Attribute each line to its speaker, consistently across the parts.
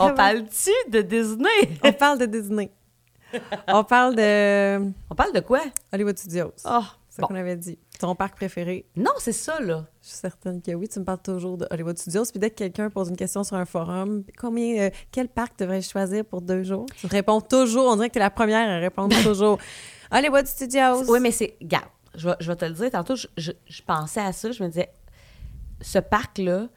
Speaker 1: On
Speaker 2: Exactement.
Speaker 1: parle-tu de Disney?
Speaker 2: On parle de Disney. On parle de euh,
Speaker 1: On parle de quoi?
Speaker 2: Hollywood Studios.
Speaker 1: Oh,
Speaker 2: C'est
Speaker 1: bon.
Speaker 2: ce qu'on avait dit. Ton parc préféré.
Speaker 1: Non, c'est ça, là.
Speaker 2: Je suis certaine que oui, tu me parles toujours de Hollywood Studios. Puis dès que quelqu'un pose une question sur un forum, combien, euh, quel parc devrais-je choisir pour deux jours? Tu réponds toujours. On dirait que tu es la première à répondre toujours. Hollywood Studios.
Speaker 1: Oui, mais c'est. Garde, je vais, je vais te le dire. Tantôt, je, je- je pensais à ça. Je me disais, ce parc-là,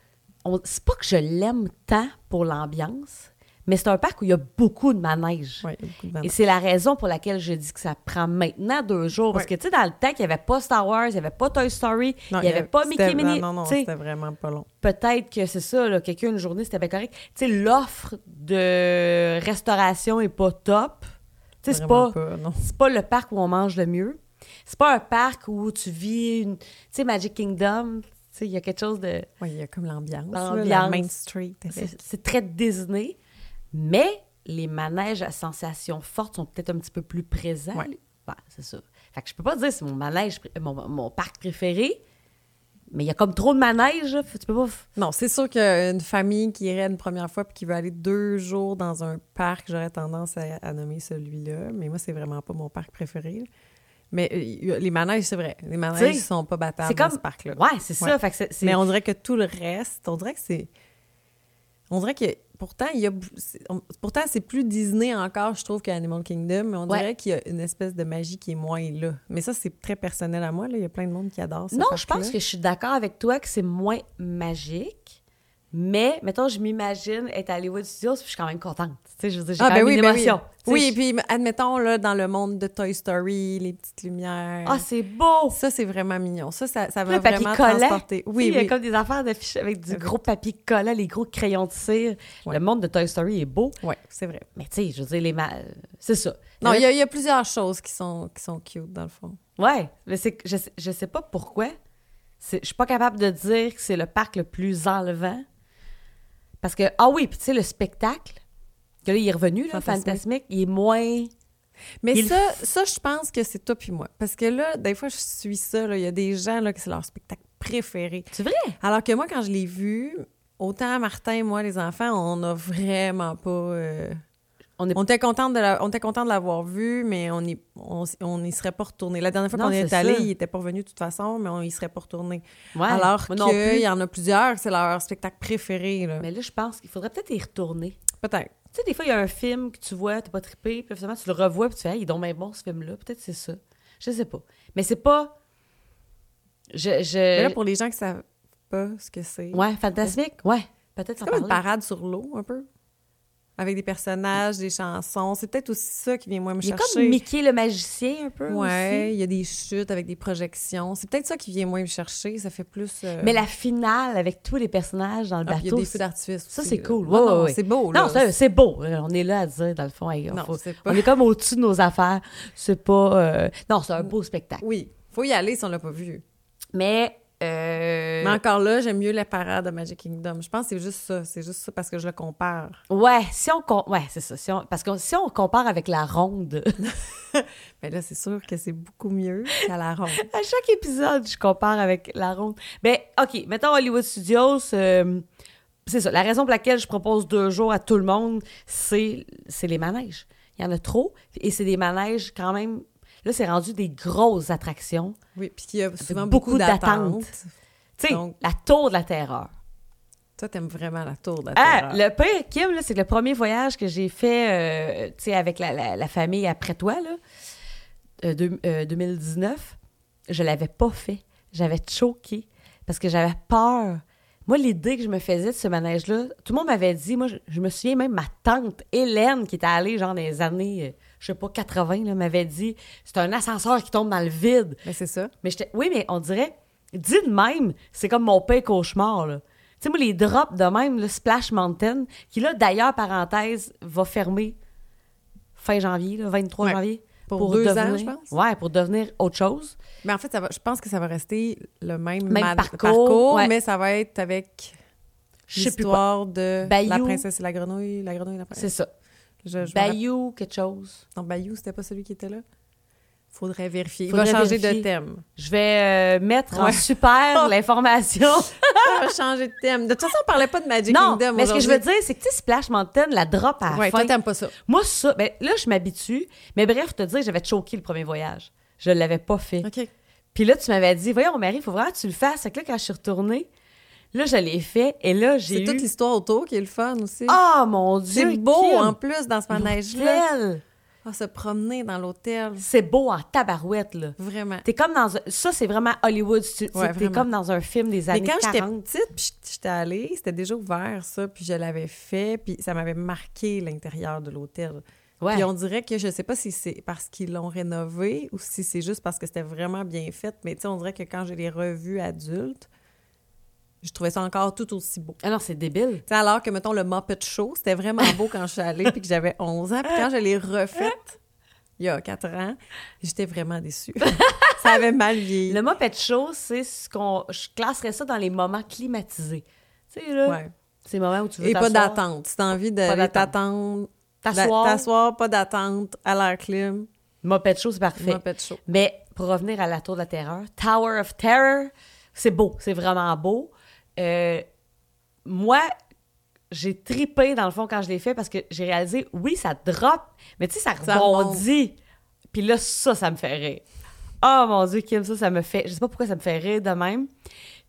Speaker 1: on- c'est pas que je l'aime tant pour l'ambiance, mais c'est un parc où il y a beaucoup de manèges.
Speaker 2: Ouais, il y a beaucoup de
Speaker 1: Et
Speaker 2: manèges.
Speaker 1: c'est la raison pour laquelle je dis que ça prend maintenant deux jours. Parce que,
Speaker 2: Ouais.
Speaker 1: tu sais, dans le temps, il n'y avait pas Star Wars, il n'y avait pas Toy Story,
Speaker 2: Non,
Speaker 1: il n'y avait pas
Speaker 2: c'était-
Speaker 1: Mickey Minnie.
Speaker 2: Non, non,
Speaker 1: tu sais.
Speaker 2: c'était vraiment pas long.
Speaker 1: peut-être que c'est ça, là, quelqu'un une journée, c'était bien correct. Tu sais, l'offre de restauration est pas top. Tu sais, c'est pas,
Speaker 2: Vraiment pas, non.
Speaker 1: c'est pas le parc où on mange le mieux. C'est pas un parc où tu vis une. Tu sais, Magic Kingdom, tu sais, il y a quelque chose de.
Speaker 2: Oui, il y a comme l'ambiance. là, La
Speaker 1: L'ambiance.
Speaker 2: Main Street.
Speaker 1: C'est c'est très Disney. Mais les manèges à sensations fortes sont peut-être un petit peu plus présents.
Speaker 2: Ouais.
Speaker 1: Ouais, c'est ça. Fait que je peux pas dire que c'est mon manège, pré- mon, mon parc préféré, mais il y a comme trop de manèges, là, tu peux pas.
Speaker 2: Non, c'est sûr qu'une famille qui irait une première fois puis qui veut aller deux jours dans un parc, j'aurais tendance à, à nommer celui-là. Mais moi, c'est vraiment pas mon parc préféré. là. Mais euh, les manèges, c'est vrai. Les manèges
Speaker 1: T'sais,
Speaker 2: sont pas battables
Speaker 1: C'est
Speaker 2: dans
Speaker 1: comme.
Speaker 2: ce parc-là.
Speaker 1: Ouais, c'est ça.
Speaker 2: Ouais.
Speaker 1: Fait que c'est- c'est-
Speaker 2: Mais on dirait que tout le reste, on dirait que c'est. On dirait que pourtant, il y a. bou- c'est- on- pourtant, c'est plus Disney encore, je trouve, qu'Animal Kingdom, mais on
Speaker 1: Ouais.
Speaker 2: dirait qu'il y a une espèce de magie qui est moins là. Mais ça, c'est très personnel à moi. Là. Il y a plein de monde qui adore ça.
Speaker 1: Non, je pense que je suis d'accord avec toi que c'est moins magique. Mais, mettons, je m'imagine être à Hollywood Studios, puis je suis quand même contente. Tu sais, je veux dire, j'ai
Speaker 2: Ah,
Speaker 1: quand même
Speaker 2: ben oui,
Speaker 1: une
Speaker 2: ben oui.
Speaker 1: émotion. Tu sais,
Speaker 2: Oui,
Speaker 1: je-
Speaker 2: puis admettons, là, dans le monde de Toy Story, les petites lumières.
Speaker 1: Ah, c'est beau!
Speaker 2: ça, c'est vraiment mignon. Ça, ça, ça va
Speaker 1: Le papier
Speaker 2: vraiment
Speaker 1: collant.
Speaker 2: transporter.
Speaker 1: Tu sais,
Speaker 2: Oui,
Speaker 1: Il y a
Speaker 2: oui.
Speaker 1: comme des affaires d'affiches avec du
Speaker 2: Oui.
Speaker 1: gros papier collant, les gros crayons de cire.
Speaker 2: Ouais.
Speaker 1: Le monde de Toy Story est beau.
Speaker 2: Ouais, c'est vrai.
Speaker 1: Mais tu sais, je veux dire, les ma- c'est ça.
Speaker 2: Non,
Speaker 1: Le-
Speaker 2: il y, a- il y a plusieurs choses qui sont, qui sont cute, dans le fond.
Speaker 1: Ouais, mais c'est que je, sais- je sais pas pourquoi. C'est- Je suis pas capable de dire que c'est le parc le plus enlevant. Parce que, ah oui, puis tu sais, le spectacle, que là, il est revenu, là,
Speaker 2: Fantasmique.
Speaker 1: Fantasmique, il est moins.
Speaker 2: Mais
Speaker 1: Il-
Speaker 2: ça, ça, je pense que c'est toi puis moi. Parce que là, des fois, je suis ça. là. Il y a des gens là, que c'est leur spectacle préféré.
Speaker 1: C'est vrai?
Speaker 2: Alors que moi, quand je l'ai vu, autant Martin et moi, les enfants, on n'a vraiment pas... euh,
Speaker 1: On est...
Speaker 2: On était contente de la- on était content de l'avoir vu, mais on n'y on, s- on y serait pas retourné. La dernière fois
Speaker 1: Non,
Speaker 2: qu'on est
Speaker 1: c'est
Speaker 2: allé,
Speaker 1: ça.
Speaker 2: il était pas revenu de toute façon, mais on y serait pas retourné.
Speaker 1: Ouais,
Speaker 2: Alors
Speaker 1: moi non plus.
Speaker 2: qu'il y en a plusieurs, c'est leur spectacle préféré. là.
Speaker 1: Mais là, je pense qu'il faudrait peut-être y retourner.
Speaker 2: Peut-être.
Speaker 1: Tu sais, des fois, il y a un film que tu vois, t'es pas trippé, puis finalement, tu le revois, puis tu fais, ah, il est donc bien bon, ce film-là. Peut-être c'est ça. Je sais pas. Mais c'est pas. Je. je...
Speaker 2: Mais là, pour les gens qui savent pas ce que c'est,
Speaker 1: euh, Ouais, Fantasmique, ouais. Peut-être en
Speaker 2: c'est comme une
Speaker 1: parler.
Speaker 2: parade sur l'eau, un peu. Avec des personnages, des chansons. C'est peut-être aussi ça qui vient moi me
Speaker 1: Il est
Speaker 2: chercher.
Speaker 1: comme Mickey le magicien, un peu. aussi.
Speaker 2: Ouais, il y a des chutes avec des projections. C'est peut-être ça qui vient moins me chercher. Ça fait plus. euh,
Speaker 1: Mais la finale avec tous les personnages dans le
Speaker 2: ah, puis il y a
Speaker 1: bateau.
Speaker 2: des feux
Speaker 1: c'est-
Speaker 2: d'artifice.
Speaker 1: Ça,
Speaker 2: aussi, euh.
Speaker 1: c'est
Speaker 2: là.
Speaker 1: cool.
Speaker 2: Non,
Speaker 1: Ouais,
Speaker 2: non,
Speaker 1: ouais, ouais.
Speaker 2: C'est beau.
Speaker 1: Non,
Speaker 2: là.
Speaker 1: ça, c'est beau. Euh, On est là à dire, dans le fond, hey, on
Speaker 2: Non,
Speaker 1: faut-
Speaker 2: c'est pas- Mm.
Speaker 1: on est comme au-dessus de nos affaires. C'est pas. euh, Non, c'est un beau spectacle.
Speaker 2: Oui, faut y aller si on l'a pas vu.
Speaker 1: Mais. euh,
Speaker 2: Mais encore là, j'aime mieux la parade de Magic Kingdom. Je pense que c'est juste ça. C'est juste ça parce que je le compare.
Speaker 1: Ouais, si on com- ouais, c'est ça. Si on- Parce que si on compare avec la ronde,
Speaker 2: Mais là, c'est sûr que c'est beaucoup mieux qu'à la ronde.
Speaker 1: à chaque épisode, je compare avec la ronde. Mais OK, mettons Hollywood Studios, euh, c'est ça. La raison pour laquelle je propose deux jours à tout le monde, c'est c'est les manèges. Il y en a trop et c'est des manèges quand même. Là, c'est rendu des grosses attractions.
Speaker 2: Oui, puis qu'il y a souvent
Speaker 1: beaucoup
Speaker 2: beaucoup,
Speaker 1: d'attentes.
Speaker 2: d'attentes.
Speaker 1: Tu sais,
Speaker 2: Donc-
Speaker 1: la tour de la terreur.
Speaker 2: Toi, t'aimes vraiment la tour de la
Speaker 1: Ah,
Speaker 2: Terreur.
Speaker 1: le pire, Kim, là, c'est le premier voyage que j'ai fait euh, tu sais, avec la, la- la famille après toi, là, euh, deux- euh, 2019. Je l'avais pas fait. J'avais choqué parce que j'avais peur. Moi, l'idée que je me faisais de ce manège-là, tout le monde m'avait dit, moi, je, je me souviens même ma tante Hélène, qui était allée genre dans les années, euh, je sais pas, 80, là, m'avait dit, c'est un ascenseur qui tombe dans le vide.
Speaker 2: Mais Ben, c'est ça.
Speaker 1: Mais j'étais- oui, mais on dirait, dit de même, c'est comme mon père cauchemar, là. Tu sais, moi, les drops de même, le Splash Mountain, qui là, d'ailleurs, parenthèse, va fermer fin janvier, le 23
Speaker 2: Ouais.
Speaker 1: janvier.
Speaker 2: Pour deux ans,
Speaker 1: devenir-
Speaker 2: je pense.
Speaker 1: Ouais, pour devenir autre chose.
Speaker 2: Mais en fait, ça va, je pense que ça va rester le même,
Speaker 1: Même
Speaker 2: mad-
Speaker 1: parcours, ouais.
Speaker 2: mais ça va être avec
Speaker 1: Je sais plus quoi.
Speaker 2: l'histoire de
Speaker 1: Bayou.
Speaker 2: la princesse et la grenouille. La grenouille et la princesse.
Speaker 1: C'est ça.
Speaker 2: Je, je me rappelle-
Speaker 1: Bayou, quelque chose.
Speaker 2: Non, Bayou, c'était pas celui qui était là. Faudrait vérifier. Il
Speaker 1: Faudrait
Speaker 2: va changer
Speaker 1: vérifier.
Speaker 2: de thème.
Speaker 1: Je vais euh, mettre en
Speaker 2: Ouais.
Speaker 1: super l'information.
Speaker 2: on va changer de thème. De toute façon, on parlait pas de Magic
Speaker 1: non,
Speaker 2: Kingdom
Speaker 1: mais ce que je veux
Speaker 2: aujourd'hui.
Speaker 1: dire, c'est que, tu sais, Splash Mountain, la drop à la
Speaker 2: Ouais,
Speaker 1: fin.
Speaker 2: toi, t'aimes pas ça.
Speaker 1: Moi, ça, ben, là, je m'habitue. Mais bref, te dire, j'avais choqué le premier voyage. Je l'avais pas fait.
Speaker 2: OK.
Speaker 1: Puis là, tu m'avais dit, voyons, Marie, il faut vraiment que tu le fasses. Fait que là, quand je suis retournée, là, je l'ai fait. Et là, j'ai
Speaker 2: C'est
Speaker 1: eu...
Speaker 2: toute l'histoire autour qui est le fun aussi.
Speaker 1: Ah, mon Dieu!
Speaker 2: c'est beau hein,
Speaker 1: Kim!
Speaker 2: en plus dans ce manège-là.
Speaker 1: L'hôtel!
Speaker 2: Ah, se promener dans l'hôtel.
Speaker 1: C'est beau en tabarouette, là.
Speaker 2: Vraiment.
Speaker 1: T'es comme dans un- Ça, c'est vraiment Hollywood. Tu- tu-
Speaker 2: Ouais,
Speaker 1: T'es
Speaker 2: vraiment.
Speaker 1: comme dans un film des
Speaker 2: Mais
Speaker 1: années
Speaker 2: quand j'étais
Speaker 1: 40.
Speaker 2: petite, puis j'étais- j'étais allée, c'était déjà ouvert, ça, puis je l'avais fait, puis ça m'avait marqué l'intérieur de l'hôtel.
Speaker 1: Ouais.
Speaker 2: Puis on dirait que je sais pas si c'est parce qu'ils l'ont rénové ou si c'est juste parce que c'était vraiment bien fait, mais tu sais, on dirait que quand je l'ai revu adulte, je trouvais ça encore tout aussi beau.
Speaker 1: Ah non, c'est débile.
Speaker 2: Tu sais, alors que, mettons, le Muppet Show, c'était vraiment beau quand je suis allée puis que j'avais 11 ans. Puis quand je l'ai refaite, il y a 4 ans, j'étais vraiment déçue. ça avait mal vieilli.
Speaker 1: Le Muppet Show, c'est ce qu'on... Je classerais ça dans les moments climatisés. Tu sais, là,
Speaker 2: Ouais.
Speaker 1: ces moments où tu veux
Speaker 2: Et pas
Speaker 1: t'asseoir.
Speaker 2: d'attente. Si t'as envie d'aller
Speaker 1: d'attente.
Speaker 2: t'attendre, la-
Speaker 1: T'asseoir.
Speaker 2: t'asseoir, pas d'attente, à l'air clim,
Speaker 1: Muppet Show, c'est parfait.
Speaker 2: Muppet Show.
Speaker 1: Mais pour revenir à la Tour de la Terreur, Tower of Terror, c'est beau, c'est vraiment beau. Euh, moi, j'ai tripé dans le fond quand je l'ai fait parce que j'ai réalisé, oui, ça drop, mais tu sais, ça
Speaker 2: Ça
Speaker 1: rebondit. Puis là, ça, ça me fait rire. Oh mon Dieu, Kim, ça, ça me fait. Je sais pas pourquoi ça me fait rire de même.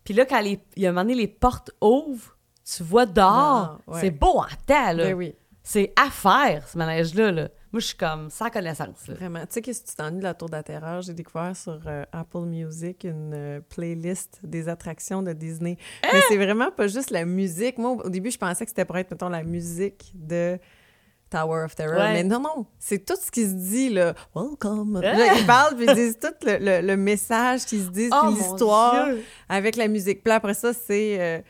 Speaker 1: Puis là, quand les... il y a un moment donné, les portes ouvrent, tu vois dehors,
Speaker 2: Ah, ouais.
Speaker 1: c'est beau en temps, là.
Speaker 2: Ben oui,
Speaker 1: C'est à faire, ce manège-là. Là. Moi, je suis comme sans connaissance. là.
Speaker 2: vraiment. Tu sais, qu'est-ce que tu t'ennuies de la Tour de la Terreur? J'ai découvert sur euh, Apple Music une euh, playlist des attractions de Disney.
Speaker 1: Ah!
Speaker 2: Mais c'est vraiment pas juste la musique. Moi, au- au début, je pensais que c'était pour être, mettons, la musique de. Tower of Terror.
Speaker 1: Ouais.
Speaker 2: Mais non, non, c'est tout ce qui se dit, là. Welcome.
Speaker 1: Ah!
Speaker 2: Là, ils parlent, puis ils disent tout le, le- le message qu'ils se disent,
Speaker 1: Oh, mon
Speaker 2: puis l'histoire.
Speaker 1: Dieu!
Speaker 2: avec la musique. Puis là, après ça, c'est euh,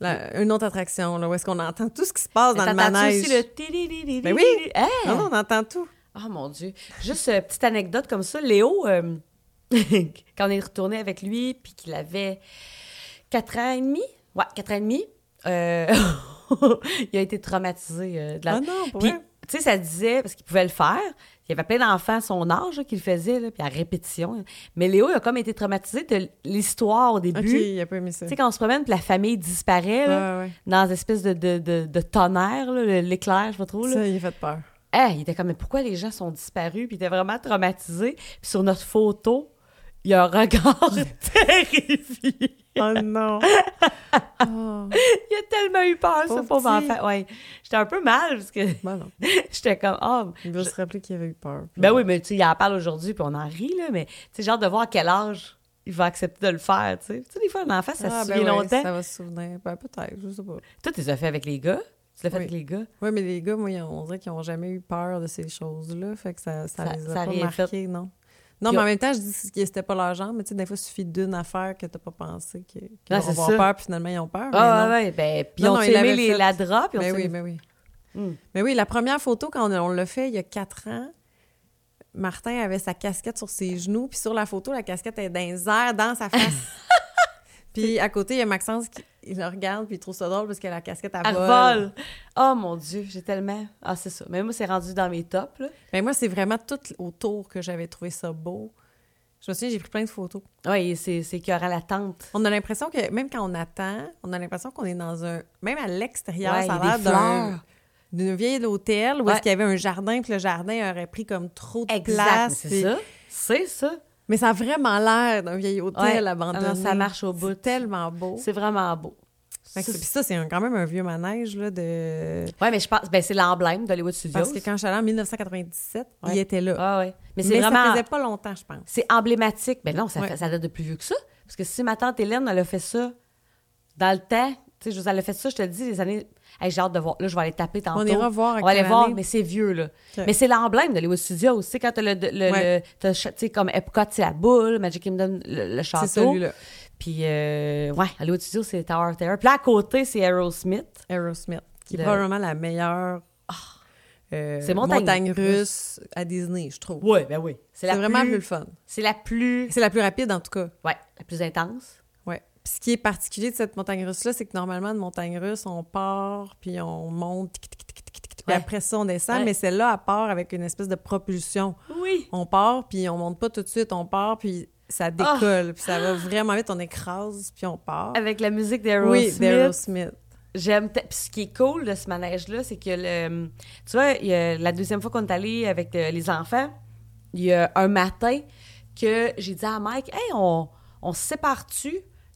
Speaker 2: la- une autre attraction, là, où est-ce qu'on entend tout ce qui se passe dans le
Speaker 1: T'entends-tu
Speaker 2: manège.
Speaker 1: aussi le tididididi?
Speaker 2: Ben oui. Ah.
Speaker 1: Hein?
Speaker 2: Non, non, on entend tout.
Speaker 1: Oh mon Dieu. Juste euh, petite anecdote comme ça. Léo, euh, quand on est retourné avec lui, puis qu'il avait 4 ans et demi, ouais, 4 ans et demi, euh, il a été traumatisé euh, de la.
Speaker 2: Ah non, pour
Speaker 1: Puis,
Speaker 2: vrai?
Speaker 1: tu sais, ça disait, parce qu'il pouvait le faire, il y avait plein d'enfants à son âge là, qui le faisaient, là, puis à répétition. Mais Léo, il a comme été traumatisé de l'histoire au début.
Speaker 2: OK, il a pas aimé ça.
Speaker 1: Tu sais, quand on se promène, puis la famille disparaît, là,
Speaker 2: Ouais, ouais.
Speaker 1: dans une espèce de, de, de, de tonnerre, là, le- l'éclair, je sais pas trop. Oh, Là.
Speaker 2: Ça, il a fait peur.
Speaker 1: Hey, il était comme, mais pourquoi les gens sont disparus? Puis il était vraiment traumatisé. Puis sur notre photo, il y a un regard terrifié.
Speaker 2: Oh non! Oh.
Speaker 1: Il a tellement eu peur, ce
Speaker 2: Pauvre
Speaker 1: pauvre
Speaker 2: petit.
Speaker 1: enfant. Ouais. J'étais un peu mal parce que
Speaker 2: Bon, ben non.
Speaker 1: j'étais comme, oh.
Speaker 2: Il veut se rappeler qu'il avait eu peur. Puis-
Speaker 1: Ben oui, mais tu sais, il en parle aujourd'hui, puis on en rit, là. Mais tu sais, genre de voir à quel âge il va accepter de le faire, tu sais. Tu sais, des fois, un enfant, ça
Speaker 2: Ah,
Speaker 1: se
Speaker 2: ben
Speaker 1: souvient
Speaker 2: ouais,
Speaker 1: longtemps.
Speaker 2: Ça va se souvenir. Ben, peut-être, je sais pas.
Speaker 1: Toi, tu les as fait avec les gars? Tu l'as fait
Speaker 2: Oui.
Speaker 1: avec les gars?
Speaker 2: Oui, mais les gars, moi, ils ont- on dirait qu'ils n'ont jamais eu peur de ces choses-là. Fait que ça, ça,
Speaker 1: Ça-
Speaker 2: les a
Speaker 1: ça a
Speaker 2: pas
Speaker 1: rien
Speaker 2: marqués, non. Non,
Speaker 1: Puis
Speaker 2: mais
Speaker 1: on-
Speaker 2: en même temps, je dis que c'était pas leur genre, mais tu sais, des fois, il suffit d'une affaire que t'as pas pensé que- qu'ils
Speaker 1: Non,
Speaker 2: vont
Speaker 1: Ah, c'est
Speaker 2: avoir
Speaker 1: ça.
Speaker 2: peur, puis finalement, ils ont peur. mais
Speaker 1: Ah,
Speaker 2: non.
Speaker 1: ouais, ouais. Ben, puis
Speaker 2: Non,
Speaker 1: on
Speaker 2: non,
Speaker 1: s'est
Speaker 2: il l'avait
Speaker 1: aimé les,
Speaker 2: fait.
Speaker 1: la drap, puis on
Speaker 2: Ben
Speaker 1: s'est-
Speaker 2: oui, ben oui.
Speaker 1: Hmm.
Speaker 2: Mais oui, la première photo, quand on, on l'a fait il y a quatre ans, Martin avait sa casquette sur ses genoux, puis sur la photo, la casquette est dans les airs, dans sa face. puis à côté, il y a Maxence qui il le regarde, puis il trouve ça drôle parce que la casquette, elle,
Speaker 1: Elle
Speaker 2: vole.
Speaker 1: vole. Oh mon Dieu, j'ai tellement. Ah, c'est ça. Mais moi, c'est rendu dans mes tops, là.
Speaker 2: Mais Ben moi, c'est vraiment tout autour que j'avais trouvé ça beau. Je me souviens, j'ai pris plein de photos.
Speaker 1: Oui, c'est c'est écœurant la tente.
Speaker 2: On a l'impression que, même quand on attend, on a l'impression qu'on est dans un... Même à l'extérieur,
Speaker 1: Ouais,
Speaker 2: ça
Speaker 1: il y a
Speaker 2: a
Speaker 1: des
Speaker 2: l'air d'un-
Speaker 1: fleurs.
Speaker 2: d'une vieille hôtel où
Speaker 1: Ouais.
Speaker 2: est-ce qu'il y avait un jardin, puis le jardin aurait pris comme trop de
Speaker 1: Exact.
Speaker 2: place.
Speaker 1: mais C'est
Speaker 2: puis-
Speaker 1: ça. C'est ça.
Speaker 2: Mais ça a vraiment l'air d'un vieil hôtel
Speaker 1: Ouais.
Speaker 2: abandonné.
Speaker 1: Ah non, ça marche au bout.
Speaker 2: C'est tellement beau.
Speaker 1: C'est vraiment beau.
Speaker 2: Fait que c'est- Puis ça, c'est un- quand même un vieux manège là, de...
Speaker 1: Oui, mais je pense. Ben, c'est l'emblème d'Hollywood Studios.
Speaker 2: Parce que quand je suis allée en 1997,
Speaker 1: Ouais.
Speaker 2: il était là.
Speaker 1: Ah, ouais. Mais
Speaker 2: Mais,
Speaker 1: c'est
Speaker 2: ça
Speaker 1: vraiment.
Speaker 2: faisait pas longtemps, je pense.
Speaker 1: C'est emblématique. Ben non, ça,
Speaker 2: Ouais.
Speaker 1: fait- ça date de plus vieux que ça. Parce que si ma tante Hélène, elle a fait ça dans le temps, tu sais, je vous elle a fait ça, je te le dis, les années. Hey, j'ai hâte de voir. Là, je vais aller taper tantôt.
Speaker 2: On ira voir à
Speaker 1: On va aller
Speaker 2: quelle
Speaker 1: voir,
Speaker 2: année.
Speaker 1: mais c'est vieux, là.
Speaker 2: Ok.
Speaker 1: Mais c'est l'emblème de Hollywood Studios. Tu sais, quand t'as le. le, le-
Speaker 2: Ouais.
Speaker 1: t'as ch- tu sais, comme Epcot, c'est la boule, Magic Kingdom, le, le château.
Speaker 2: C'est celui-là,
Speaker 1: Puis, euh, ouais, Hollywood Studios, c'est Tower of Terror. Puis là, à côté, c'est Aerosmith.
Speaker 2: Aerosmith, qui
Speaker 1: Le- Ah.
Speaker 2: est probablement la meilleure euh,
Speaker 1: C'est montagne
Speaker 2: montagne, russe à Disney, je trouve.
Speaker 1: Oui, ben oui. C'est
Speaker 2: C'est
Speaker 1: la
Speaker 2: vraiment plus le
Speaker 1: plus.
Speaker 2: fun.
Speaker 1: C'est la plus.
Speaker 2: C'est la plus rapide, en tout cas.
Speaker 1: Ouais, la plus intense.
Speaker 2: Ouais. Puis ce qui est particulier de cette montagne russe-là, c'est que normalement, une montagne russe, on part, puis on monte, tic, tic, tic, tic, tic, tic, puis
Speaker 1: Ouais.
Speaker 2: après ça, on descend.
Speaker 1: Ouais.
Speaker 2: Mais celle-là, elle part avec une espèce de propulsion.
Speaker 1: Oui.
Speaker 2: On part, puis on monte pas tout de suite, on part, puis ça
Speaker 1: Ah!
Speaker 2: décolle, puis ça va vraiment vite, on écrase, puis on part.
Speaker 1: Avec la musique
Speaker 2: oui,
Speaker 1: d'Aerosmith.
Speaker 2: d'Aerosmith.
Speaker 1: J'aime. ta- Puis ce qui est cool de ce manège-là, c'est que le. Tu vois, il y a- la deuxième fois qu'on est allé avec euh, les enfants, il y a un matin que j'ai dit à Mike Hey, on, on se sépare-tu,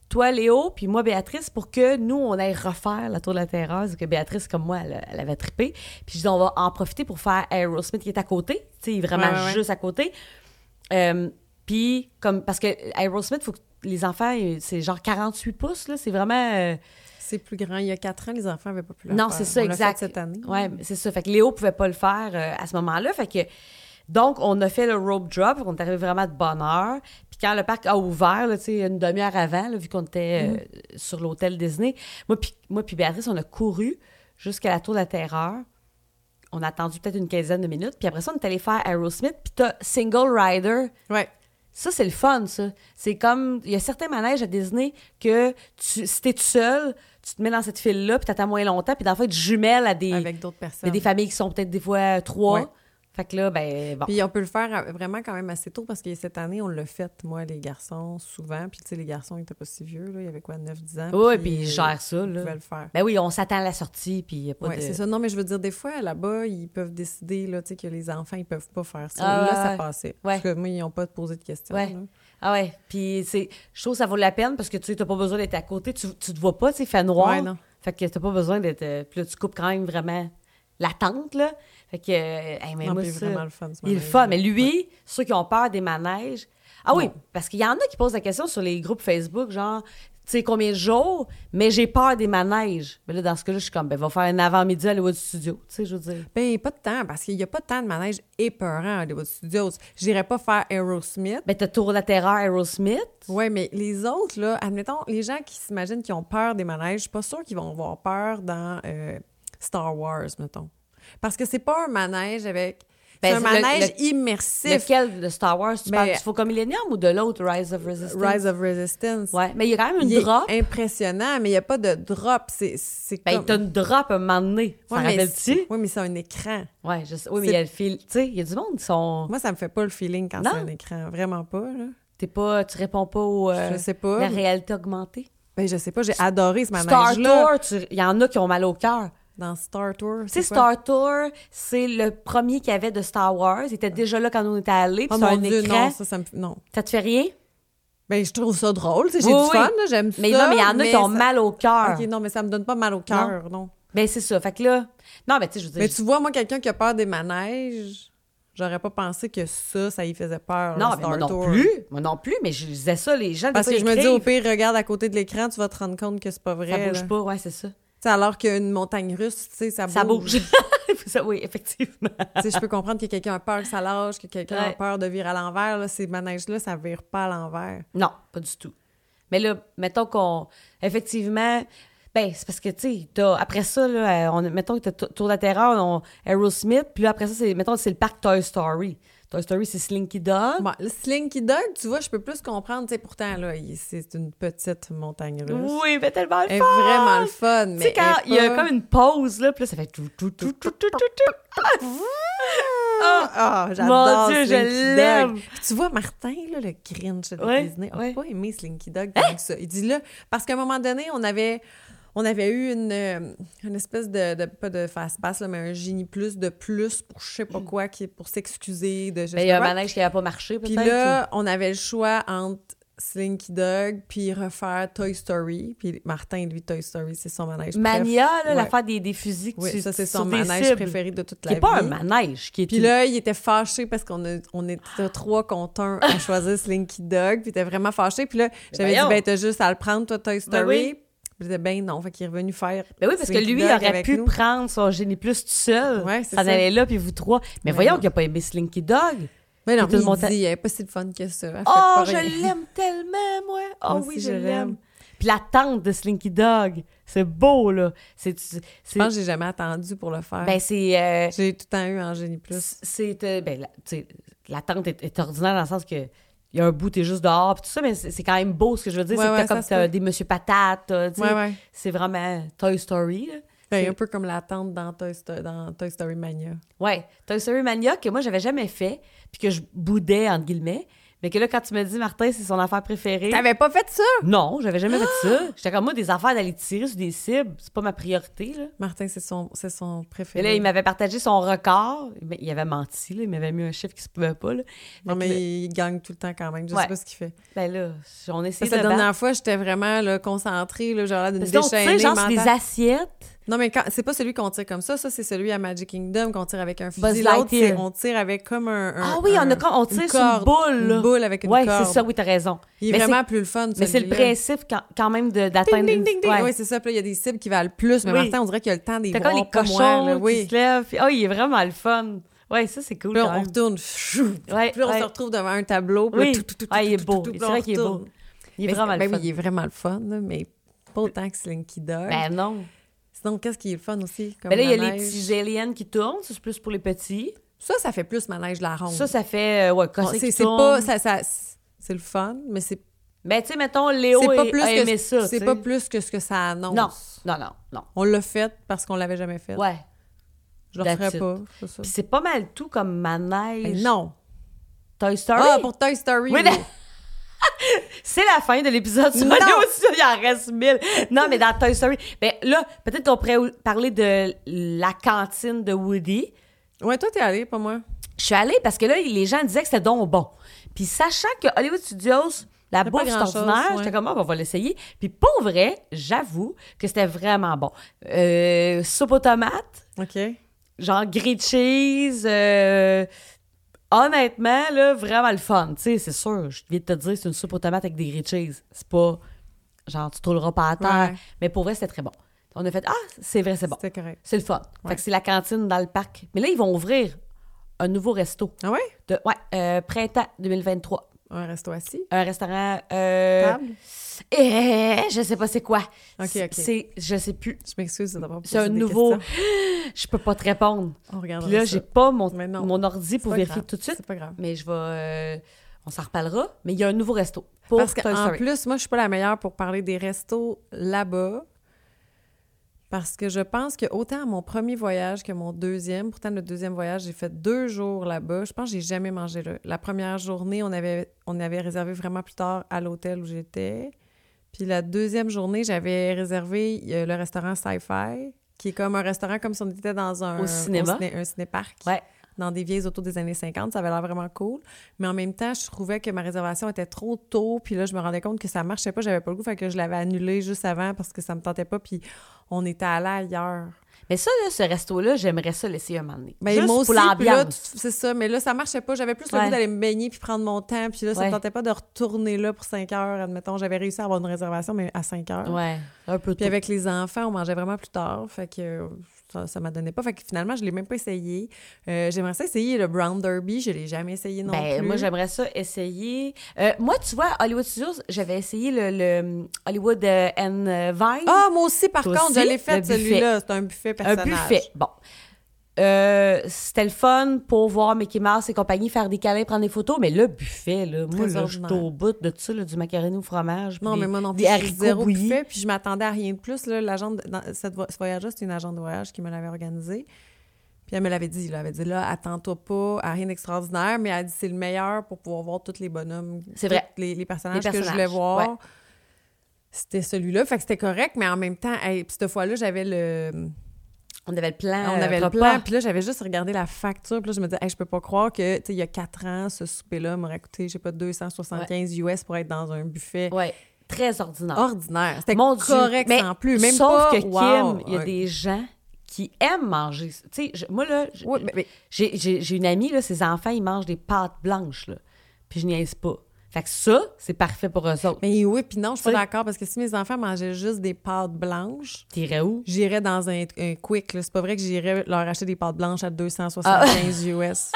Speaker 1: toi, Léo, puis moi, Béatrice, pour que nous, on aille refaire la Tour de la Terrasse, que Béatrice, comme moi, elle, elle avait trippé. Puis je dis On va en profiter pour faire Aerosmith qui est à côté, tu sais, vraiment
Speaker 2: Ouais, ouais, ouais.
Speaker 1: juste à côté. Euh, puis, comme. Parce que Aerosmith, faut que les enfants, euh, c'est genre 48 pouces, là, c'est vraiment. euh,
Speaker 2: C'est plus grand. Il y a quatre ans, les enfants n'avaient pas pu le
Speaker 1: non,
Speaker 2: faire.
Speaker 1: c'est ça,
Speaker 2: On l'a fait
Speaker 1: exact.
Speaker 2: cette année.
Speaker 1: Ouais, mais c'est ça. Fait que Léo pouvait pas le faire euh, à ce moment-là. Fait que donc on a fait le rope drop, on est arrivé vraiment de bonne heure. Puis quand le parc a ouvert, là, tu sais, une demi-heure avant, là, vu qu'on était euh,
Speaker 2: Mm-hmm.
Speaker 1: sur l'hôtel Disney, moi puis moi puis Béatrice, on a couru jusqu'à la tour de la Terreur. On a attendu peut-être une quinzaine de minutes, puis après ça on est allé faire Aerosmith, puis t'as Single Rider.
Speaker 2: Ouais.
Speaker 1: Ça, c'est le fun, ça. C'est comme. Il y a certains manèges à Disney que tu, si t'es tout seul, tu te mets dans cette file-là, puis t'attends moins longtemps, puis dans le fond, tu jumelles à des,
Speaker 2: Avec d'autres
Speaker 1: à
Speaker 2: personnes.
Speaker 1: des familles qui sont peut-être des fois euh, trois.
Speaker 2: Ouais.
Speaker 1: Fait que là, ben, bon.
Speaker 2: Puis on peut le faire à- vraiment quand même assez tôt parce que cette année, on l'a fait, moi, les garçons, souvent. Puis tu sais, les garçons, ils étaient pas si vieux, là. Il y avait quoi, 9-10 ans?
Speaker 1: Oui, puis ils
Speaker 2: euh,
Speaker 1: gèrent ça,
Speaker 2: Ils pouvaient
Speaker 1: là.
Speaker 2: le faire.
Speaker 1: Ben oui, on s'attend à la sortie, puis y a pas
Speaker 2: Oui,
Speaker 1: de.
Speaker 2: c'est ça. Non, mais je veux dire, des fois, là-bas, ils peuvent décider là, tu sais, que les enfants, ils peuvent pas faire ça.
Speaker 1: Ah,
Speaker 2: là,
Speaker 1: ouais,
Speaker 2: ça
Speaker 1: ouais.
Speaker 2: passait.
Speaker 1: Ouais.
Speaker 2: Parce que moi, ils n'ont pas posé de questions.
Speaker 1: Ouais.
Speaker 2: là.
Speaker 1: Ah ouais. Puis, c'est- je trouve que ça vaut la peine parce que tu sais, t'as pas besoin d'être à côté. Tu, tu te vois pas, tu sais, il fait noir.
Speaker 2: Ouais, non.
Speaker 1: Fait que t'as pas besoin d'être. euh, Puis là, tu coupes quand même vraiment la tente, là. Fait que. euh, hey, mais
Speaker 2: Non,
Speaker 1: moi,
Speaker 2: puis
Speaker 1: ça-
Speaker 2: vraiment le fun. ce
Speaker 1: Il est le
Speaker 2: manège-là.
Speaker 1: fun. Mais lui, ceux qui ont peur des manèges. Ah oui,
Speaker 2: Non.
Speaker 1: parce qu'il y en a qui posent la question sur les groupes Facebook, genre, tu sais, combien de jours, mais j'ai peur des manèges. Mais là, dans ce cas-là, je suis comme, ben, va faire un avant-midi à Hollywood Studio, tu sais, je veux dire.
Speaker 2: Ben, pas de temps, parce qu'il n'y a pas de temps de manège épeurant à Hollywood Studios. J'irais pas faire Aerosmith.
Speaker 1: Ben, t'as Tour de la Terreur, Aerosmith.
Speaker 2: Oui, mais les autres, là, admettons, les gens qui s'imaginent qu'ils ont peur des manèges, je suis pas sûre qu'ils vont avoir peur dans euh, Star Wars, mettons. Parce que c'est pas un manège avec.
Speaker 1: Ben,
Speaker 2: c'est un
Speaker 1: c'est le-
Speaker 2: manège
Speaker 1: le-
Speaker 2: immersif.
Speaker 1: Lequel de Star Wars tu
Speaker 2: Mais-
Speaker 1: parles? Du Faux Millennium ou de l'autre, Rise of Resistance?
Speaker 2: Rise of Resistance.
Speaker 1: Ouais, mais il y a quand même une
Speaker 2: Il est
Speaker 1: drop.
Speaker 2: impressionnant, mais il n'y a pas de drop. C'est c'est
Speaker 1: Ben,
Speaker 2: comme...
Speaker 1: t'as une drop à un moment donné.
Speaker 2: Ouais,
Speaker 1: T'en
Speaker 2: mais
Speaker 1: rappelles-tu?
Speaker 2: c'est- Oui, mais c'est un écran.
Speaker 1: Ouais, je sais. Oui, mais
Speaker 2: C'est-
Speaker 1: il y a le fil. Tu sais, il y a du monde qui sont.
Speaker 2: Moi, ça me fait pas le feeling quand
Speaker 1: Non.
Speaker 2: c'est un écran. Vraiment pas, là.
Speaker 1: T'es pas. Tu réponds pas au. euh,
Speaker 2: je sais pas.
Speaker 1: La réalité augmentée.
Speaker 2: Ben, je sais pas, j'ai adoré ce
Speaker 1: Star
Speaker 2: manège-là.
Speaker 1: Tour, tu- il y en a qui ont mal au cœur.
Speaker 2: Dans Star Tour.
Speaker 1: Tu sais,
Speaker 2: quoi?
Speaker 1: Star Tour, c'est le premier qu'il y avait de Star Wars. Il était déjà là quand on était allés.
Speaker 2: Oh
Speaker 1: puis c'est un
Speaker 2: mon Dieu,
Speaker 1: écran.
Speaker 2: non, ça, ça me... Non.
Speaker 1: Ça te fait rien?
Speaker 2: Ben, je trouve ça drôle. tu sais, J'ai
Speaker 1: Oui,
Speaker 2: du
Speaker 1: oui.
Speaker 2: fun, là, j'aime ça.
Speaker 1: Mais non, mais il y en a qui ont
Speaker 2: ça-
Speaker 1: mal au cœur.
Speaker 2: OK, non, mais ça me donne pas mal au cœur, non.
Speaker 1: Ben, c'est ça. Fait que là. Non, mais tu sais, je veux dire.
Speaker 2: Mais tu vois, moi, quelqu'un qui a peur des manèges, j'aurais pas pensé que ça, ça y faisait peur.
Speaker 1: Non,
Speaker 2: le
Speaker 1: mais
Speaker 2: Star
Speaker 1: moi non
Speaker 2: Tour.
Speaker 1: plus. Moi non plus, mais je disais ça, les gens. des
Speaker 2: Parce
Speaker 1: fois,
Speaker 2: que je me dis,
Speaker 1: écrivent,
Speaker 2: au euh, pire, regarde à côté de l'écran, tu vas te rendre compte que c'est pas vrai.
Speaker 1: Ça bouge
Speaker 2: là.
Speaker 1: pas, ouais, c'est ça.
Speaker 2: Tu sais, alors qu'une montagne russe, tu sais, ça bouge.
Speaker 1: Ça bouge. Ça, oui, effectivement.
Speaker 2: Tu sais, je peux comprendre que quelqu'un a peur que ça lâche, que quelqu'un a
Speaker 1: Ouais.
Speaker 2: peur de virer à l'envers. là. Ces manèges-là, ça vire pas à l'envers.
Speaker 1: Non, pas du tout. Mais là, mettons qu'on. Effectivement. Ben, c'est parce que, tu sais, t'as- après ça, là, euh, on, mettons que t'as Tour de la Terreur, on, Aerosmith, puis là, après ça, c'est, mettons, c'est le parc Toy Story. Toy Story, c'est Slinky Dog.
Speaker 2: Bon, le Slinky Dog, tu vois, je peux plus comprendre. Tu sais, pourtant, là, il- c'est une petite montagne russe.
Speaker 1: oui, mais tellement le
Speaker 2: Elle est
Speaker 1: fun!
Speaker 2: vraiment le fun,
Speaker 1: Tu
Speaker 2: mais.
Speaker 1: sais, quand
Speaker 2: elle
Speaker 1: il y
Speaker 2: est
Speaker 1: a
Speaker 2: pas-
Speaker 1: comme une pause, là, puis là, ça fait tout, tout, tout, tout, tout, tout, tout. Ah!
Speaker 2: Ah, j'adore
Speaker 1: Mon Dieu, je
Speaker 2: Slinky Dog.
Speaker 1: l'aime.
Speaker 2: Puis tu vois, Martin, là, le Grinch de
Speaker 1: Ouais,
Speaker 2: Disney, a
Speaker 1: ouais.
Speaker 2: pas aimé Slinky Dog tant que ça. Il dit là, parce qu'à un moment donné, on avait, on avait eu une, euh, une espèce de, de- pas de fast-pass, là, mais un génie plus de plus pour je sais pas quoi, qui, pour s'excuser de je
Speaker 1: Ben,
Speaker 2: sais
Speaker 1: il y a un
Speaker 2: pas quoi.
Speaker 1: manège qui n'a pas marché, peut-être.
Speaker 2: Puis là, on avait le choix entre Slinky Dog puis refaire Toy Story. Puis Martin, lui, Toy Story, c'est son manège préféré.
Speaker 1: Mania, là,
Speaker 2: Ouais.
Speaker 1: l'affaire des, des fusils que
Speaker 2: Oui,
Speaker 1: tu
Speaker 2: ça, c'est
Speaker 1: sur
Speaker 2: son
Speaker 1: des
Speaker 2: manège
Speaker 1: cibles,
Speaker 2: préféré de toute
Speaker 1: Qui
Speaker 2: la
Speaker 1: n'est pas un
Speaker 2: vie.
Speaker 1: manège, qui est
Speaker 2: Puis
Speaker 1: une-
Speaker 2: là, il était fâché parce qu'on a- on était trois contre un à choisir Slinky Dog. Puis il était vraiment fâché. Puis là, j'avais dit,
Speaker 1: voyons. Ben
Speaker 2: ben, t'as juste à le prendre, toi, Toy Story.
Speaker 1: oui.
Speaker 2: Puis il disait, ben non. Fait qu'il est revenu faire.
Speaker 1: Ben oui, parce que
Speaker 2: Slinky
Speaker 1: lui, il
Speaker 2: Dog
Speaker 1: aurait
Speaker 2: avec
Speaker 1: pu
Speaker 2: nous.
Speaker 1: prendre son génie plus tout seul.
Speaker 2: Ouais, c'est
Speaker 1: ça
Speaker 2: ça.
Speaker 1: allait là, puis vous trois. Mais
Speaker 2: Ouais,
Speaker 1: voyons
Speaker 2: non.
Speaker 1: qu'il n'a pas aimé Slinky Dog.
Speaker 2: Mais Ben non,
Speaker 1: Puis
Speaker 2: puis
Speaker 1: tout le monde
Speaker 2: il
Speaker 1: a-
Speaker 2: dit, elle est pas si le fun que ça. Elle fait
Speaker 1: Oh,
Speaker 2: pas
Speaker 1: je
Speaker 2: rien.
Speaker 1: l'aime tellement, moi. Oh
Speaker 2: Moi
Speaker 1: oui,
Speaker 2: aussi,
Speaker 1: je
Speaker 2: je
Speaker 1: l'aime.
Speaker 2: l'aime.
Speaker 1: Puis la tante de Slinky Dog, c'est beau, là. C'est.
Speaker 2: Je
Speaker 1: c'est-
Speaker 2: pense que j'ai jamais attendu pour le faire.
Speaker 1: Ben, c'est. euh,
Speaker 2: j'ai tout le temps eu en génie plus.
Speaker 1: c'est euh, ben, la, tu sais, la tente est, est ordinaire dans le sens que il y a un bout, t'es juste dehors, pis tout ça, mais c'est c'est quand même beau, ce que je veux dire.
Speaker 2: Ouais,
Speaker 1: c'est que t'as
Speaker 2: ouais,
Speaker 1: comme
Speaker 2: ça se
Speaker 1: t'as
Speaker 2: peut.
Speaker 1: des Monsieur Patate, t'as, tu sais,
Speaker 2: Ouais, ouais.
Speaker 1: c'est vraiment Toy Story. là.
Speaker 2: Ben,
Speaker 1: C'est-
Speaker 2: un peu comme l'attente dans Toy, Sto- dans Toy Story Mania.
Speaker 1: Ouais, Toy Story Mania que moi j'avais jamais fait, puis que je boudais entre guillemets, Mais que là, quand tu me dis, Martin, c'est son affaire préférée.
Speaker 2: T'avais pas fait ça?
Speaker 1: Non, j'avais jamais fait ça. J'étais comme moi, des affaires d'aller tirer sur des cibles, c'est pas ma priorité. Là.
Speaker 2: Martin, c'est son, c'est son
Speaker 1: Et
Speaker 2: préféré.
Speaker 1: là, il m'avait partagé son record. Mais Il avait menti, là. il m'avait mis un chiffre qui se pouvait pas. Là.
Speaker 2: Non,
Speaker 1: Fait que
Speaker 2: mais
Speaker 1: là-
Speaker 2: il gagne tout le temps quand même. Je
Speaker 1: Ouais.
Speaker 2: sais pas ce qu'il fait.
Speaker 1: Ben là, on essayait de
Speaker 2: Parce que la
Speaker 1: battre.
Speaker 2: dernière fois, j'étais vraiment là, concentrée, là, genre là, d'une
Speaker 1: Parce que donc, tu sais,
Speaker 2: déchaînée
Speaker 1: genre, c'est des
Speaker 2: mentale.
Speaker 1: assiettes.
Speaker 2: Non, mais quand... c'est pas celui qu'on tire comme ça. Ça, c'est celui à Magic Kingdom qu'on tire avec un
Speaker 1: Buzz
Speaker 2: fusil. L'autre,
Speaker 1: Lightyear.
Speaker 2: c'est- on tire avec comme un... un-
Speaker 1: ah oui, on,
Speaker 2: un-
Speaker 1: a, comme- on
Speaker 2: une
Speaker 1: tire sur une
Speaker 2: corde,
Speaker 1: boule. Là.
Speaker 2: Une boule avec une
Speaker 1: ouais,
Speaker 2: corde.
Speaker 1: c'est ça, oui, t'as raison.
Speaker 2: Il est
Speaker 1: Mais
Speaker 2: vraiment plus le fun,
Speaker 1: Mais c'est le
Speaker 2: celui-là.
Speaker 1: principe quand, quand même de- d'atteindre.
Speaker 2: Ding, ding,
Speaker 1: une-
Speaker 2: ding, ding.
Speaker 1: ouais.
Speaker 2: Oui, c'est ça. Puis là, il y a des cibles qui valent plus. Mais
Speaker 1: Oui.
Speaker 2: Martin, on dirait qu'il y a le temps des
Speaker 1: T'as comme les cochons
Speaker 2: oui.
Speaker 1: qui se lèvent. puis- oh, il est vraiment le fun. Ouais, ça, c'est cool.
Speaker 2: Puis là,
Speaker 1: quand
Speaker 2: on
Speaker 1: même.
Speaker 2: retourne. Chou.
Speaker 1: Ouais,
Speaker 2: Puis là, on
Speaker 1: ouais.
Speaker 2: se retrouve devant un tableau. Puis là,
Speaker 1: Oui.
Speaker 2: tout, tout, tout,
Speaker 1: Ah, il est
Speaker 2: tout,
Speaker 1: beau.
Speaker 2: tout, tout,
Speaker 1: C'est
Speaker 2: là,
Speaker 1: vrai
Speaker 2: on
Speaker 1: qu'il est
Speaker 2: retourne.
Speaker 1: beau. Il est
Speaker 2: Mais c'est-
Speaker 1: vraiment le
Speaker 2: ben
Speaker 1: fun.
Speaker 2: oui, il est vraiment le fun, là, mais pas autant que Slinky Dog.
Speaker 1: Ben non.
Speaker 2: Sinon, qu'est-ce qui est le fun aussi? Comme
Speaker 1: Mais Ben là, il y a
Speaker 2: la
Speaker 1: les
Speaker 2: neige?
Speaker 1: petits géliennes qui tournent. Ça, c'est plus pour les petits.
Speaker 2: Ça, ça fait plus ma neige la ronde.
Speaker 1: Ça, ça fait. euh, ouais,
Speaker 2: Bon,
Speaker 1: casser
Speaker 2: Ah, c'est
Speaker 1: qui
Speaker 2: c'est
Speaker 1: tourne.
Speaker 2: pas... ça- ça- c'est le fun, mais c'est
Speaker 1: Ben, tu sais, mettons,
Speaker 2: c'est
Speaker 1: Léo
Speaker 2: pas,
Speaker 1: est-
Speaker 2: plus
Speaker 1: a aimé
Speaker 2: que-
Speaker 1: ah, ça.
Speaker 2: c'est
Speaker 1: tu
Speaker 2: pas
Speaker 1: sais.
Speaker 2: plus que ce que ça annonce.
Speaker 1: Non, non, non, non.
Speaker 2: On l'a fait parce qu'on l'avait jamais fait.
Speaker 1: Ouais.
Speaker 2: Je le
Speaker 1: that's
Speaker 2: referais
Speaker 1: it.
Speaker 2: pas. c'est ça.
Speaker 1: Puis c'est pas mal tout comme manège.
Speaker 2: Ben non.
Speaker 1: Toy Story.
Speaker 2: Ah, pour Toy Story.
Speaker 1: Oui,
Speaker 2: oui.
Speaker 1: mais- C'est la fin de l'épisode sur
Speaker 2: Non.
Speaker 1: Léo aussi, il en reste mille. Non, mais dans Toy Story. Ben là, peut-être qu'on pourrait ou- parler de la cantine de Woody.
Speaker 2: Ouais, toi, t'es allé, pas moi.
Speaker 1: Je suis allée parce que là, les gens disaient que c'était donc bon. Puis sachant que Hollywood Studios, la
Speaker 2: pas
Speaker 1: bouffe est
Speaker 2: grand-chose,
Speaker 1: ordinaire,
Speaker 2: ouais.
Speaker 1: j'étais comme, Ah, ben, on va l'essayer. Puis pour vrai, j'avoue que c'était vraiment bon. Euh, soupe aux tomates,
Speaker 2: OK.
Speaker 1: genre grilled cheese. euh, honnêtement, là, vraiment le fun. Tu sais, c'est sûr, je viens de te dire, c'est une soupe aux tomates avec des grilled cheese. C'est pas genre, tu trouveras pas à terre.
Speaker 2: Ouais.
Speaker 1: Mais pour vrai, c'était très bon. On a fait, ah, c'est vrai, c'est bon.
Speaker 2: C'était correct.
Speaker 1: C'est le fun.
Speaker 2: Ouais.
Speaker 1: Fait que c'est la cantine dans le parc. Mais là, ils vont ouvrir un nouveau resto.
Speaker 2: Ah ouais?
Speaker 1: De, ouais, euh, printemps 2023.
Speaker 2: Un resto assis.
Speaker 1: Un restaurant. Euh,
Speaker 2: Table?
Speaker 1: eh, je sais pas c'est quoi.
Speaker 2: Ok,
Speaker 1: C'est-
Speaker 2: ok.
Speaker 1: C'est, je sais plus.
Speaker 2: Je m'excuse de t'avoir
Speaker 1: C'est un
Speaker 2: posé des
Speaker 1: nouveau.
Speaker 2: questions.
Speaker 1: Je peux pas te répondre.
Speaker 2: On regarde
Speaker 1: Puis là, j'ai pas mon,
Speaker 2: Mais non.
Speaker 1: mon ordi pour
Speaker 2: pas
Speaker 1: vérifier
Speaker 2: grave.
Speaker 1: tout de suite.
Speaker 2: C'est pas grave.
Speaker 1: Mais je vais. euh, on s'en reparlera. Mais il y a un nouveau resto pour
Speaker 2: Parce
Speaker 1: Toy
Speaker 2: qu'en
Speaker 1: Story.
Speaker 2: plus, moi, je suis pas la meilleure pour parler des restos là-bas. Parce que je pense que autant à mon premier voyage que mon deuxième, pourtant le deuxième voyage, j'ai fait deux jours là-bas. Je pense que j'ai jamais mangé là. La première journée, on avait, on avait réservé vraiment plus tard à l'hôtel où j'étais. Puis la deuxième journée, j'avais réservé euh, le restaurant Sci-Fi, qui est comme un restaurant comme si on était dans un,
Speaker 1: Au cinéma.
Speaker 2: ciné- un cinéparc
Speaker 1: Ouais.
Speaker 2: dans des vieilles autos des années 50. Ça avait l'air vraiment cool. Mais en même temps, je trouvais que ma réservation était trop tôt. Puis là, je me rendais compte que ça marchait pas. J'avais pas le goût. Fait que je l'avais annulé juste avant parce que ça me tentait pas. Puis on était allé ailleurs.
Speaker 1: Mais ça, là, ce resto-là, j'aimerais ça laisser un moment donné.
Speaker 2: Mais
Speaker 1: Juste
Speaker 2: moi aussi,
Speaker 1: pour
Speaker 2: puis là, tu-
Speaker 1: l'ambiance.
Speaker 2: c'est ça. Mais là, ça marchait pas. J'avais plus le
Speaker 1: Ouais.
Speaker 2: goût d'aller me baigner puis prendre mon temps. Puis là, ça
Speaker 1: Ouais.
Speaker 2: me tentait pas de retourner là pour 5 heures. Admettons, j'avais réussi à avoir une réservation, mais à 5 heures.
Speaker 1: Ouais, un peu
Speaker 2: Puis
Speaker 1: tôt.
Speaker 2: avec les enfants, on mangeait vraiment plus tard. Fait que euh, ça, ça m'a donné pas. Fait que finalement, je l'ai même pas essayé. Euh, J'aimerais ça essayer le Brown Derby. Je l'ai jamais essayé non
Speaker 1: Ben,
Speaker 2: plus.
Speaker 1: moi, j'aimerais ça essayer. Euh, moi, tu vois, Hollywood Studios, j'avais essayé le, le, euh, Hollywood euh, and euh, Vine.
Speaker 2: Ah, moi aussi, par
Speaker 1: Toi
Speaker 2: contre,
Speaker 1: aussi,
Speaker 2: je l'ai
Speaker 1: le
Speaker 2: fait,
Speaker 1: buffet.
Speaker 2: celui-là. C'est un buffet
Speaker 1: un
Speaker 2: personnage.
Speaker 1: buffet. Bon. Euh, c'était le fun pour voir Mickey Mouse et compagnie faire des câlins, prendre des photos, mais le buffet, là, moi,
Speaker 2: Très
Speaker 1: là, je suis
Speaker 2: ordinaire.
Speaker 1: au bout de ça, là, du macaroni au fromage. puis
Speaker 2: Non,
Speaker 1: des-
Speaker 2: mais moi non plus,
Speaker 1: des
Speaker 2: je suis
Speaker 1: haricots
Speaker 2: zéro
Speaker 1: bouillis.
Speaker 2: buffet, puis je m'attendais à rien de plus. Là, l'agent de- dans- cette vo- ce voyage-là, c'est une agente de voyage qui me l'avait organisé. Puis elle me l'avait dit, là, elle avait dit, là, attends-toi pas à rien d'extraordinaire, mais elle a dit, c'est le meilleur pour pouvoir voir tous les bonhommes,
Speaker 1: C'est
Speaker 2: tous
Speaker 1: vrai.
Speaker 2: Les, les personnages
Speaker 1: Les
Speaker 2: que je
Speaker 1: personnages,
Speaker 2: voulais voir.
Speaker 1: ouais.
Speaker 2: C'était celui-là, fait que c'était correct, mais en même temps, hey, puis cette fois-là, j'avais le...
Speaker 1: On avait le plan.
Speaker 2: On
Speaker 1: euh,
Speaker 2: avait le
Speaker 1: repas.
Speaker 2: plan, puis là, j'avais juste regardé la facture, puis là, je me disais, hey, je peux pas croire que, tu sais, il y a quatre ans, ce souper-là m'aurait coûté, je sais pas, 275 US pour être dans un buffet
Speaker 1: Ouais. Très ordinaire.
Speaker 2: ordinaire. C'était
Speaker 1: Mon Dieu.
Speaker 2: correct
Speaker 1: Mais
Speaker 2: sans plus. Même
Speaker 1: Sauf
Speaker 2: pas,
Speaker 1: que Kim,
Speaker 2: wow,
Speaker 1: il y a
Speaker 2: un-
Speaker 1: des gens qui aiment manger. ça. Tu sais, je- moi, là, je-
Speaker 2: Oui, mais- mais-
Speaker 1: J'ai- J'ai j'ai une amie, là, ses enfants, ils mangent des pâtes blanches, là. Puis je niaise pas. Fait que ça, c'est parfait pour eux autres.
Speaker 2: mais oui, puis non, je suis pas
Speaker 1: Tu sais-
Speaker 2: d'accord parce que si mes enfants mangeaient juste des pâtes blanches,
Speaker 1: T'irais où?
Speaker 2: j'irais dans un, un quick. là. C'est pas vrai que j'irais leur acheter des pâtes blanches à 275
Speaker 1: Ah.
Speaker 2: US.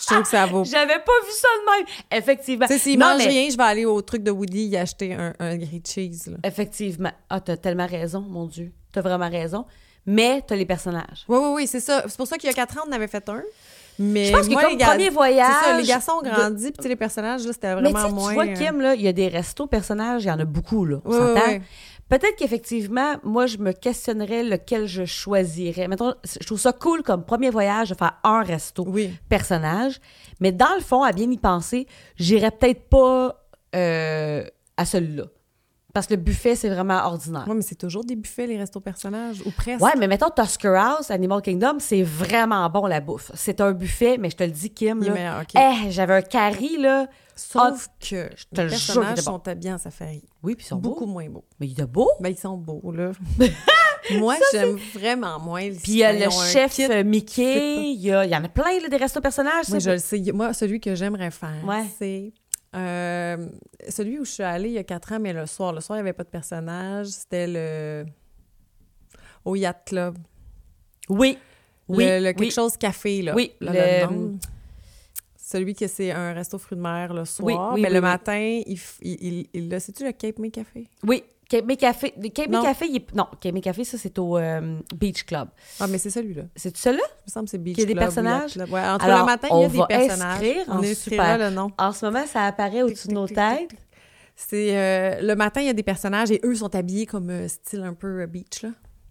Speaker 2: Je trouve que ça vaut. Tu
Speaker 1: J'avais pas vu ça de même! Effectivement.
Speaker 2: sais, s'ils
Speaker 1: Non,
Speaker 2: mangent
Speaker 1: mais-
Speaker 2: rien, je vais aller au truc de Woody y acheter un, un grilled cheese. là.
Speaker 1: Effectivement. Ah, t'as tellement raison, mon Dieu. T'as vraiment raison. Mais t'as les personnages.
Speaker 2: Oui, oui, oui, c'est ça. C'est pour ça qu'il y a quatre ans, on en avait fait un. Mais
Speaker 1: Je pense que
Speaker 2: moi,
Speaker 1: comme
Speaker 2: les gar-
Speaker 1: premier
Speaker 2: c'est ça,
Speaker 1: voyage...
Speaker 2: les garçons ont grandi, puis tu sais, les personnages, là, c'était
Speaker 1: mais
Speaker 2: vraiment
Speaker 1: tu sais, tu
Speaker 2: moins.
Speaker 1: vois,
Speaker 2: euh,
Speaker 1: Kim, là, il y a des restos personnages, il y en a beaucoup, là, on
Speaker 2: ouais, ouais,
Speaker 1: s'entend.
Speaker 2: ouais.
Speaker 1: Peut-être qu'effectivement, moi, je me questionnerais lequel je choisirais. Mettons, je trouve ça cool comme premier voyage de faire un resto
Speaker 2: Oui.
Speaker 1: personnage, mais dans le fond, à bien y penser, j'irais peut-être pas euh, à celui-là. Parce que le buffet, c'est vraiment ordinaire.
Speaker 2: Ouais, mais c'est toujours des buffets, les restos personnages, ou presque.
Speaker 1: Ouais, mais mettons Tusker House, Animal Kingdom, c'est vraiment bon la bouffe. C'est un buffet, mais je te le dis, Kim,
Speaker 2: Il est
Speaker 1: là.
Speaker 2: meilleur, ok.
Speaker 1: Eh, j'avais un curry, là.
Speaker 2: Sauf que
Speaker 1: je te
Speaker 2: les
Speaker 1: le jure qu'il
Speaker 2: personnages
Speaker 1: était bon.
Speaker 2: sont habillés en safari.
Speaker 1: Oui, puis ils sont
Speaker 2: Beaucoup
Speaker 1: beaux.
Speaker 2: moins beaux.
Speaker 1: Mais il est beau.
Speaker 2: Ben, ils sont beaux, là. Moi, j'aime vraiment moins. les-
Speaker 1: Puis il y a
Speaker 2: Ben, ils
Speaker 1: le
Speaker 2: ont un
Speaker 1: chef
Speaker 2: kit.
Speaker 1: euh, Mickey, il y, a- il y en a plein, là, des restos personnages.
Speaker 2: Moi, je
Speaker 1: ça.
Speaker 2: le sais. Moi, celui que j'aimerais faire,
Speaker 1: Ouais.
Speaker 2: c'est euh, celui où je suis allée il y a quatre ans, mais le soir. Le soir, il n'y avait pas de personnage. C'était le. Au Yacht Club.
Speaker 1: Oui. Oui.
Speaker 2: Le, le quelque
Speaker 1: oui.
Speaker 2: chose café, là.
Speaker 1: Oui,
Speaker 2: Là,
Speaker 1: le-
Speaker 2: le nom. Celui que c'est un resto fruits de mer le soir.
Speaker 1: Oui, oui,
Speaker 2: mais
Speaker 1: oui,
Speaker 2: le
Speaker 1: oui.
Speaker 2: matin, il, f- il, il- il- là, c'est-tu le Cape May Café?
Speaker 1: Oui. Cape May Café. le Cape May
Speaker 2: Non.
Speaker 1: Café, il est... Non, Cape May Café, ça, c'est au euh, Beach Club.
Speaker 2: Ah, mais c'est celui-là.
Speaker 1: C'est-tu ça, là?
Speaker 2: Il me semble que c'est Beach
Speaker 1: Qu'il y a des
Speaker 2: Club ou Yacht
Speaker 1: personnages?
Speaker 2: Club. Ouais, en tout cas,
Speaker 1: Alors,
Speaker 2: le matin,
Speaker 1: on
Speaker 2: il y a
Speaker 1: va
Speaker 2: des personnages.
Speaker 1: inscrire en
Speaker 2: on inscrira
Speaker 1: super.
Speaker 2: le nom.
Speaker 1: En ce moment, ça apparaît au-dessus de nos têtes.
Speaker 2: C'est euh, le matin, il y a des personnages et eux sont habillés comme euh, style un peu euh, beach là.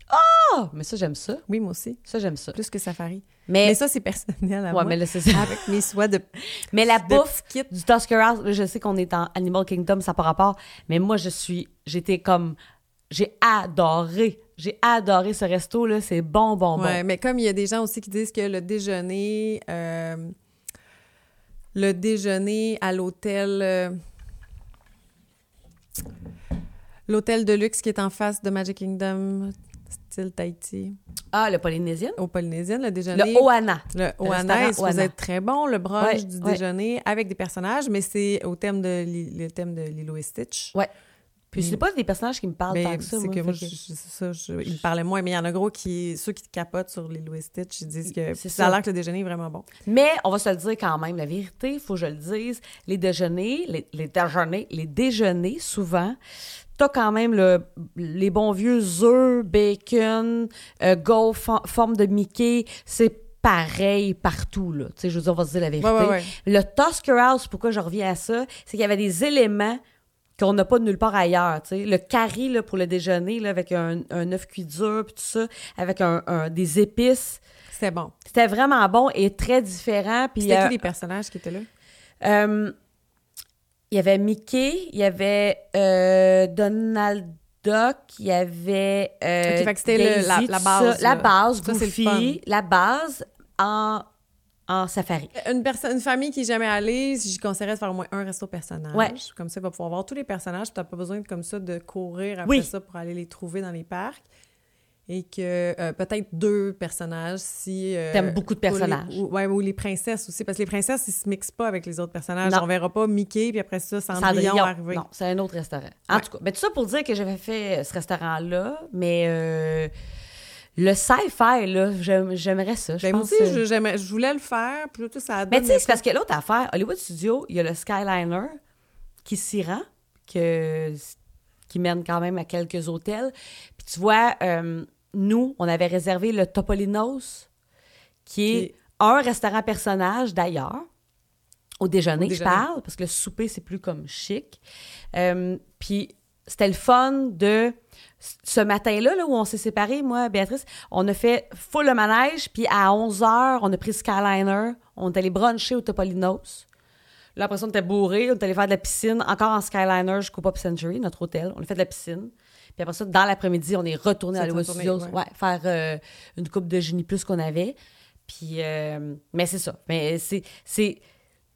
Speaker 1: Ah, mais ça, j'aime ça.
Speaker 2: Oui, moi aussi,
Speaker 1: Ça, j'aime ça.
Speaker 2: plus que safari.
Speaker 1: Mais,
Speaker 2: Mais ça c'est personnel à
Speaker 1: ouais,
Speaker 2: moi. Ah,
Speaker 1: mais là, c'est ça.
Speaker 2: Avec mes soins de
Speaker 1: Mais la
Speaker 2: de
Speaker 1: bouffe
Speaker 2: petits kits.
Speaker 1: du Tusker House, je sais qu'on est en Animal Kingdom, ça par rapport, mais moi, je suis, j'étais comme, j'ai adoré, j'ai adoré ce resto, là, c'est bon, bon,
Speaker 2: Ouais,
Speaker 1: bon.
Speaker 2: mais comme il y a des gens aussi qui disent que le déjeuner euh, le déjeuner à l'hôtel euh, l'hôtel de luxe qui est en face de Magic Kingdom style Tahiti
Speaker 1: Ah, le Polynésien?
Speaker 2: au Polynésien le déjeuner
Speaker 1: Le Oana.
Speaker 2: Le
Speaker 1: restaurant
Speaker 2: Oana, vous
Speaker 1: Ohana.
Speaker 2: êtes très bon. Le brunch
Speaker 1: Ouais,
Speaker 2: du
Speaker 1: ouais.
Speaker 2: déjeuner avec des personnages, mais c'est au thème de Li- le thème de Lilo et Stitch.
Speaker 1: Ouais. Puis c'est pas des personnages qui me parlent
Speaker 2: Mais
Speaker 1: tant que ça,
Speaker 2: Hmm. Ben, c'est
Speaker 1: moi.
Speaker 2: que
Speaker 1: fait
Speaker 2: moi,
Speaker 1: que-
Speaker 2: je- je- ça, je- il me parlait moins, mais il y en a gros qui, ceux qui capotent sur Lilo et Stitch, ils disent que
Speaker 1: C'est
Speaker 2: ça a
Speaker 1: ça.
Speaker 2: l'air que le déjeuner est vraiment bon.
Speaker 1: Mais on va se le dire quand même, la vérité, faut que je le dise, les déjeuners, les, les déjeuners, les déjeuners, souvent, t'as quand même le, les bons vieux œufs, bacon, euh, gaufres en forme de Mickey, c'est pareil partout, là. Tu sais, je veux dire, on va se dire la vérité.
Speaker 2: Ouais, ouais, ouais.
Speaker 1: Le Tusker House, pourquoi je reviens à ça, c'est qu'il y avait des éléments qu'on n'a pas de nulle part ailleurs, tu sais. Le curry, là, pour le déjeuner, là, avec un, un œuf cuit dur, puis tout ça, avec un- un, des épices,
Speaker 2: C'est bon.
Speaker 1: c'était vraiment bon et très différent. Puis euh, il y,
Speaker 2: C'était
Speaker 1: a-
Speaker 2: qui les personnages qui étaient là?
Speaker 1: euh, il y avait Mickey, il y avait euh, Donald Duck, il y avait. euh,
Speaker 2: Ok, fait que c'était le- la-
Speaker 1: Daisy,
Speaker 2: la
Speaker 1: tout
Speaker 2: base,
Speaker 1: ça. la
Speaker 2: là.
Speaker 1: base,
Speaker 2: Ça, c'est le
Speaker 1: Goofy,
Speaker 2: fun.
Speaker 1: la base en, en safari.
Speaker 2: Une, personne, une famille qui n'est jamais allée, j'y conseillerais de faire au moins un resto personnage.
Speaker 1: Ouais.
Speaker 2: Comme ça, il va pouvoir voir tous les personnages. Tu n'as pas besoin de, comme ça de courir après
Speaker 1: Oui.
Speaker 2: ça pour aller les trouver dans les parcs. Et que euh, peut-être deux personnages si. euh,
Speaker 1: T'aimes beaucoup de
Speaker 2: ou les-
Speaker 1: personnages.
Speaker 2: Ou, ouais, ou les princesses aussi. Parce que les princesses, ils se mixent pas avec les autres personnages.
Speaker 1: Non.
Speaker 2: On verra pas Mickey, puis après ça, Cendrillon, arriver.
Speaker 1: Non, c'est un autre restaurant. En
Speaker 2: Ouais.
Speaker 1: tout cas, ben, tout ça pour dire que j'avais fait euh, ce restaurant-là, mais euh, le sci-fi, là, j'aime- j'aimerais ça. Je
Speaker 2: Ben, moi
Speaker 1: pense
Speaker 2: aussi, je, j'aimais- je voulais le faire, puis là, tout ça a
Speaker 1: Mais
Speaker 2: donné-
Speaker 1: tu sais, c'est parce que l'autre affaire, Hollywood Studio, il y a le Skyliner qui s'y rend, que, qui mène quand même à quelques hôtels. Puis tu vois, euh, nous, on avait réservé le Topolinos, qui est
Speaker 2: Qui-
Speaker 1: un restaurant personnage d'ailleurs. Au déjeuner,
Speaker 2: Au
Speaker 1: je
Speaker 2: déjeuner.
Speaker 1: parle, parce que le souper, c'est plus comme chic. Euh, puis c'était le fun de... Ce matin-là, là, où on s'est séparés, moi, Béatrice, on a fait full le manège, puis à 11h, on a pris Skyliner, on est allé bruncher au Topolinos. Là, après ça, on était bourré, on est allé faire de la piscine, encore en Skyliner jusqu'au Pop Century, notre hôtel. On a fait de la piscine. Puis après ça, dans l'après-midi, on est retourné à
Speaker 2: C'est
Speaker 1: Hollywood
Speaker 2: retourné,
Speaker 1: Studios,
Speaker 2: ouais.
Speaker 1: ouais, faire euh, une coupe de génie plus qu'on avait. Puis, euh, mais c'est ça. Mais c'est, c'est,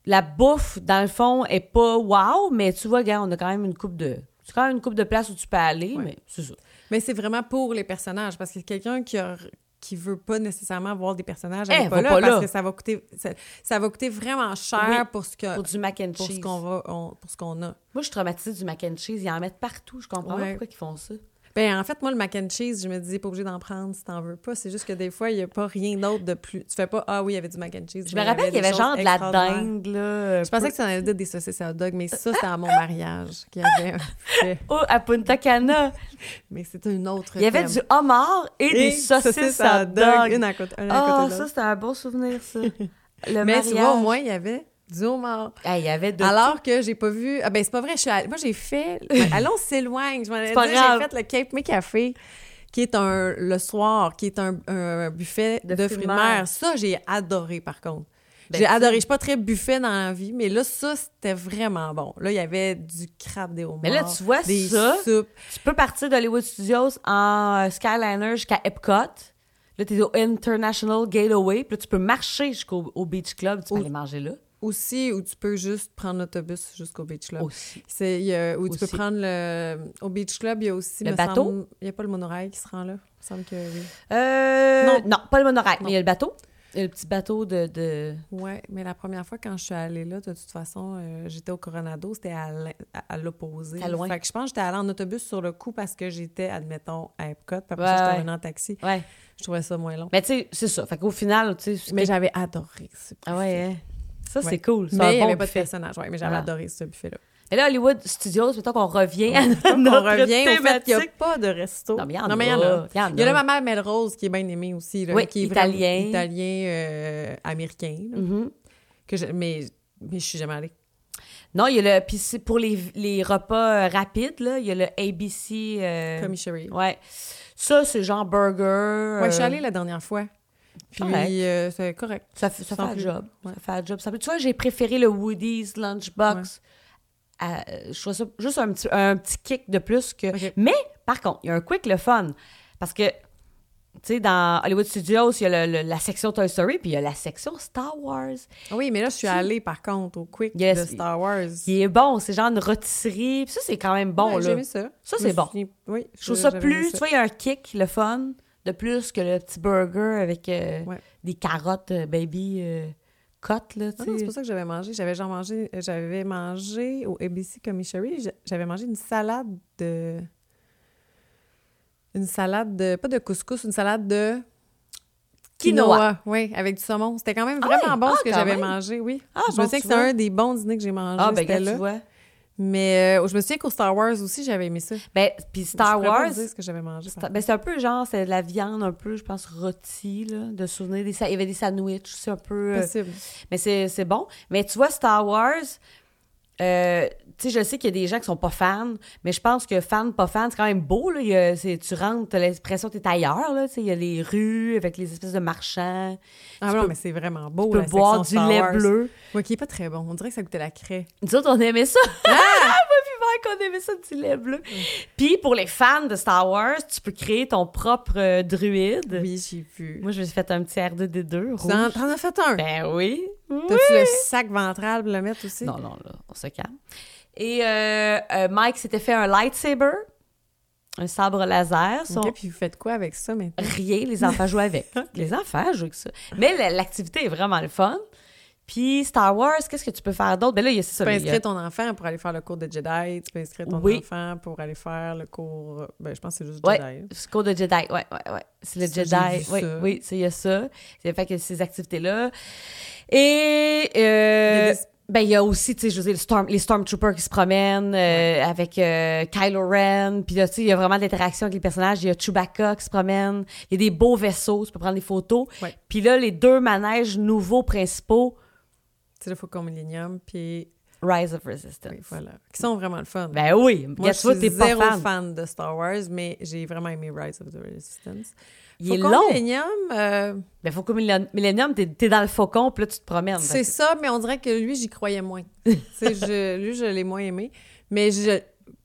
Speaker 1: la bouffe, dans le fond, est pas wow, mais tu vois, gars, on a quand même une coupe de. C'est quand même une coupe de place où tu peux aller, mais c'est ça.
Speaker 2: Mais c'est vraiment pour les personnages, parce que quelqu'un qui a qui veut pas nécessairement voir des personnages
Speaker 1: Eh,
Speaker 2: elle est pas
Speaker 1: va
Speaker 2: là,
Speaker 1: pas
Speaker 2: parce
Speaker 1: là.
Speaker 2: que ça va coûter ça, ça va coûter vraiment cher
Speaker 1: Oui,
Speaker 2: pour ce que
Speaker 1: Pour du mac and
Speaker 2: Euh, pour
Speaker 1: cheese.
Speaker 2: ce qu'on va on- pour ce qu'on a.
Speaker 1: Moi, je suis traumatisée du mac and cheese. Ils en mettent partout. Je comprends pas
Speaker 2: Ouais.
Speaker 1: pourquoi ils font ça.
Speaker 2: Ben en fait moi le mac and cheese, je me disais pas obligé d'en prendre si t'en veux pas, c'est juste que des fois il y a pas rien d'autre de plus. Tu fais pas ah oui, il y avait du mac and cheese.
Speaker 1: Je
Speaker 2: mais
Speaker 1: me rappelle qu'il y
Speaker 2: des
Speaker 1: avait genre
Speaker 2: choses
Speaker 1: de la
Speaker 2: extraordinaires.
Speaker 1: dinde, là.
Speaker 2: Je pensais que tu en avais dit des saucisses à hot dog, mais ça c'était à mon mariage qu'il y avait. un buffet.
Speaker 1: Oh, à Punta Cana,
Speaker 2: mais c'était une autre
Speaker 1: il y avait
Speaker 2: thème.
Speaker 1: du homard et,
Speaker 2: Et
Speaker 1: des saucisses à
Speaker 2: hot
Speaker 1: dog.
Speaker 2: une à côté, une à
Speaker 1: Ah,
Speaker 2: côté de l'autre.
Speaker 1: ça, c'était un beau souvenir, ça. le
Speaker 2: Mais
Speaker 1: mariage.
Speaker 2: tu vois, au moins, il y avait du homard.
Speaker 1: Ah, il y avait deux.
Speaker 2: Alors que j'ai pas vu. Ah ben c'est pas vrai, je suis allée- Moi j'ai fait. Allons on s'éloigne. Je m'en allais
Speaker 1: pas
Speaker 2: dire,
Speaker 1: grave.
Speaker 2: j'ai fait le Cape Me Café, qui est un le soir, qui est un, un buffet
Speaker 1: De
Speaker 2: de,
Speaker 1: fruits
Speaker 2: fruits
Speaker 1: de
Speaker 2: de
Speaker 1: mer.
Speaker 2: mer. Ça, j'ai adoré par contre.
Speaker 1: Ben,
Speaker 2: j'ai
Speaker 1: tu-
Speaker 2: adoré. Je suis pas très buffet dans la vie, mais là, ça, c'était vraiment bon. Là, il y avait du crabe des homards.
Speaker 1: Mais là, tu vois
Speaker 2: des
Speaker 1: ça.
Speaker 2: soupes.
Speaker 1: Tu peux partir d'Hollywood Studios en euh, Skyliner jusqu'à Epcot. Là, t'es au International Gateway. Puis là, tu peux marcher jusqu'au au Beach Club. Tu peux
Speaker 2: Au-
Speaker 1: aller manger là.
Speaker 2: Aussi, où tu peux juste prendre l'autobus jusqu'au Beach Club.
Speaker 1: Aussi.
Speaker 2: C'est, il y a- où tu peux
Speaker 1: Aussi.
Speaker 2: prendre le. Au Beach Club, il y a aussi.
Speaker 1: Le
Speaker 2: me
Speaker 1: bateau?
Speaker 2: semble- Il n'y a pas le monorail qui se rend là. Il me semble que oui.
Speaker 1: Euh, non.
Speaker 2: Non.
Speaker 1: pas le monorail,
Speaker 2: Non.
Speaker 1: mais il y a le bateau. Il y a le petit bateau de... de...
Speaker 2: Ouais, mais la première fois quand je suis allée là, de toute façon, euh, j'étais au Coronado, c'était à l'in- à à l'opposé.
Speaker 1: T'as loin.
Speaker 2: Fait que je pense que j'étais allée en autobus sur le coup parce que j'étais, admettons, à Epcot, puis après
Speaker 1: Ouais,
Speaker 2: ça,
Speaker 1: ouais.
Speaker 2: j'étais revenue en taxi.
Speaker 1: Ouais.
Speaker 2: Je trouvais ça moins long.
Speaker 1: Mais tu sais, c'est ça. Fait qu'au final, tu sais... c'est-
Speaker 2: Mais j'avais adoré ce buffet.
Speaker 1: Ah ouais, hein. Ça,
Speaker 2: Ouais.
Speaker 1: c'est cool. C'est
Speaker 2: Mais il n'y
Speaker 1: un bon
Speaker 2: avait pas de
Speaker 1: buffet.
Speaker 2: personnage, ouais, mais j'avais
Speaker 1: Ah.
Speaker 2: adoré ce buffet-là.
Speaker 1: Mais là, Hollywood Studios, mettons qu'on revient à
Speaker 2: On
Speaker 1: notre
Speaker 2: revient au fait qu'il n'y a
Speaker 1: thématique.
Speaker 2: pas de resto.
Speaker 1: Non, mais il y en
Speaker 2: il y en
Speaker 1: a.
Speaker 2: a.
Speaker 1: Il y en
Speaker 2: Il y a
Speaker 1: a.
Speaker 2: le ma mère Melrose qui est bien aimée aussi, là,
Speaker 1: Oui,
Speaker 2: qui est
Speaker 1: italien.
Speaker 2: vraiment italien euh, américain. là,
Speaker 1: Mhm.
Speaker 2: que je- mais, mais je suis jamais allée.
Speaker 1: Non, il y a le... Puis c'est pour les, les repas euh, rapides, là, il y a le ABC... euh,
Speaker 2: Comme Sherry.
Speaker 1: Ouais. Ça, c'est genre burger.
Speaker 2: Ouais, je suis
Speaker 1: euh,
Speaker 2: allée la dernière fois. Puis
Speaker 1: Correct.
Speaker 2: euh, c'est correct.
Speaker 1: Ça, fait- ça fait
Speaker 2: Sans
Speaker 1: un
Speaker 2: plus.
Speaker 1: job.
Speaker 2: Ouais.
Speaker 1: Ça fait un job. Ça fait- Tu vois, j'ai préféré le Woody's Lunchbox. à- euh, je trouve ça juste un petit, un petit kick de plus que.
Speaker 2: Ok.
Speaker 1: Mais, par contre, il y a un quick le fun. Parce que, tu sais, dans Hollywood Studios, il y a le- le- la section Toy Story, puis il y a la section Star Wars.
Speaker 2: Ah Oui, mais là, je suis allée, par contre, au Quick
Speaker 1: Yes.
Speaker 2: de Star Wars.
Speaker 1: Qui est bon. C'est genre une rôtisserie. Puis ça, c'est quand même bon,
Speaker 2: Ouais, J'ai
Speaker 1: là.
Speaker 2: aimé ça.
Speaker 1: Ça,
Speaker 2: Je
Speaker 1: c'est
Speaker 2: me
Speaker 1: bon.
Speaker 2: souviens- Oui,
Speaker 1: Je trouve ça
Speaker 2: j'avais
Speaker 1: plus.
Speaker 2: aimé
Speaker 1: Tu vois, il y a un kick, le fun, de plus que le petit burger avec euh,
Speaker 2: Ouais.
Speaker 1: des carottes euh, baby euh, cut, là, tu
Speaker 2: Ah non, c'est
Speaker 1: sais.
Speaker 2: pour ça que j'avais mangé. J'avais genre mangé, euh, j'avais mangé au ABC Commissary, j'a- j'avais mangé une salade de... Une salade de... Pas de couscous, une salade de...
Speaker 1: Quinoa.
Speaker 2: Oui, avec du saumon. C'était quand même
Speaker 1: Ah
Speaker 2: vraiment
Speaker 1: ouais?
Speaker 2: bon
Speaker 1: Ah,
Speaker 2: ce que
Speaker 1: quand
Speaker 2: j'avais
Speaker 1: même.
Speaker 2: mangé, oui.
Speaker 1: Ah,
Speaker 2: je
Speaker 1: bon,
Speaker 2: me souviens
Speaker 1: tu
Speaker 2: que c'était
Speaker 1: vois.
Speaker 2: un des bons dîners que j'ai mangé.
Speaker 1: Ah, ben,
Speaker 2: c'était
Speaker 1: regarde,
Speaker 2: là.
Speaker 1: tu vois.
Speaker 2: Mais euh, je me souviens qu'au Star Wars aussi, j'avais aimé ça.
Speaker 1: Ben, puis Star
Speaker 2: je pourrais pas
Speaker 1: Wars,
Speaker 2: vous dire ce que j'avais mangé.
Speaker 1: Sta- ben, c'est un peu genre, c'est de la viande un peu, je pense, rôtie, là, de souvenir. Des sa- il y avait des sandwichs, c'est un peu... euh,
Speaker 2: Possible.
Speaker 1: mais c'est c'est bon. Mais tu vois, Star Wars, euh, tu sais, je sais qu'il y a des gens qui sont pas fans, mais je pense que fan, pas fan, c'est quand même beau, là. Il y a- c'est- tu rentres, t'as l'impression que t'es ailleurs, là. Tu sais, il y a les rues avec les espèces de marchands.
Speaker 2: Ah
Speaker 1: tu
Speaker 2: non,
Speaker 1: peux-
Speaker 2: mais c'est vraiment beau.
Speaker 1: Tu peux
Speaker 2: la
Speaker 1: boire du
Speaker 2: section Star
Speaker 1: lait
Speaker 2: Wars.
Speaker 1: bleu.
Speaker 2: Ouais, qui est pas très bon. On dirait que ça goûtait la craie.
Speaker 1: Nous autres, on aimait ça.
Speaker 2: Ah!
Speaker 1: Moi puis Mike, on aimait ça, du lait bleu. Puis pour les fans de Star Wars, tu peux créer ton propre euh, druide.
Speaker 2: Oui, j'ai vu.
Speaker 1: Moi, je me suis fait un petit R2D2
Speaker 2: Tu
Speaker 1: rouge.
Speaker 2: en- T'en as fait un.
Speaker 1: Ben oui.
Speaker 2: T'as-tu le sac ventral pour le mettre aussi?
Speaker 1: Non, non, là, on se calme. Et euh, euh, Mike s'était fait un lightsaber, un sabre laser. Son...
Speaker 2: Ok, puis vous faites quoi avec ça maintenant?
Speaker 1: Rien, les enfants jouent avec. Les enfants jouent avec ça. Mais la- l'activité est vraiment le fun. Puis Star Wars, qu'est-ce que tu peux faire d'autre? Ben là, il y a c'est ça.
Speaker 2: Tu peux
Speaker 1: il y a-
Speaker 2: inscrire ton enfant pour aller faire le cours de Jedi. Tu peux inscrire ton
Speaker 1: Oui.
Speaker 2: enfant pour aller faire le cours. Ben, je pense que c'est juste
Speaker 1: Ouais.
Speaker 2: Jedi.
Speaker 1: C'est cours de Jedi, ouais, ouais, ouais. C'est le
Speaker 2: Ça, j'ai
Speaker 1: Jedi,
Speaker 2: vu
Speaker 1: oui,
Speaker 2: ça.
Speaker 1: oui, ça, il y a ça. C'est fait que ces activités-là. Et euh,
Speaker 2: Il y a des-
Speaker 1: ben il y a aussi, tu sais, je veux dire, le Storm- les Stormtroopers qui se promènent euh, avec euh, Kylo Ren. Puis là, tu sais, il y a vraiment de l'interaction avec les personnages. Il y a Chewbacca qui se promène. Il y a des beaux vaisseaux, tu peux prendre des photos.
Speaker 2: Ouais.
Speaker 1: Puis là, les deux manèges nouveaux principaux,
Speaker 2: Tu sais, le Faucon Millennium, puis
Speaker 1: Rise of Resistance.
Speaker 2: oui, voilà. Qui sont vraiment le fun.
Speaker 1: Ben oui,
Speaker 2: Moi,
Speaker 1: regarde,
Speaker 2: je
Speaker 1: tu vois,
Speaker 2: suis
Speaker 1: t'es pas
Speaker 2: zéro
Speaker 1: fan.
Speaker 2: fan. de Star Wars, mais j'ai vraiment aimé Rise of the Resistance.
Speaker 1: Il est
Speaker 2: Faucon
Speaker 1: long.
Speaker 2: Millennium, euh,
Speaker 1: Ben, Faucon Millen- Millennium, t'es t'es dans le faucon, puis là, tu te promènes.
Speaker 2: C'est ça, mais on dirait que lui, j'y croyais moins. Tu sais, je, lui, je l'ai moins aimé, mais je,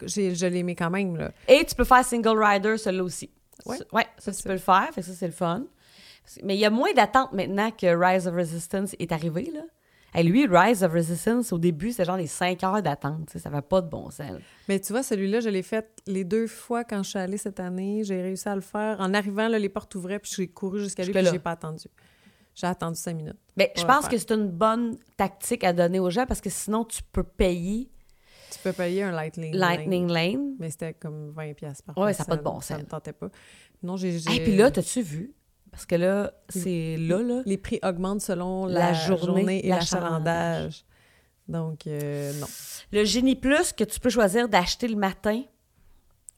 Speaker 2: j'ai- je l'ai aimé quand même. Là.
Speaker 1: Et tu peux faire single rider, celui-là aussi.
Speaker 2: Ouais.
Speaker 1: Ça- ouais, ça, tu peux le faire. Fait que ça, c'est le fun. Mais il y a moins d'attente maintenant que Rise of Resistance est arrivé, là. Et lui, Rise of Resistance, au début, c'est genre les 5 heures d'attente. tu sais, Ça va pas de bon sens. là.
Speaker 2: Mais tu vois, celui-là, je l'ai fait les deux fois quand je suis allée cette année. J'ai réussi à le faire. En arrivant, là, les portes ouvraient, puis j'ai couru jusqu'à lui,
Speaker 1: Jusque
Speaker 2: puis
Speaker 1: là.
Speaker 2: j'ai pas attendu. J'ai attendu cinq minutes.
Speaker 1: Mais je
Speaker 2: Ouais,
Speaker 1: pense
Speaker 2: ouais.
Speaker 1: que c'est une bonne tactique à donner aux gens parce que sinon, tu peux payer
Speaker 2: Tu peux payer un Lightning. Lane,
Speaker 1: Lightning Lane.
Speaker 2: Mais c'était comme 20$ piastres par
Speaker 1: Ouais, ça a pas de
Speaker 2: personne.
Speaker 1: bon
Speaker 2: Ça
Speaker 1: sens.
Speaker 2: me tentait pas. Non, j'ai.
Speaker 1: Et
Speaker 2: j'ai-
Speaker 1: puis là, t'as-tu vu? Parce que là, c'est là, là.
Speaker 2: les prix augmentent selon
Speaker 1: La
Speaker 2: la,
Speaker 1: journée,
Speaker 2: journée, et
Speaker 1: l'achalandage.
Speaker 2: l'achalandage. Donc, euh, non.
Speaker 1: Le génie plus que tu peux choisir d'acheter le matin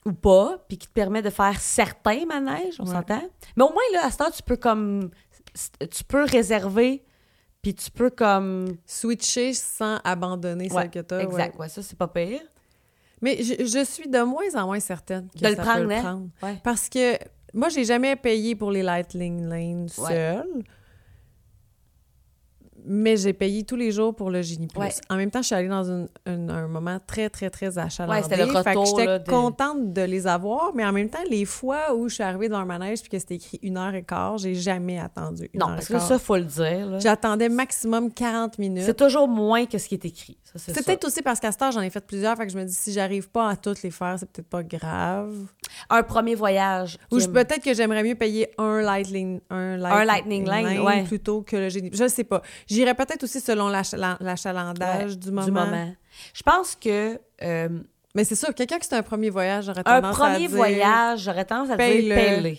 Speaker 1: ou pas, puis qui te permet de faire certains manèges, on
Speaker 2: Ouais.
Speaker 1: s'entend. Mais au moins, là, à ce temps, tu peux comme. Tu peux réserver Puis tu peux comme...
Speaker 2: Switcher sans abandonner
Speaker 1: Ouais,
Speaker 2: celle que t'as. ouais.
Speaker 1: exact, ouais, ça, c'est pas pire.
Speaker 2: Mais je, je suis de moins en moins certaine que
Speaker 1: De le
Speaker 2: ça
Speaker 1: prendre,
Speaker 2: peut le
Speaker 1: hein?
Speaker 2: prendre.
Speaker 1: Ouais.
Speaker 2: Parce que moi, j'ai jamais payé pour les Lightning Lane
Speaker 1: Ouais.
Speaker 2: seule. Mais j'ai payé tous les jours pour le Genie Plus.
Speaker 1: Ouais.
Speaker 2: En même temps, je suis allée dans une- une- un moment très, très, très achalandé.
Speaker 1: Ouais, c'était le
Speaker 2: Fait que
Speaker 1: retour, là,
Speaker 2: j'étais
Speaker 1: de-
Speaker 2: contente de les avoir, mais en même temps, les fois où je suis arrivée dans le manège puis que c'était écrit une heure et quart, j'ai jamais attendu une
Speaker 1: Non,
Speaker 2: heure
Speaker 1: parce
Speaker 2: et
Speaker 1: que
Speaker 2: quart.
Speaker 1: ça, faut le dire. là.
Speaker 2: J'attendais maximum 40 minutes.
Speaker 1: C'est toujours moins que ce qui est écrit. Ça, c'est
Speaker 2: C'est
Speaker 1: sûr.
Speaker 2: peut-être aussi parce qu'à ce temps, j'en ai fait plusieurs, fait que je me dis, si j'arrive pas à toutes les faire, c'est peut-être pas grave.
Speaker 1: un premier voyage.
Speaker 2: Ou
Speaker 1: qui
Speaker 2: je-
Speaker 1: aime-
Speaker 2: peut-être que j'aimerais mieux payer un Lightning, un
Speaker 1: Un lightning
Speaker 2: Lightning
Speaker 1: Lane, ouais.
Speaker 2: plutôt que le génie. Je sais pas. J'irais peut-être aussi selon l'ach- la- l'achalandage
Speaker 1: Ouais,
Speaker 2: du, moment.
Speaker 1: du moment. Je pense que euh,
Speaker 2: Mais c'est sûr, quelqu'un qui c'est un premier voyage aurait
Speaker 1: un
Speaker 2: tendance à
Speaker 1: premier
Speaker 2: dire,
Speaker 1: voyage, j'aurais tendance à dire
Speaker 2: paye-le.
Speaker 1: paye-le.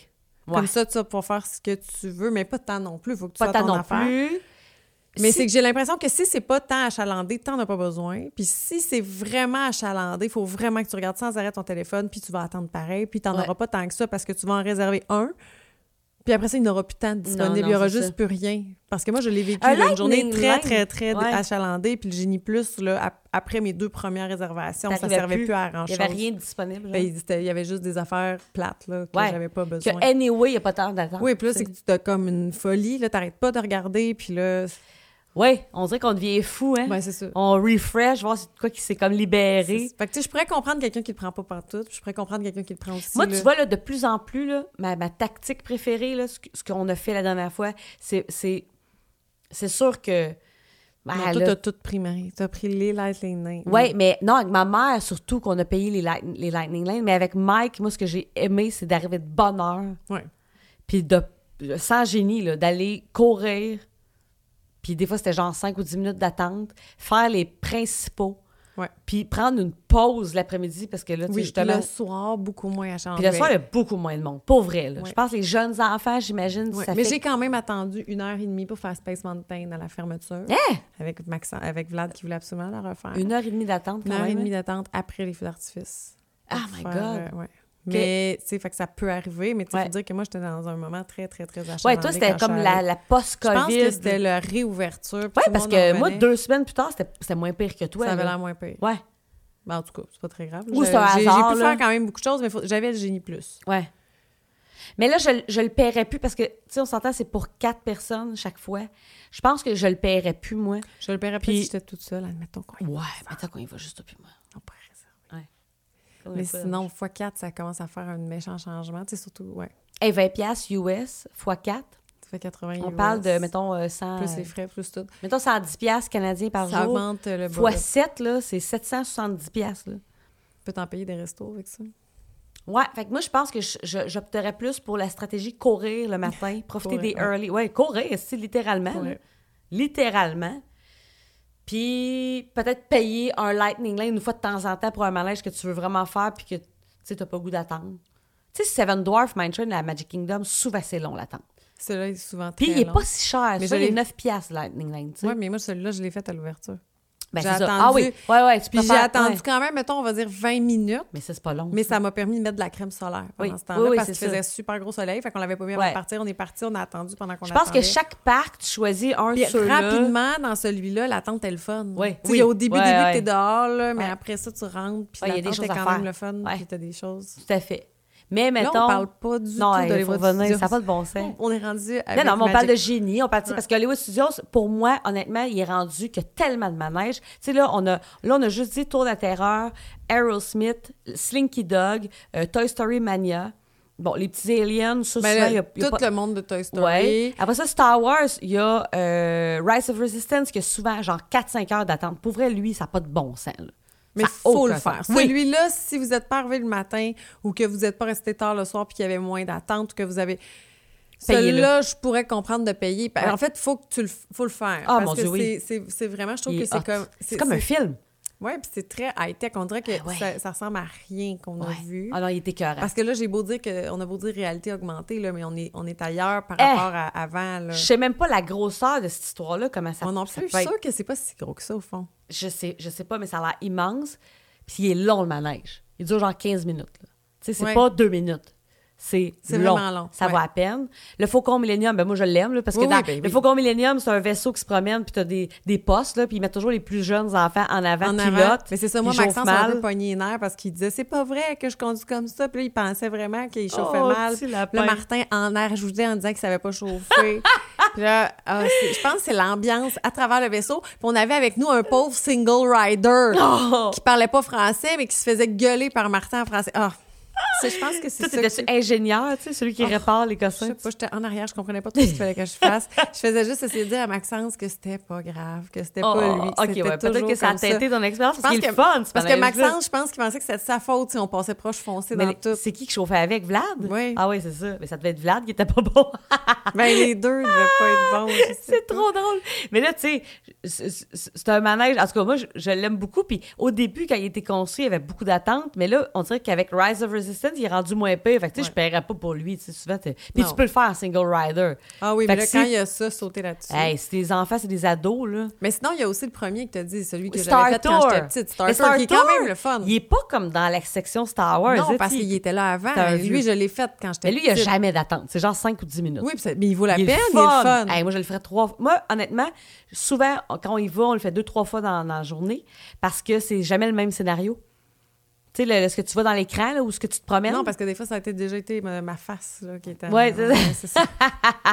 Speaker 2: Comme
Speaker 1: Ouais.
Speaker 2: ça, tu vas pouvoir faire ce que tu veux, mais pas tant non plus. Faut que tu
Speaker 1: Pas
Speaker 2: fasses
Speaker 1: tant
Speaker 2: ton
Speaker 1: non
Speaker 2: affaire.
Speaker 1: plus.
Speaker 2: Mais
Speaker 1: Si-
Speaker 2: c'est que j'ai l'impression que si c'est pas tant achalandé, t'en as pas besoin. Puis si c'est vraiment achalandé, il faut vraiment que tu regardes sans arrêt ton téléphone, puis tu vas attendre pareil, puis t'en
Speaker 1: Ouais.
Speaker 2: auras pas tant que ça parce que tu vas en réserver un. Puis après ça, il n'y aura plus tant de disponible,
Speaker 1: non,
Speaker 2: il n'y aura
Speaker 1: c'est
Speaker 2: juste
Speaker 1: ça.
Speaker 2: plus rien. Parce que moi, je l'ai vécu
Speaker 1: Un
Speaker 2: une journée
Speaker 1: lightning
Speaker 2: très,
Speaker 1: line.
Speaker 2: très, très
Speaker 1: Ouais.
Speaker 2: achalandée. Puis le Génie Plus, là, ap- après mes deux premières réservations, ça
Speaker 1: T'arrivais
Speaker 2: servait plus,
Speaker 1: plus.
Speaker 2: à
Speaker 1: Il n'y
Speaker 2: grand-chose.
Speaker 1: avait rien de disponible. genre.
Speaker 2: Ben, il c'était- il y avait juste des affaires plates là, que
Speaker 1: Ouais.
Speaker 2: j'avais pas
Speaker 1: que
Speaker 2: besoin.
Speaker 1: anyway, il n'y a pas tant d'attente.
Speaker 2: Oui, puis là, c'est que tu as comme une folie, là, t'arrêtes pas de regarder, puis là,
Speaker 1: Ouais, on dirait qu'on devient fou, hein?
Speaker 2: ben, c'est ça.
Speaker 1: On refresh, voir c'est quoi qui s'est comme libéré.
Speaker 2: C'est- Fait que, tu sais, je pourrais comprendre quelqu'un qui le prend pas partout, puis je pourrais comprendre quelqu'un qui le prend aussi.
Speaker 1: Moi,
Speaker 2: là.
Speaker 1: tu vois, là, de plus en plus, là, ma, ma tactique préférée, là, ce que- ce qu'on a fait la dernière fois, c'est- c'est c'est sûr que...
Speaker 2: Non,
Speaker 1: Ah,
Speaker 2: toi,
Speaker 1: là,
Speaker 2: t'as tout pris Marie. T'as pris les lights, les nains.
Speaker 1: Oui, mais non, avec ma mère, surtout qu'on a payé les, light- les Lightning Lane, mais avec Mike, moi, ce que j'ai aimé, c'est d'arriver de bonne heure,
Speaker 2: Ouais.
Speaker 1: puis de, sans génie, là, d'aller courir, puis des fois, c'était genre 5 ou 10 minutes d'attente, faire les principaux,
Speaker 2: Ouais.
Speaker 1: puis prendre une pause l'après-midi, parce que là, tu sais,
Speaker 2: Oui,
Speaker 1: justement...
Speaker 2: le soir, beaucoup moins à
Speaker 1: Puis
Speaker 2: changer.
Speaker 1: le soir, il y a beaucoup moins de monde, pour vrai. là.
Speaker 2: Ouais.
Speaker 1: Je pense que les jeunes enfants, j'imagine, ça
Speaker 2: Mais
Speaker 1: fait...
Speaker 2: j'ai quand même attendu une heure et demie pour faire Space Mountain à la fermeture.
Speaker 1: Hein?
Speaker 2: Avec, Max, avec Vlad qui voulait absolument la refaire.
Speaker 1: Une heure et demie d'attente,
Speaker 2: Une
Speaker 1: quand
Speaker 2: heure et
Speaker 1: même.
Speaker 2: demie d'attente après les feux d'artifice.
Speaker 1: Ah
Speaker 2: Pour
Speaker 1: my
Speaker 2: faire,
Speaker 1: God!
Speaker 2: euh, ouais. Mais, tu sais, fait que ça peut arriver, mais tu sais,
Speaker 1: Ouais.
Speaker 2: faut dire que moi, j'étais dans un moment très, très, très achalandé.
Speaker 1: Ouais, toi, c'était
Speaker 2: quand je
Speaker 1: comme
Speaker 2: suis
Speaker 1: la,
Speaker 2: allée.
Speaker 1: la
Speaker 2: Je
Speaker 1: post-COVID.
Speaker 2: pense que c'était la réouverture. puis
Speaker 1: Ouais,
Speaker 2: tout le
Speaker 1: parce
Speaker 2: monde
Speaker 1: que
Speaker 2: en
Speaker 1: moi,
Speaker 2: revenait.
Speaker 1: deux semaines plus tard, c'était c'était moins pire que toi.
Speaker 2: Ça avait
Speaker 1: là.
Speaker 2: l'air moins pire.
Speaker 1: Ouais,
Speaker 2: Ben, en tout cas, c'est pas très grave.
Speaker 1: Ou
Speaker 2: J'ai-
Speaker 1: c'est un
Speaker 2: j'ai-
Speaker 1: hasard,
Speaker 2: J'ai pu
Speaker 1: là.
Speaker 2: faire quand même beaucoup de choses, mais faut- j'avais le génie plus.
Speaker 1: ouais. Mais là, je, je le paierais plus parce que, tu sais, on s'entend, c'est pour quatre personnes chaque fois. Je pense que je le paierais plus, moi.
Speaker 2: Je le paierais plus
Speaker 1: Puis-
Speaker 2: si j'étais toute seule, admettons qu'on
Speaker 1: Ouais, mais attends, quand il va juste toi puis moi.
Speaker 2: on pourrait réserver.
Speaker 1: On
Speaker 2: Mais
Speaker 1: est pas-
Speaker 2: sinon, x4, ça commence à faire un méchant changement. Tu sais, surtout, ouais.
Speaker 1: Hey, 20 piastres US fois 4.
Speaker 2: Ça fait 80
Speaker 1: On parle de,
Speaker 2: US,
Speaker 1: mettons, euh, 100,
Speaker 2: Plus les
Speaker 1: euh,
Speaker 2: frais, plus tout.
Speaker 1: mettons 110 piastres canadiens par
Speaker 2: Ça
Speaker 1: jour.
Speaker 2: augmente le
Speaker 1: Fois
Speaker 2: bas. Tu
Speaker 1: 7, là, c'est 770 piastres, là.
Speaker 2: peux t'en payer des restos avec ça.
Speaker 1: Ouais, fait que moi, je pense que je- je- j'opterais plus pour la stratégie courir le matin, profiter
Speaker 2: Courir,
Speaker 1: des
Speaker 2: ouais.
Speaker 1: early. Ouais, courir, c'est littéralement. là.
Speaker 2: Courir.
Speaker 1: Littéralement. Puis peut-être payer un lightning lane une fois de temps en temps pour un manège que tu veux vraiment faire puis que tu sais, t'as pas le goût d'attendre. Tu sais, Seven Dwarf Mine Train, la Magic Kingdom, souvent c'est long l'attente.
Speaker 2: Celui-là est souvent très
Speaker 1: Puis il est
Speaker 2: long.
Speaker 1: pas si cher.
Speaker 2: Mais
Speaker 1: ça,
Speaker 2: je
Speaker 1: il est
Speaker 2: l'ai-
Speaker 1: 9 piastres, Lightning Lane, tu sais.
Speaker 2: Ouais, mais moi, celui-là, je l'ai fait à l'ouverture.
Speaker 1: Ben,
Speaker 2: j'ai
Speaker 1: c'est ça.
Speaker 2: attendu-
Speaker 1: Ah oui, ouais, ouais. tu
Speaker 2: Puis
Speaker 1: peux
Speaker 2: j'ai
Speaker 1: faire-
Speaker 2: attendu
Speaker 1: ouais.
Speaker 2: quand même, mettons, on va dire 20 minutes.
Speaker 1: Mais ça, c'est pas long.
Speaker 2: Mais ça m'a permis de mettre de la crème solaire pendant
Speaker 1: Oui.
Speaker 2: ce temps-là
Speaker 1: Oui, oui,
Speaker 2: parce qu'il
Speaker 1: c'est ça.
Speaker 2: faisait super gros soleil. Fait qu'on l'avait pas mis avant
Speaker 1: Ouais.
Speaker 2: de partir. On est parti, on a attendu pendant qu'on
Speaker 1: Je pense que
Speaker 2: attendait.
Speaker 1: chaque parc, tu choisis un
Speaker 2: Puis
Speaker 1: sur
Speaker 2: rapidement, dans celui-là, l'attente est le fun.
Speaker 1: Ouais.
Speaker 2: Tu sais,
Speaker 1: Oui.
Speaker 2: Au début,
Speaker 1: Ouais,
Speaker 2: début,
Speaker 1: ouais.
Speaker 2: t'es dehors, là, mais
Speaker 1: Ouais.
Speaker 2: après ça, tu rentres, puis
Speaker 1: Ouais, il y a des
Speaker 2: l'attente est
Speaker 1: choses à
Speaker 2: quand
Speaker 1: faire.
Speaker 2: même le fun,
Speaker 1: Ouais.
Speaker 2: puis t'as des choses.
Speaker 1: Tout à fait. Mais mettons.
Speaker 2: Là, on parle pas du
Speaker 1: non,
Speaker 2: tout
Speaker 1: hey,
Speaker 2: de
Speaker 1: il faut
Speaker 2: l'Hollywood
Speaker 1: revenir, ça n'a
Speaker 2: Studios.
Speaker 1: pas de bon sens.
Speaker 2: On est rendu
Speaker 1: Non,
Speaker 2: avec
Speaker 1: non, mais on parle de
Speaker 2: Magic-
Speaker 1: génie, on parle, tu sais, parce que Hollywood Studios, pour moi, honnêtement, il est rendu que tellement de manèges. Tu sais, là, on a, là, on a juste dit Tour de la Terreur, Aerosmith, Slinky Dog, euh, Toy Story Mania. Bon, les petits aliens, ça, souvent,
Speaker 2: Ben là,
Speaker 1: il y a, il y a
Speaker 2: tout
Speaker 1: pas-
Speaker 2: le monde de Toy Story.
Speaker 1: Ouais. Après ça, Star Wars, il y a euh, Rise of Resistance, qui a souvent genre 4-5 heures d'attente. Pour vrai, lui, ça n'a pas de bon sens. là.
Speaker 2: Mais
Speaker 1: Ça a
Speaker 2: faut
Speaker 1: aucun
Speaker 2: le faire.
Speaker 1: sens. Oui.
Speaker 2: Celui-là, si vous n'êtes pas arrivé le matin ou que vous n'êtes pas resté tard le soir puis qu'il y avait moins d'attente, que vous avez.
Speaker 1: Payez-le.
Speaker 2: Celui-là, je pourrais comprendre de payer.
Speaker 1: Ouais.
Speaker 2: En fait, il faut que tu le, f- faut le faire.
Speaker 1: Ah,
Speaker 2: parce
Speaker 1: mon
Speaker 2: que
Speaker 1: Dieu, oui.
Speaker 2: c'est- c'est c'est vraiment, je trouve
Speaker 1: Il est
Speaker 2: que
Speaker 1: hot.
Speaker 2: c'est comme.
Speaker 1: C'est comme un film.
Speaker 2: Oui, puis c'est très high-tech. On dirait que
Speaker 1: Ah ouais.
Speaker 2: ça, ça ressemble à rien qu'on a
Speaker 1: Ouais.
Speaker 2: vu.
Speaker 1: Ah non, il était écœurant.
Speaker 2: Parce que là, j'ai beau dire que on a beau dire réalité augmentée, là, mais on est, on est ailleurs par
Speaker 1: Eh!
Speaker 2: rapport à avant. Là.
Speaker 1: Je sais même pas la grosseur de cette histoire-là, comment ça,
Speaker 2: on en
Speaker 1: ça
Speaker 2: plus, je
Speaker 1: peut
Speaker 2: suis
Speaker 1: être.
Speaker 2: sûre que c'est pas si gros que ça, au fond.
Speaker 1: Je sais, je sais pas, mais ça a l'air immense. Puis il est long, le manège. Il dure genre 15 minutes. là. Tu sais, c'est
Speaker 2: Ouais.
Speaker 1: pas deux minutes. c'est
Speaker 2: C'est
Speaker 1: long.
Speaker 2: vraiment long,
Speaker 1: Ça
Speaker 2: ouais.
Speaker 1: va à peine. Le Faucon Millennium, ben moi, je l'aime, là, parce que
Speaker 2: Oui, oui,
Speaker 1: dans-
Speaker 2: ben
Speaker 1: le
Speaker 2: oui.
Speaker 1: Faucon Millennium, c'est un vaisseau qui se promène, puis t'as des, des postes, là, puis ils mettent toujours les plus jeunes enfants en avant,
Speaker 2: en
Speaker 1: culottes,
Speaker 2: avant. Mais c'est ça, moi,
Speaker 1: ils chauffent
Speaker 2: Maxence m'a un
Speaker 1: mal.
Speaker 2: peu pogné les nerfs parce qu'il disait c'est pas vrai que je conduis comme ça. Puis là, il pensait vraiment qu'il chauffait
Speaker 1: Oh,
Speaker 2: mal.
Speaker 1: petit
Speaker 2: Puis
Speaker 1: lapin.
Speaker 2: là, Martin en a rajouté en disant qu'il savait pas chauffer. Puis là, ah, c'est- je pense que c'est l'ambiance à travers le vaisseau. Puis on avait avec nous un pauvre single rider
Speaker 1: Oh!
Speaker 2: qui parlait pas français, mais qui se faisait gueuler par Martin en français. Ah, c'est- je pense que c'est
Speaker 1: Toi,
Speaker 2: ça.
Speaker 1: t'étais-tu
Speaker 2: qui-
Speaker 1: ingénieur, tu sais, celui qui
Speaker 2: Oh,
Speaker 1: répare les
Speaker 2: Je sais
Speaker 1: cossins?
Speaker 2: pas, j'étais en arrière, je comprenais pas tout ce qu'il fallait que je fasse. Je faisais juste essayer de dire à Maxence que c'était pas grave, que c'était pas
Speaker 1: Oh,
Speaker 2: lui.
Speaker 1: ok,
Speaker 2: c'était
Speaker 1: ouais, peut-être
Speaker 2: toujours
Speaker 1: que ça a
Speaker 2: comme
Speaker 1: teinté ton expérience,
Speaker 2: Je
Speaker 1: parce qu'il est
Speaker 2: pense
Speaker 1: le fun, ce
Speaker 2: Parce que
Speaker 1: panel-là.
Speaker 2: Maxence, je pense qu'il pensait que c'était de sa faute si on passait proche foncé
Speaker 1: Mais
Speaker 2: dans
Speaker 1: les-
Speaker 2: tout.
Speaker 1: c'est qui qui chauffait avec? Vlad?
Speaker 2: Oui.
Speaker 1: Ah oui, c'est ça. Mais ça devait être Vlad qui était pas bon.
Speaker 2: Ben, les deux devaient pas être bons. je sais
Speaker 1: c'est
Speaker 2: pas.
Speaker 1: trop drôle. Mais là, tu sais, c'est- c'est c'est un manège. En tout cas, moi, je, je l'aime beaucoup. Puis au début, quand il était construit, il y avait beaucoup d'attentes. Mais là, on dirait qu'avec Rise of Resistance, il est rendu moins pire. Fait que tu sais, je paierais pas pour lui. tu sais, Souvent, t'es- Puis
Speaker 2: Non.
Speaker 1: tu peux le faire en single rider.
Speaker 2: Ah oui,
Speaker 1: Fait
Speaker 2: mais
Speaker 1: que
Speaker 2: là,
Speaker 1: si-
Speaker 2: quand il y a ça, sauter là-dessus.
Speaker 1: Hey, c'est des enfants, c'est des ados, là.
Speaker 2: Mais sinon, il y a aussi le premier que t'as dit, celui que
Speaker 1: Star
Speaker 2: j'avais fait
Speaker 1: Tour.
Speaker 2: quand j'étais petite. Star
Speaker 1: Mais
Speaker 2: Tour, qui est quand même le fun.
Speaker 1: Il est pas comme dans la section Star Wars.
Speaker 2: Non,
Speaker 1: là,
Speaker 2: parce
Speaker 1: tu sais.
Speaker 2: qu'il était là
Speaker 1: c'est un
Speaker 2: avant.
Speaker 1: vieux.
Speaker 2: Lui, je l'ai fait quand j'étais
Speaker 1: Mais lui, il n'y a
Speaker 2: petite.
Speaker 1: jamais d'attente. C'est genre 5 ou 10 minutes.
Speaker 2: Oui, puis ça- mais il vaut la
Speaker 1: Il est
Speaker 2: peine,
Speaker 1: le
Speaker 2: il est le fun.
Speaker 1: Hey, moi, je le ferais trois fois. Moi, honnêtement, souvent, on- quand on y va, on le fait deux, trois fois dans, dans la journée parce que c'est jamais le même scénario. Tu sais, le- le- ce que tu vas dans l'écran là, ou ce que tu te promènes.
Speaker 2: Non, parce que des fois, ça a été déjà été ma, ma face là, qui était.
Speaker 1: Ouais, c'est ça.
Speaker 2: c'est ça.